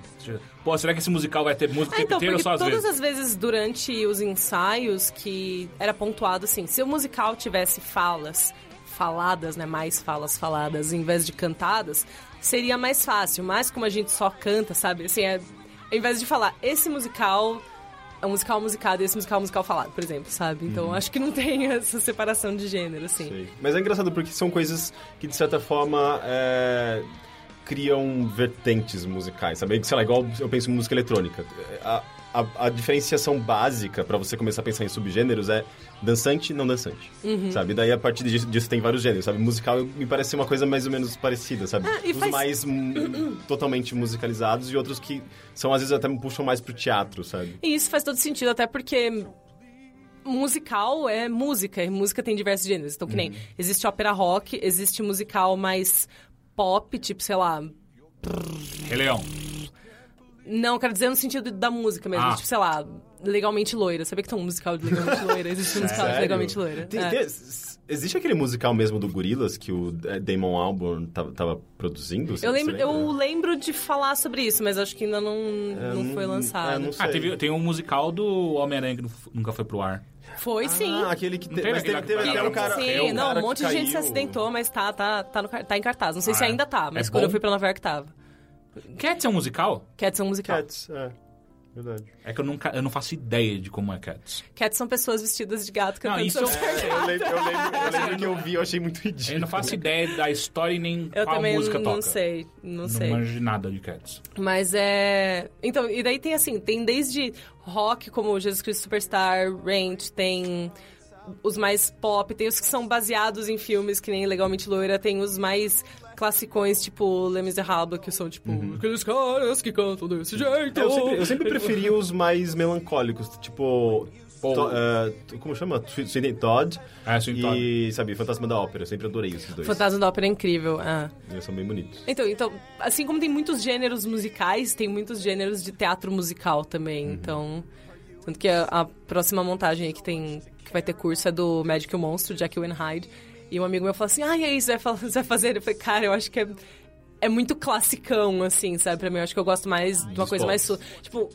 S1: Pô, será que esse musical vai ter música o
S3: Ah,
S1: tempo
S3: então,
S1: inteiro
S3: porque
S1: ou só às
S3: todas
S1: vezes?
S3: as vezes durante os ensaios que era pontuado assim, se o musical tivesse falas, faladas, né? Mais falas faladas em vez de cantadas, seria mais fácil. Mas como a gente só canta, sabe? Assim, é, ao invés de falar esse musical é um musical musicado e esse musical é um musical falado, por exemplo, sabe? Então
S1: Uhum.
S3: acho que não tem essa separação de gênero, assim.
S2: Sei. Mas é engraçado porque são coisas que, de certa forma, é, criam vertentes musicais, sabe? Sei lá, igual eu penso em música eletrônica. A, a, a diferenciação básica para você começar a pensar em subgêneros é dançante não dançante,
S3: Uhum.
S2: sabe? Daí, a partir disso, disso tem vários gêneros, sabe? Musical me parece ser uma coisa mais ou menos parecida, sabe?
S3: Ah, e
S2: Os
S3: faz-
S2: mais hum, totalmente musicalizados e outros que são, às vezes, até me puxam mais pro teatro, sabe?
S3: E isso faz todo sentido, até porque musical é música, e música tem diversos gêneros. Então, que
S2: Uhum.
S3: nem existe ópera rock, existe musical mais pop, tipo, sei lá.
S1: Rei Leão.
S3: Não, quero dizer no sentido da música mesmo,
S1: Ah.
S3: tipo, sei lá, legalmente loira. Sabia que tem um musical de legalmente loira? Existe um musical de
S2: Sério?
S3: legalmente loira.
S2: Tem-
S3: É.
S2: tem- s- existe aquele musical mesmo do Gorillaz que o eh, Damon Albarn tava, tava produzindo? Você-
S3: Eu
S2: você
S3: lembro,
S2: lembra?
S3: eu lembro de falar sobre isso, mas acho que ainda não, não foi lançado.
S2: né? é, não sei.
S1: Ah, teve, tem um musical do Homem-Aranha que nu- nunca foi pro ar.
S3: Foi sim.
S2: Ah, aquele que te-
S1: teve
S2: mas teve,
S1: aquele
S2: teve
S1: que
S2: até
S1: era
S2: um cara.
S3: Sim,
S1: é um
S3: não,
S2: cara
S3: um monte
S2: que
S3: de gente se
S2: caiu.
S3: acidentou, mas tá, tá, tá, no, car- tá em cartaz. Não sei
S1: Ah,
S3: se
S1: é?
S3: ainda tá, mas
S1: É
S3: quando eu
S1: bom?
S3: fui pra Nova York tava.
S1: Cats é um musical?
S3: Cats são musical. Cats.
S2: Cats, é. Verdade.
S1: É que eu, nunca, eu não faço ideia de como é Cats.
S3: são pessoas vestidas de gato
S1: Não,
S3: cantando
S1: isso
S3: sobre
S1: é-
S2: Eu lembro, eu lembro- eu lembro que eu vi, eu achei muito ridículo.
S1: Eu não faço ideia da história e nem
S3: Eu
S1: qual
S3: também
S1: música
S3: não
S1: toca.
S3: sei, não,
S1: Não
S3: sei.
S1: manjo de nada de Cats.
S3: Mas é. Então, e daí tem assim, tem desde rock como Jesus Cristo Superstar, Ranch, tem os mais pop, tem os que são baseados em filmes que nem Legalmente Loira, tem os mais classicões, tipo Les Miserables, que são tipo
S1: Uhum.
S3: aqueles caras que cantam desse jeito.
S2: É, Eu sempre, eu sempre preferi os mais melancólicos, tipo.
S1: Ou-
S2: to- eh, tu- como chama? Sweet Sweeney Todd.
S1: Ah, Sweeney
S2: E, sabe, Fantasma da Ópera. Eu sempre adorei esses dois.
S3: Fantasma da Ópera é incrível. ah.
S2: Eles são bem bonitos.
S3: Então, então, assim como tem muitos gêneros musicais, tem muitos gêneros de teatro musical
S1: Uhum.
S3: também. Então, tanto que a, a próxima montagem aí que tem que vai ter curso é do Magic e o Monstro, Jack and Hyde. E um amigo meu falou assim: "Ah, e aí, você vai, fa- você vai fazer?" Eu falei: "Cara, eu acho que é é muito classicão, assim, sabe? Pra mim, eu acho que eu gosto mais de uma
S2: Dos
S3: coisa mais. su- Tipo,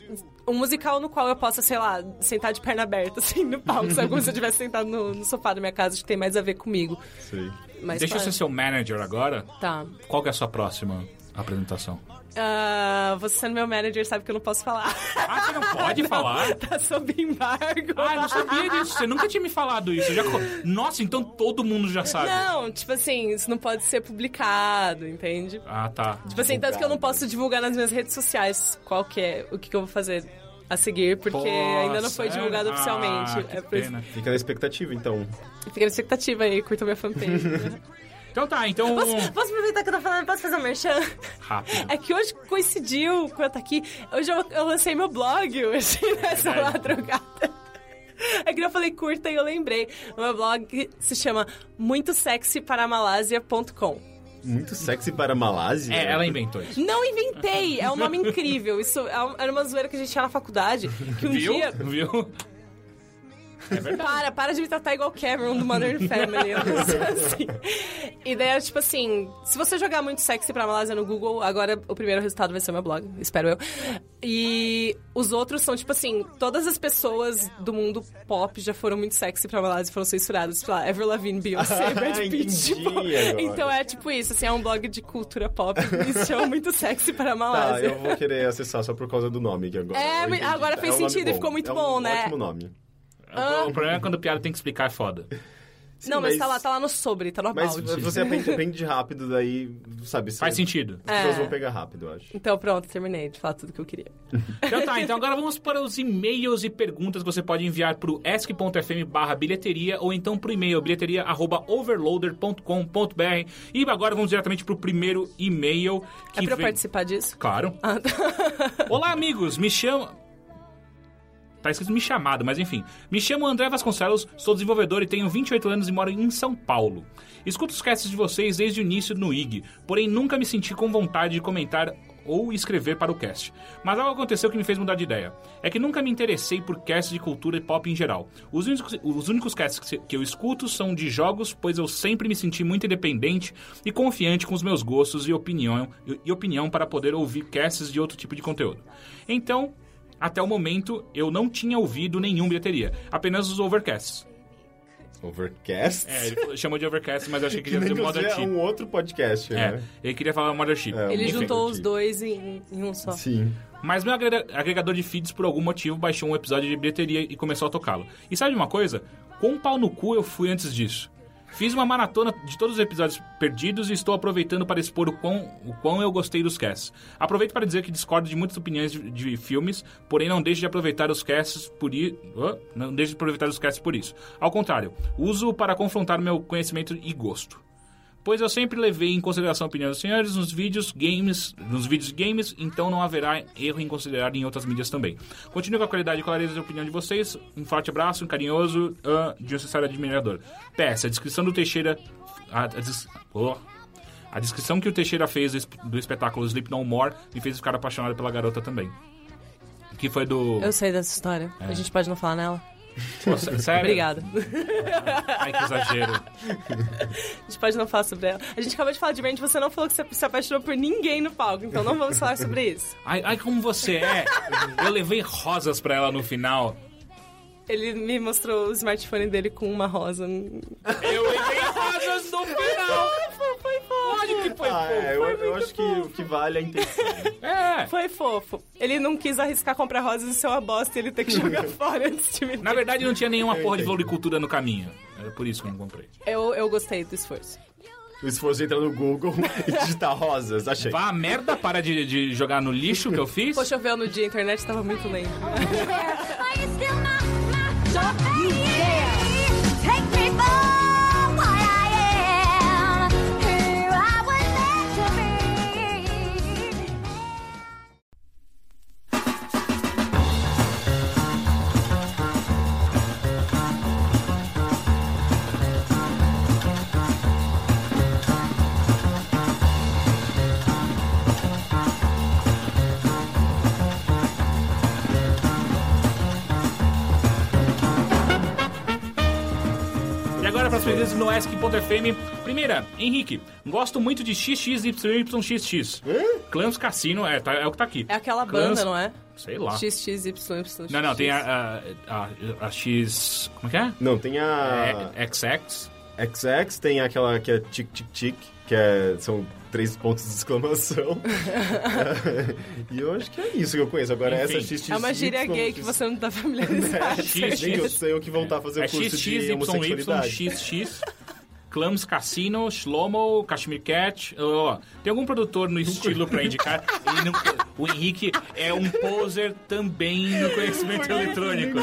S3: um musical no qual eu possa, sei lá, sentar de perna aberta, assim, no palco, sabe? Como se eu tivesse sentado no, no sofá da minha casa, acho que tem mais a ver comigo.
S2: Sei.
S3: Mas,
S1: Deixa eu
S3: claro.
S1: ser seu manager agora.
S3: Tá.
S1: Qual que é a sua próxima apresentação?
S3: Ah, você sendo meu manager sabe que eu não posso falar.
S1: Ah, você não pode falar?
S3: tá sob embargo.
S1: Ah, eu não sabia disso. Você nunca tinha me falado isso. Eu já co- Nossa, então todo mundo já sabe.
S3: Não, tipo assim, isso não pode ser publicado, entende?
S1: Ah, tá.
S3: Tipo assim, tanto que eu não posso divulgar nas minhas redes sociais qual que é, o que, que eu vou fazer a seguir, porque
S1: Pô,
S3: ainda não foi
S1: sério?
S3: divulgado
S1: Ah,
S3: oficialmente.
S1: que
S3: É por isso-
S1: pena.
S2: Fica na expectativa, então.
S3: Fica na expectativa aí, curta minha fanpage.
S1: Então tá, então...
S3: posso, posso aproveitar que eu tô falando? Posso fazer um merchan?
S1: Rápido.
S3: É que hoje coincidiu com eu estar aqui. Hoje eu, eu lancei meu blog hoje nessa
S1: Verdade.
S3: madrugada. É que eu falei curta e eu lembrei. O meu blog se chama muitosexyparamalásia.com.
S2: Muito sexy para a Malásia.
S1: É, ela inventou isso.
S3: Não inventei, é um nome incrível. Isso é um- era uma zoeira que a gente tinha na faculdade. Que um
S1: Viu?
S3: dia.
S1: Viu?
S3: Para, para de me tratar igual Cameron do Modern Family. eu não sou assim. E daí, tipo assim, se você jogar muito sexy pra Malásia no Google, agora o primeiro resultado vai ser meu blog, espero eu. E os outros são, tipo assim, todas as pessoas do mundo pop já foram muito sexy pra Malásia e foram censuradas. Tipo, lá, Avril Lavigne, Beyoncé,
S2: Ah,
S3: Brad Pitt,
S2: entendi
S3: tipo.
S2: agora.
S3: Então é tipo isso, assim, é um blog de cultura pop e se chama muito sexy pra
S2: Tá,
S3: Malásia.
S2: eu vou querer acessar só por causa do nome que agora.
S3: É,
S2: eu entendi.
S3: agora fez
S2: um nome
S3: sentido e ficou muito
S2: é um
S3: bom, né?
S2: Ótimo nome.
S3: Ah.
S1: O problema é quando o piada tem que explicar, é foda.
S2: Sim,
S3: Não, mas, tá lá, tá lá no sobre, tá no
S2: Mas
S3: about.
S2: você aprende, aprende rápido, daí, sabe?
S1: Faz
S2: você-
S1: sentido.
S2: As pessoas
S3: É.
S2: vão pegar rápido, eu acho.
S3: Então pronto, terminei de falar tudo que eu queria.
S1: Então tá, então agora vamos para os e-mails e perguntas que você pode enviar para o ask.fm barra bilheteria ou então para o e-mail bilheteria arroba overloader.com.br e agora vamos diretamente para o primeiro e-mail que
S3: é pra eu
S1: vem...
S3: participar disso?
S1: Claro.
S3: Ah, tá.
S1: Olá amigos, me chamo... Tá escrito me chamado, mas enfim. Me chamo André Vasconcelos, sou desenvolvedor e tenho 28 anos e moro em São Paulo. Escuto os casts de vocês desde o início no IG, porém nunca me senti com vontade de comentar ou escrever para o cast. Mas algo aconteceu que me fez mudar de ideia. É que nunca me interessei por casts de cultura e pop em geral. Os únicos, os únicos casts que se- que eu escuto são de jogos, pois eu sempre me senti muito independente e confiante com os meus gostos e opinião, e opinião para poder ouvir casts de outro tipo de conteúdo. Então, até o momento, eu não tinha ouvido nenhum bilheteria, apenas os overcasts.
S2: Overcast?
S1: É, ele falou- chamou de Overcast, mas eu achei que
S2: que
S1: ele ia
S2: nem
S1: dizer
S2: você é
S1: Mothership.
S2: um outro podcast,
S1: É,
S2: né?
S1: ele queria falar Mothership.
S2: É,
S3: Ele
S2: Enfim.
S3: juntou os dois em, em um só.
S2: Sim.
S1: Mas meu agrega- agregador de feeds, por algum motivo, baixou um episódio de bilheteria e começou a tocá-lo. E sabe de uma coisa? Com um pau no cu eu fui antes disso. Fiz uma maratona de todos os episódios perdidos e estou aproveitando para expor o quão, o quão eu gostei dos casts. Aproveito para dizer que discordo de muitas opiniões de, de filmes, porém não deixo de aproveitar os casts por i... Hã? não deixo de aproveitar os casts por isso. Ao contrário, uso para confrontar meu conhecimento e gosto pois eu sempre levei em consideração a opinião dos senhores nos vídeos games, nos vídeos games, então não haverá erro em considerar em outras mídias também. Continue com a qualidade e clareza de opinião de vocês. Um forte abraço, um carinhoso ah, de um sincero admirador. PS, a descrição do Teixeira a, a des- oh. A descrição que o Teixeira fez do esp- do espetáculo Sleep No More me fez ficar apaixonado pela garota também. Que foi do.
S3: Eu sei dessa história. A gente pode não falar nela?
S1: Pô, sé- sério?
S3: Obrigada.
S1: Ai, que exagero.
S3: A gente pode não falar sobre ela. A gente acabou de falar de Randy, você não falou que você se apaixonou por ninguém no palco, então não vamos falar sobre isso.
S1: Ai, ai, como você é! Eu levei rosas pra ela no final.
S3: Ele me mostrou o smartphone dele com uma rosa. Foi,
S1: Eu levei rosas no final.
S3: fofo, foi fofo.
S1: Lógico que foi
S2: Ah, é, eu,
S1: fofo.
S2: eu acho que o que vale é a intenção.
S1: É.
S3: Foi fofo. Ele não quis arriscar comprar rosas e ser uma bosta e ele ter que jogar fora antes de me
S1: Na verdade, não tinha nenhuma porra de
S2: entendi.
S1: floricultura no caminho. Era por isso que eu não comprei.
S3: eu, eu gostei do esforço.
S2: O esforço entra no Google e digitar rosas, achei.
S1: Vá a merda, para de, de jogar no lixo que eu fiz.
S3: Pô, choveu no dia, a internet tava muito lenta.
S5: Are you still my, my Don't you dare. Take me for what I am. Who I was meant to be.
S1: E agora para as presenças no ESC.fm. Primeira, Henrique, gosto muito de XXYXX. Clans Cassino, é, tá- é o que tá aqui.
S3: É aquela
S1: Clans-
S3: banda, não é?
S1: Sei lá.
S3: XXYY.
S1: Ah. Não, não, tem a, a, a- a X... Como é que é?
S2: Não, tem a
S1: É, XX.
S2: XX, tem aquela que é tic-tic-tic, que é, são três pontos de exclamação. e eu acho que é isso que eu conheço. Agora,
S1: Enfim.
S2: essa XXX...
S3: É uma gíria gay que você não tá familiarizado.
S1: X-
S2: Nem eu sei o que vão estar fazendo
S1: É
S2: curso de homossexualidade.
S1: XXYYXX. Clams Cassino, Shlomo, Kashmir Cat. ó, tem algum produtor no estilo pra indicar? Ele não- o Henrique é um poser também no conhecimento
S2: é
S1: eletrônico.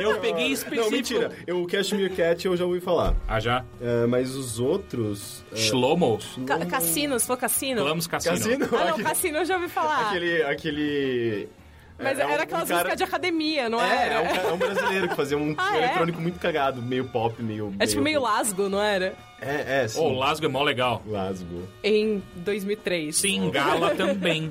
S1: Eu peguei específico.
S2: Não, mentira. Eu, o Cashmere Cat eu já ouvi falar.
S1: Ah, já?
S2: É, mas os outros... é,
S1: Shlomo,
S3: Ca cassino, se for cassino.
S1: Clams Cassino.
S2: Cassino.
S3: Ah, não,
S2: aquele-
S3: cassino eu já ouvi falar.
S2: Aquele... aquele
S3: Mas
S2: é, é
S3: era
S2: um- um
S3: aquelas
S2: cara-
S3: músicas de academia, não
S2: É,
S3: era?
S2: é um, ca- é um brasileiro que fazia um
S3: Ah, é?
S2: eletrônico muito cagado, meio pop, meio...
S3: É tipo meio lasgo, não era?
S2: É, é, sim.
S1: Ô, o Lasgo é mó legal.
S2: Lasgo.
S3: Em 2003.
S1: Singala também.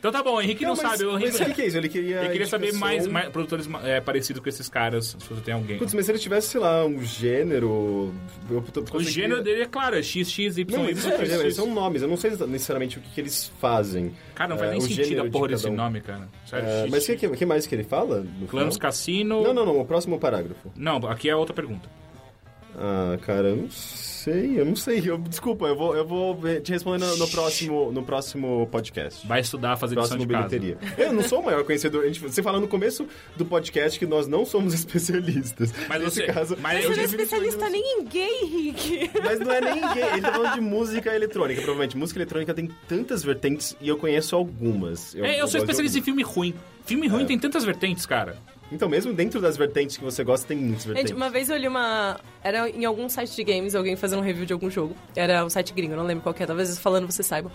S1: Então tá bom, o Henrique não,
S2: mas-
S1: sabe. O
S2: mas
S1: Henrique,
S2: o que, que é isso? Ele queria.
S1: eu queria saber
S2: indicação.
S1: mais, mais produtores é, parecidos com esses caras, se você tem alguém.
S2: Putz, mas se ele tivesse, sei lá, um gênero. eu tô-
S1: O
S2: conseguiria-
S1: gênero dele é claro, é XXY.
S2: Não, mas isso não é gênero, eles são nomes, eu não sei necessariamente o que, que eles fazem.
S1: um- Cara, não faz
S2: É,
S1: nem
S2: o
S1: sentido
S2: gênero
S1: a porra
S2: de cada
S1: desse
S2: um.
S1: nome, cara. Sério,
S2: É,
S1: X,
S2: mas o que,
S1: X.
S2: que- que mais que ele fala? no
S1: Clans
S2: final?
S1: Cassino.
S2: Não, não, não, o próximo parágrafo.
S1: Não, aqui é outra pergunta.
S2: Ah, cara, eu não sei, eu não sei. Eu, desculpa, eu vou, eu vou ver- te responder no, no próximo, no próximo podcast.
S1: Vai estudar, fazer lição
S2: Próximo
S1: de casa.
S2: bilheteria. Eu não sou o maior conhecedor. a gente- você fala no começo do podcast que nós não somos especialistas.
S1: Mas
S2: Nesse
S1: você-
S2: caso,
S1: mas
S3: Você
S1: eu
S3: não é
S1: tive-
S3: especialista nem em gay, Rick.
S2: Mas não é nem gay, ele tá falando de música eletrônica, provavelmente. Música eletrônica tem tantas vertentes e eu conheço algumas.
S1: É, eu sou
S2: gosto de É.
S1: especialista em filme ruim. Filme ruim tem tantas vertentes, cara.
S2: algumas. Então, mesmo dentro das vertentes que você gosta, tem muitas vertentes.
S3: Gente, uma vez eu li uma. Era em algum site de games, alguém fazendo um review de algum jogo. Era um site gringo, não lembro qual que é, talvez falando vocês saibam.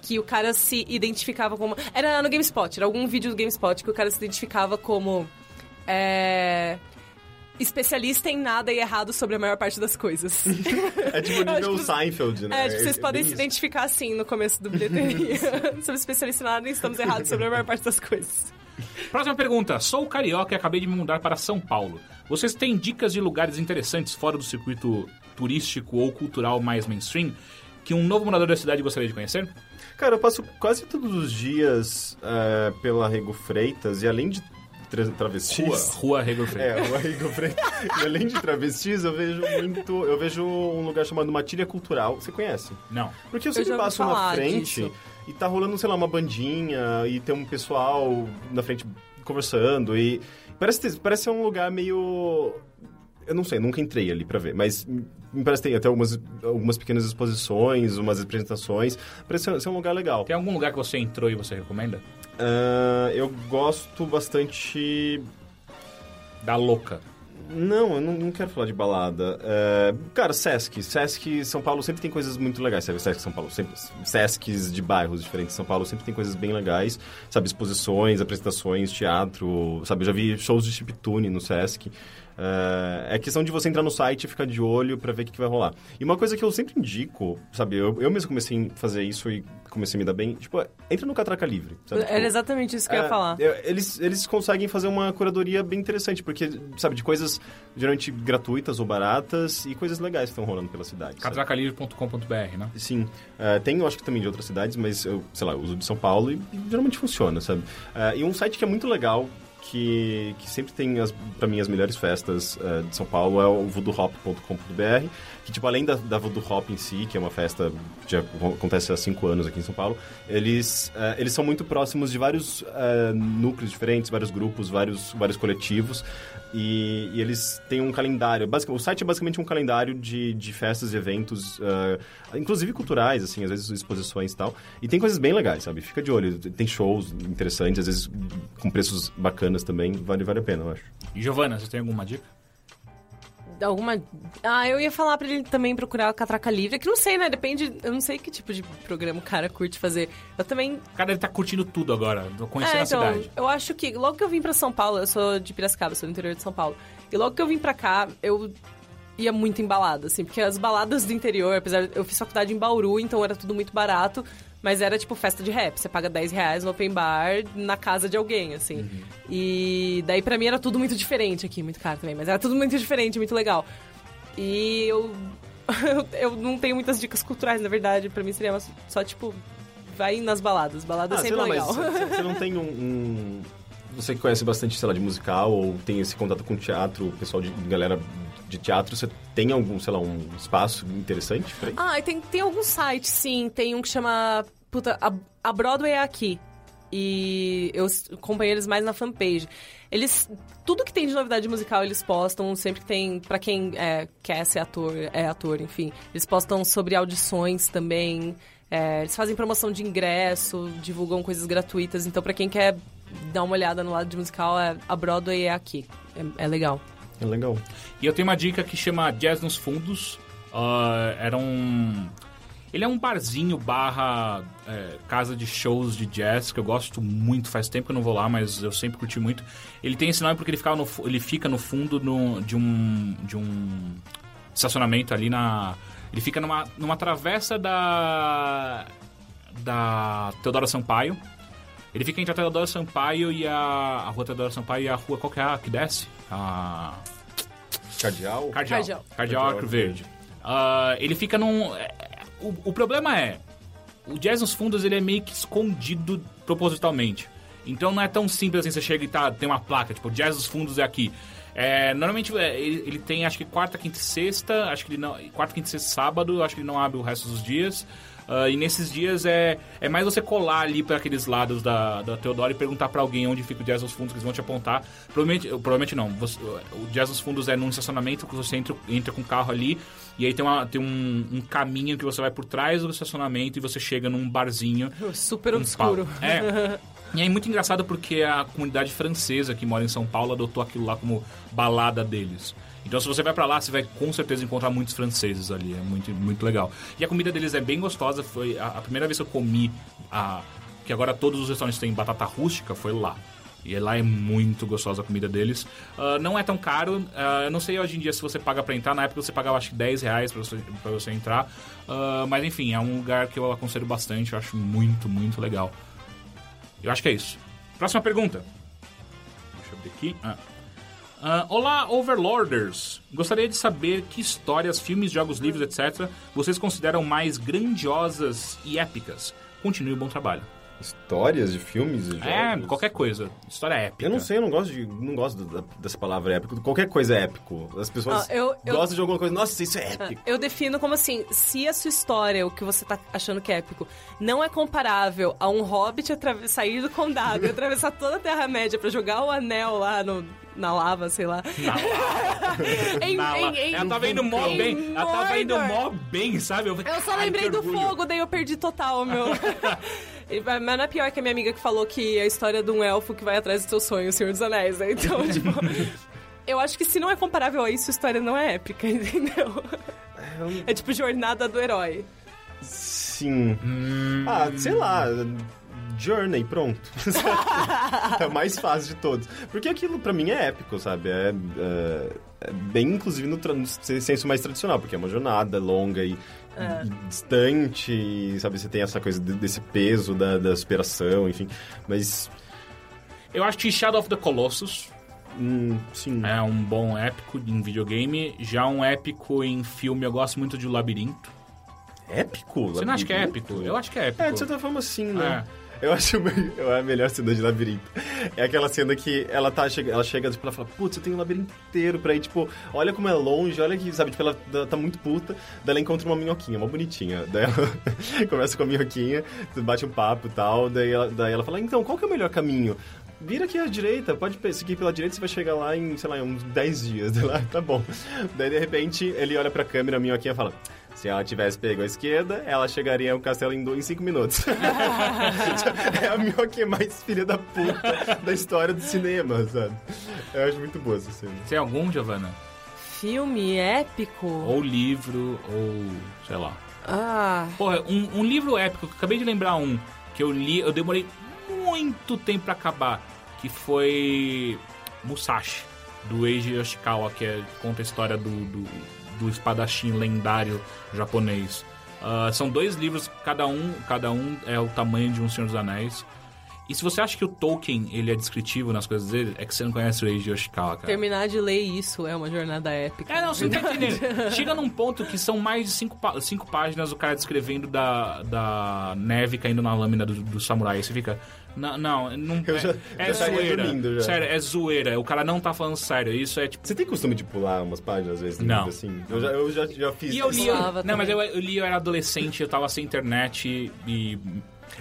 S3: Que o cara se identificava como. Era no GameSpot, era algum vídeo do GameSpot que o cara se identificava como. É. Especialista em nada e errado sobre a maior parte das coisas.
S2: É tipo
S3: acho que
S2: nível
S3: vocês-
S2: Seinfeld, né?
S3: É, tipo, vocês
S2: bem
S3: podem se
S2: isso.
S3: identificar assim no começo do bilheteria. Somos especialistas em nada e estamos errados sobre a maior parte das coisas.
S1: Próxima pergunta. Sou carioca e acabei de me mudar para São Paulo. Vocês têm dicas de lugares interessantes fora do circuito turístico ou cultural mais mainstream que um novo morador da cidade gostaria de conhecer?
S2: Cara, eu passo quase todos os dias é, pela Rego eh, Freitas e além de tra- travestis.
S1: Rua, Rua Hegel Freire.
S2: É, o Arrigo Freire. E além de travestis, eu vejo muito. Eu vejo um lugar chamado Matilha Cultural. Você conhece?
S1: Não.
S2: Porque eu
S3: já
S2: sempre
S3: ouvi
S2: passo um na
S3: falar
S2: frente
S3: disso.
S2: e tá rolando, sei lá, uma bandinha e tem um pessoal na frente conversando e. Parece, ter- parece ser um lugar meio. Eu não sei, nunca entrei ali pra ver, mas me parece que tem até algumas, algumas pequenas exposições, umas apresentações. Parece ser- ser um lugar legal.
S1: Tem algum lugar que você entrou e você recomenda?
S2: Ah, eu gosto bastante
S1: Da Louca.
S2: Não, eu não, não quero falar de balada. É, cara, Sesc. Sesc São Paulo sempre tem coisas muito legais, sabe? Sesc São Paulo, sempre. Sescs de bairros diferentes de São Paulo sempre tem coisas bem legais, sabe? Exposições, apresentações, teatro, sabe? Eu já vi shows de chiptune no Sesc. É, é questão de você entrar no site e ficar de olho pra ver o que, que vai rolar. E uma coisa que eu sempre indico, sabe? Eu, eu mesmo comecei a fazer isso e comecei a me dar bem. Tipo, é, entra no Catraca Livre. Sabe?
S3: Era
S2: Tipo,
S3: exatamente isso que eu
S2: é,
S3: ia falar.
S2: eu- Eles, eles conseguem fazer uma curadoria bem interessante, porque, sabe, de coisas geralmente gratuitas ou baratas e coisas legais que estão rolando pela cidade. sabe?
S1: Catracalivre.com.br, né?
S2: Sim. É, tem, eu acho que também de outras cidades, mas eu, sei lá, eu uso de São Paulo e, e geralmente funciona, sabe? É, e um site que é muito legal, que, que sempre tem, as, pra mim, as melhores festas é, de São Paulo, é o voodoohop.com.br, que, tipo, além da, da Voodoo Hop em si, que é uma festa que já acontece há cinco anos aqui em São Paulo, eles, é, eles são muito próximos de vários é, núcleos diferentes, vários grupos, vários, vários coletivos, e, e eles têm um calendário. basic- o site é basicamente um calendário de, de festas e eventos, ah, inclusive culturais, assim, às vezes exposições e tal. E tem coisas bem legais, sabe? Fica de olho. Tem shows interessantes, às vezes com preços bacanas também. Vale, vale a pena, eu acho.
S1: E Giovana, você tem alguma dica?
S3: Alguma. Ah, eu ia falar pra ele também procurar o Catraca Livre, que não sei, né? Depende. Eu não sei que tipo de programa o cara curte fazer. Eu também
S1: O cara ele tá curtindo tudo agora, conhecendo
S3: É,
S1: a
S3: então,
S1: cidade.
S3: eu acho que logo que eu vim pra São Paulo, eu sou de Piracicaba, sou do interior de São Paulo. E logo que eu vim pra cá, eu ia muito em balada, assim, porque as baladas do interior, apesar eu fiz faculdade em Bauru, então era tudo muito barato, mas era tipo festa de rap, você paga 10 reais no open bar na casa de alguém, assim.
S2: Uhum.
S3: E daí pra mim era tudo muito diferente aqui, muito caro também, mas era tudo muito diferente, muito legal. E eu eu não tenho muitas dicas culturais, na verdade, pra mim seria uma- só tipo vai nas baladas, balada é
S2: Ah, sei
S3: sempre
S2: lá,
S3: legal.
S2: mas você- você não tem um... um- Você que conhece bastante, sei lá, de musical ou tem esse contato com teatro, pessoal de galera de teatro, você tem algum, sei lá, um espaço interessante? pra ir?
S3: Ah, e tem, tem alguns sites, sim. Tem um que chama. Puta, a, a Broadway é aqui. E eu s- acompanho eles mais na fanpage. Eles. Tudo que tem de novidade musical eles postam, sempre que tem. Pra quem é, quer ser ator, é ator, enfim. Eles postam sobre audições também. é, eles fazem promoção de ingresso, divulgam coisas gratuitas. Então, pra quem quer dar uma olhada no lado de musical, é- a Broadway é aqui. É, é legal.
S2: É legal.
S1: E eu tenho uma dica que chama Jazz nos Fundos. Ah, era um. Ele é um barzinho barra é, casa de shows de jazz que eu gosto muito. Faz tempo que eu não vou lá, mas eu sempre curti muito. Ele tem esse nome porque ele, ficava no fu- ele fica no fundo no- de um de um estacionamento ali na. Ele fica numa, numa travessa da da Teodoro Sampaio. Ele fica entre a Teodoro Sampaio e a, a rua Teodoro Sampaio e a rua qual que é a que desce? A
S2: Cardeal?
S1: Cardeal.
S3: Cardeal.
S1: Cardeal Arco Verde. Ah, ele fica num... é, O, o problema é... O jazz nos fundos, ele é meio que escondido propositalmente. Então não é tão simples assim, você chega e tá, tem uma placa, tipo, jazz nos fundos é aqui. É, normalmente é, ele, ele tem, acho que quarta, quinta e sexta, acho que ele não... Quarta, quinta e sexta, sábado, acho que ele não abre o resto dos dias. Ah, e nesses dias é, é mais você colar ali para aqueles lados da, da Teodoro e perguntar para alguém onde fica o Jazz nos Fundos, que eles vão te apontar. Provavelmente, provavelmente não. você- o Jazz nos Fundos é num estacionamento que você entra, entra com o carro ali e aí tem, uma, tem um, um caminho que você vai por trás do estacionamento e você chega num barzinho
S3: Super
S1: um
S3: obscuro.
S1: pau. É. E é muito engraçado porque a comunidade francesa que mora em São Paulo adotou aquilo lá como balada deles. Então, se você vai pra lá, você vai com certeza encontrar muitos franceses ali. É muito, muito legal. E a comida deles é bem gostosa. Foi a, a primeira vez que eu comi a que agora todos os restaurantes têm batata rústica foi lá. E lá é muito gostosa a comida deles. Ah, não é tão caro. ah, eu não sei hoje em dia se você paga pra entrar. Na época você pagava acho que 10 reais pra você, pra você entrar. Ah, mas enfim, é um lugar que eu aconselho bastante. Eu acho muito, muito legal. Eu acho que é isso. Próxima pergunta. Deixa eu ver aqui. Ah. Ah, olá, Overlorders! Gostaria de saber que histórias, filmes, jogos livros, etc., vocês consideram mais grandiosas e épicas. Continue o bom trabalho.
S2: Histórias de filmes? De
S1: É,
S2: jogos?
S1: qualquer coisa. História épica.
S2: Eu não sei, eu não gosto, de, não gosto da- dessa palavra épico. Qualquer coisa é épico. As pessoas
S3: Ah, eu- eu- Ah.
S2: gostam de alguma coisa. Nossa, isso é épico.
S3: Eu defino como assim, se a sua história, o que você tá achando que é épico, não é comparável a um hobbit atrave- sair do condado e atravessar toda a Terra-média pra jogar o anel lá no- na lava, sei lá. Em-
S1: Nala.
S3: em- em-
S1: ela tava indo mó
S3: em
S1: bem. Ela tava indo
S3: Mordor.
S1: mó bem, sabe? Eu,
S3: Eu só
S1: Ai,
S3: lembrei
S1: que
S3: do
S1: orgulho.
S3: fogo, daí eu perdi total, meu. E, Mas não é pior que a minha amiga que falou que a história de um elfo que vai atrás do seu sonho, o Senhor dos Anéis, né? Então, tipo. Eu acho que se não é comparável a isso, a história não é épica, entendeu? É tipo jornada do herói.
S2: Sim.
S1: Hum.
S2: Ah, sei lá. Journey, pronto. é o mais fácil de todos. Porque aquilo pra mim é épico, sabe? É, é- é bem, inclusive, no, tra- no se- senso mais tradicional, porque é uma jornada longa e,
S3: É.
S2: e distante, e, sabe? Você tem essa coisa de- desse peso da, da superação, enfim. Mas,
S1: eu acho que Shadow of the Colossus
S2: hum, sim.
S1: é um bom épico em videogame. Já um épico em filme, eu gosto muito de O Labirinto.
S2: Épico?
S1: Você não acha que é
S2: labirinto?
S1: épico? Eu acho que é épico.
S2: É, de certa forma, sim, né? Eu acho me- eu- a melhor cena de labirinto. É aquela cena que ela tá chega, ela chega tipo, ela fala, putz, eu tenho um labirinto inteiro pra ir, tipo, olha como é longe, olha que, sabe, tipo, ela tá- tá muito puta. Daí ela encontra uma minhoquinha, uma bonitinha. Daí ela começa com a minhoquinha, bate um papo e tal. Daí ela, daí ela fala, então, qual que é o melhor caminho? Vira aqui à direita, pode pe- seguir pela direita, você vai chegar lá em, sei lá, em uns 10 dias. Daí lá, tá bom. Daí, de repente, ele olha pra câmera, a minhoquinha fala... Se ela tivesse pego a esquerda, ela chegaria ao castelo em do- em 5 minutos. é a minhoquinha mais filha da puta da história do cinema, sabe? Eu acho muito boa essa cena.
S1: Tem é algum, Giovanna?
S3: Filme épico?
S1: Ou livro, ou sei lá.
S3: Ah.
S1: Porra, um, um livro épico, que eu acabei de lembrar um, que eu li, eu demorei muito tempo pra acabar, que foi Musashi, do Eiji Yoshikawa, que é- conta a história do, do, do espadachim lendário japonês. Ah, são dois livros, cada um, cada um é o tamanho de um Senhor dos Anéis. E se você acha que o Tolkien ele é descritivo nas coisas dele, é que você não conhece o Eiji Yoshikawa, cara.
S3: Terminar de ler isso é uma jornada épica.
S1: É, não, você não tá entendendo. Chega num ponto que são mais de cinco, pá- cinco páginas o cara descrevendo da, da neve caindo na lâmina do, do samurai. Aí Você fica. Não, não, não
S2: Eu
S1: é,
S2: já-
S1: é
S2: já estaria dormindo
S1: zoeira.
S2: já.
S1: Sério, é zoeira. O cara não tá falando sério. Isso é tipo.
S2: Você tem costume de pular umas páginas às vezes? no
S1: Não.
S2: livro, Assim? Eu já, eu já, já fiz
S1: E eu
S2: isso.
S1: li. Eu,
S3: Zoava
S1: não, mas eu,
S3: também.
S1: eu li, eu era adolescente, eu tava sem internet e.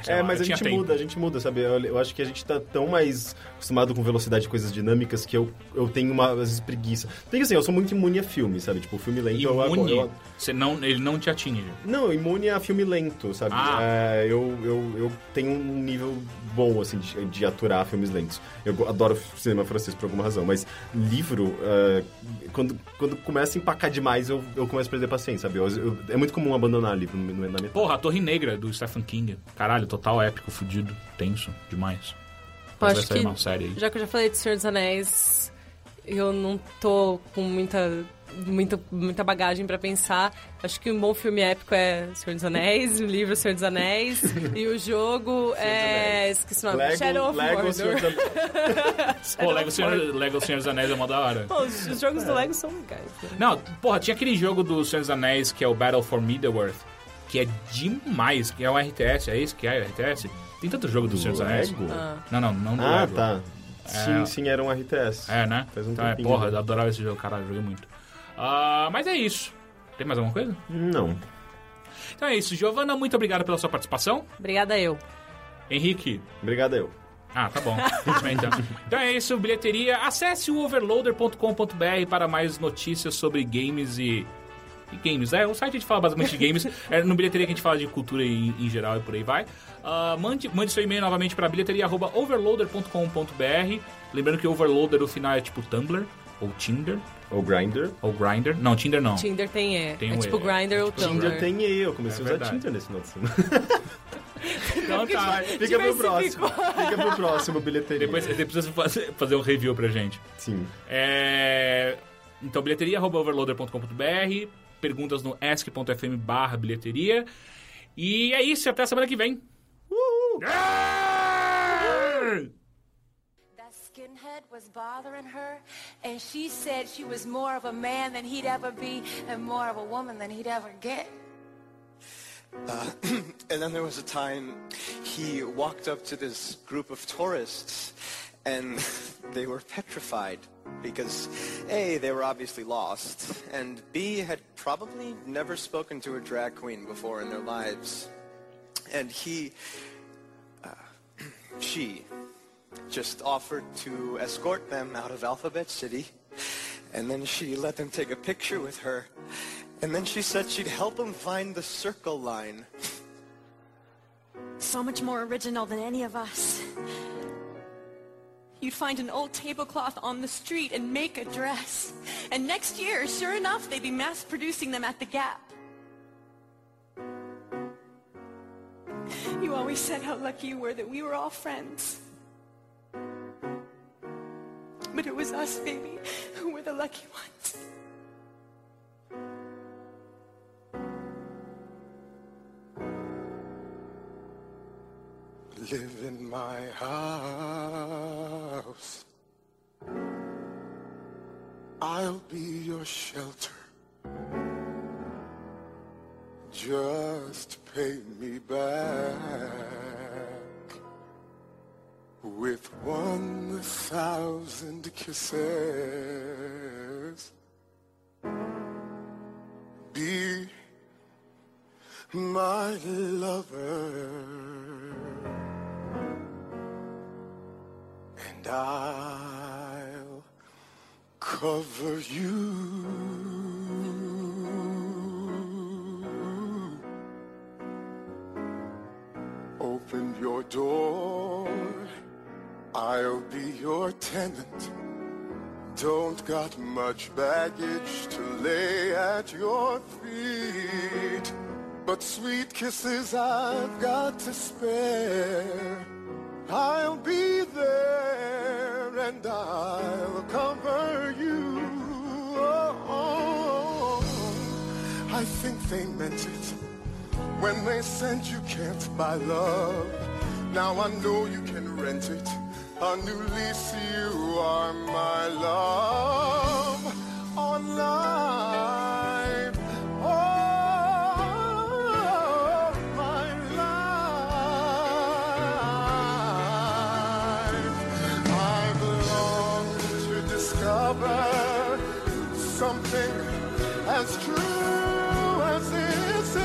S1: sei
S2: É,
S1: lá,
S2: mas
S1: eu
S2: a
S1: tinha
S2: gente
S1: tempo.
S2: muda, a gente muda, sabe? Eu, eu acho que a gente tá tão mais acostumado com velocidade e coisas dinâmicas que eu, eu tenho uma, às vezes, preguiça. Tem que assim, eu sou muito imune a filme, sabe? Tipo, filme lento eu,
S1: Imune,
S2: eu,
S1: você não, ele não te atinge.
S2: Não, imune a filme lento, sabe?
S1: Ah.
S2: É, eu, eu, eu tenho um nível bom, assim, de, de aturar filmes lentos. Eu go- adoro cinema francês por alguma razão, mas livro, é, quando, quando começa a empacar demais, eu, eu começo a perder paciência, sabe? Eu- eu- é muito comum abandonar livro no- no- na metade.
S1: Porra, a Torre Negra do Stephen King. Caralho, total épico, fudido, tenso, demais. Mas vai
S3: acho
S1: sair
S3: que-
S1: uma série aí.
S3: Já que eu já falei de Senhor dos Anéis, eu não tô com muita, muita, muita bagagem pra pensar. Acho que um bom filme épico é Senhor dos Anéis, o livro Senhor dos Anéis, e o jogo é.
S2: Anéis.
S3: Esqueci o nome. Shadow of
S2: Lego,
S3: Mordor.
S2: Senhor dos Anéis.
S1: Pô, Lego Senhor, Lego Senhor dos Anéis é mó da hora.
S3: Pô, os, os jogos
S2: É.
S3: do Lego são legais. né?
S1: Não, porra, tinha aquele jogo do Senhor dos Anéis que é o Battle for Middle-earth, que é demais, que é um RTS, é isso que é RTS? Tem tanto jogo do, Senhor dos Anéis.
S2: Lego?
S1: Não, não, não do
S2: Ah,
S1: Lego.
S2: tá.
S1: É.
S2: Sim, sim, era um RTS.
S1: É, né?
S2: Faz um
S1: então é,
S2: tempinho
S1: porra,
S2: já.
S1: eu adorava esse jogo, caralho, joguei muito. Ah, mas é isso. Tem mais alguma coisa?
S2: Não.
S1: Então é isso. Giovana, muito obrigado pela sua participação.
S3: Obrigada, eu.
S1: Henrique,
S2: Obrigado, eu.
S1: Ah, tá bom. então. então é isso, bilheteria. Acesse o overloader.com.br para mais notícias sobre games e. e games, é. O site a gente fala basicamente de games. É no bilheteria que a gente fala de cultura em, em geral e por aí vai. Ah, mande, mande seu e-mail novamente para bilheteria.overloader.com.br. Lembrando que overloader no final é tipo Tumblr, ou Tinder,
S2: O Grindr.
S1: ou Grindr. Não, Tinder não.
S3: Tinder tem E.
S1: Tem
S3: é
S1: um
S3: tipo
S1: E,
S3: Grindr
S1: é
S3: ou
S1: tipo
S3: Tumblr.
S2: Tinder tem eu. Comecei
S1: É
S2: a usar
S1: verdade.
S2: Tinder nesse final de semana.
S1: Então tá.
S2: Fica pro próximo. Fica pro próximo bilheteria.
S1: Depois você precisa fazer, fazer um review pra gente.
S2: Sim.
S1: É... Então, bilheteria.overloader.com.br, perguntas no ask.fm barra bilheteria. E é isso, até semana que vem. Ah!
S6: That skinhead was bothering her, and she said she was more of a man than he'd ever be, and more of a woman than he'd ever get.
S7: and then there was a time he walked up to this group of tourists and they were petrified because A, they were obviously lost, and B, had probably never spoken to a drag queen before in their lives. And he, uh, she, just offered to escort them out of Alphabet City. And then she let them take a picture with her. And then she said she'd help them find the circle line.
S8: So much more original than any of us. You'd find an old tablecloth on the street and make a dress. And next year, sure enough, they'd be mass producing them at the Gap. You always said how lucky you were that we were all friends. But it was us, baby, who were the lucky ones.
S7: Live in my house. I'll be your shelter. Just pay me back with 1,000 kisses. Be my lover and I'll cover you. Open your door, I'll be your tenant. Don't got much baggage to lay at your feet, but sweet kisses I've got to spare. I'll be there and I'll cover you. Oh, I think they meant it when they said you can't buy love. Now I know you can rent it. A new lease, you are my love on life. Oh, my life. I belong to discover something as true as this is.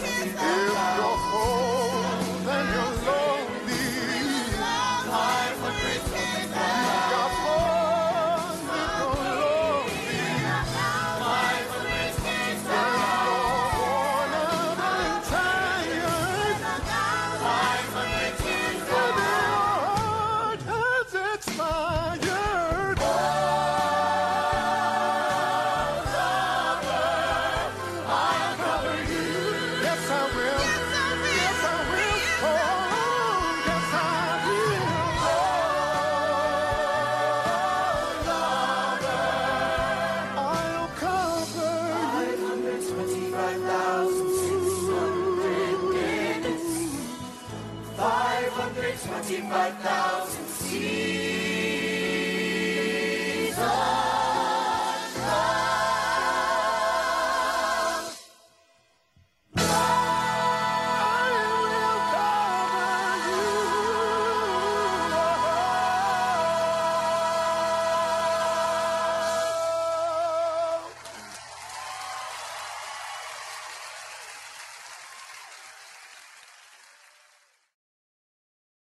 S7: If you're cold and you're lonely, got cold and you're lonely, you're worn out and tired, and your heart has expired. I'll cover you. Yes, I will. Yes, I will. Oh, yes, I will. Oh, lover, I'll cover you.
S4: minutes, 525,000 seeds.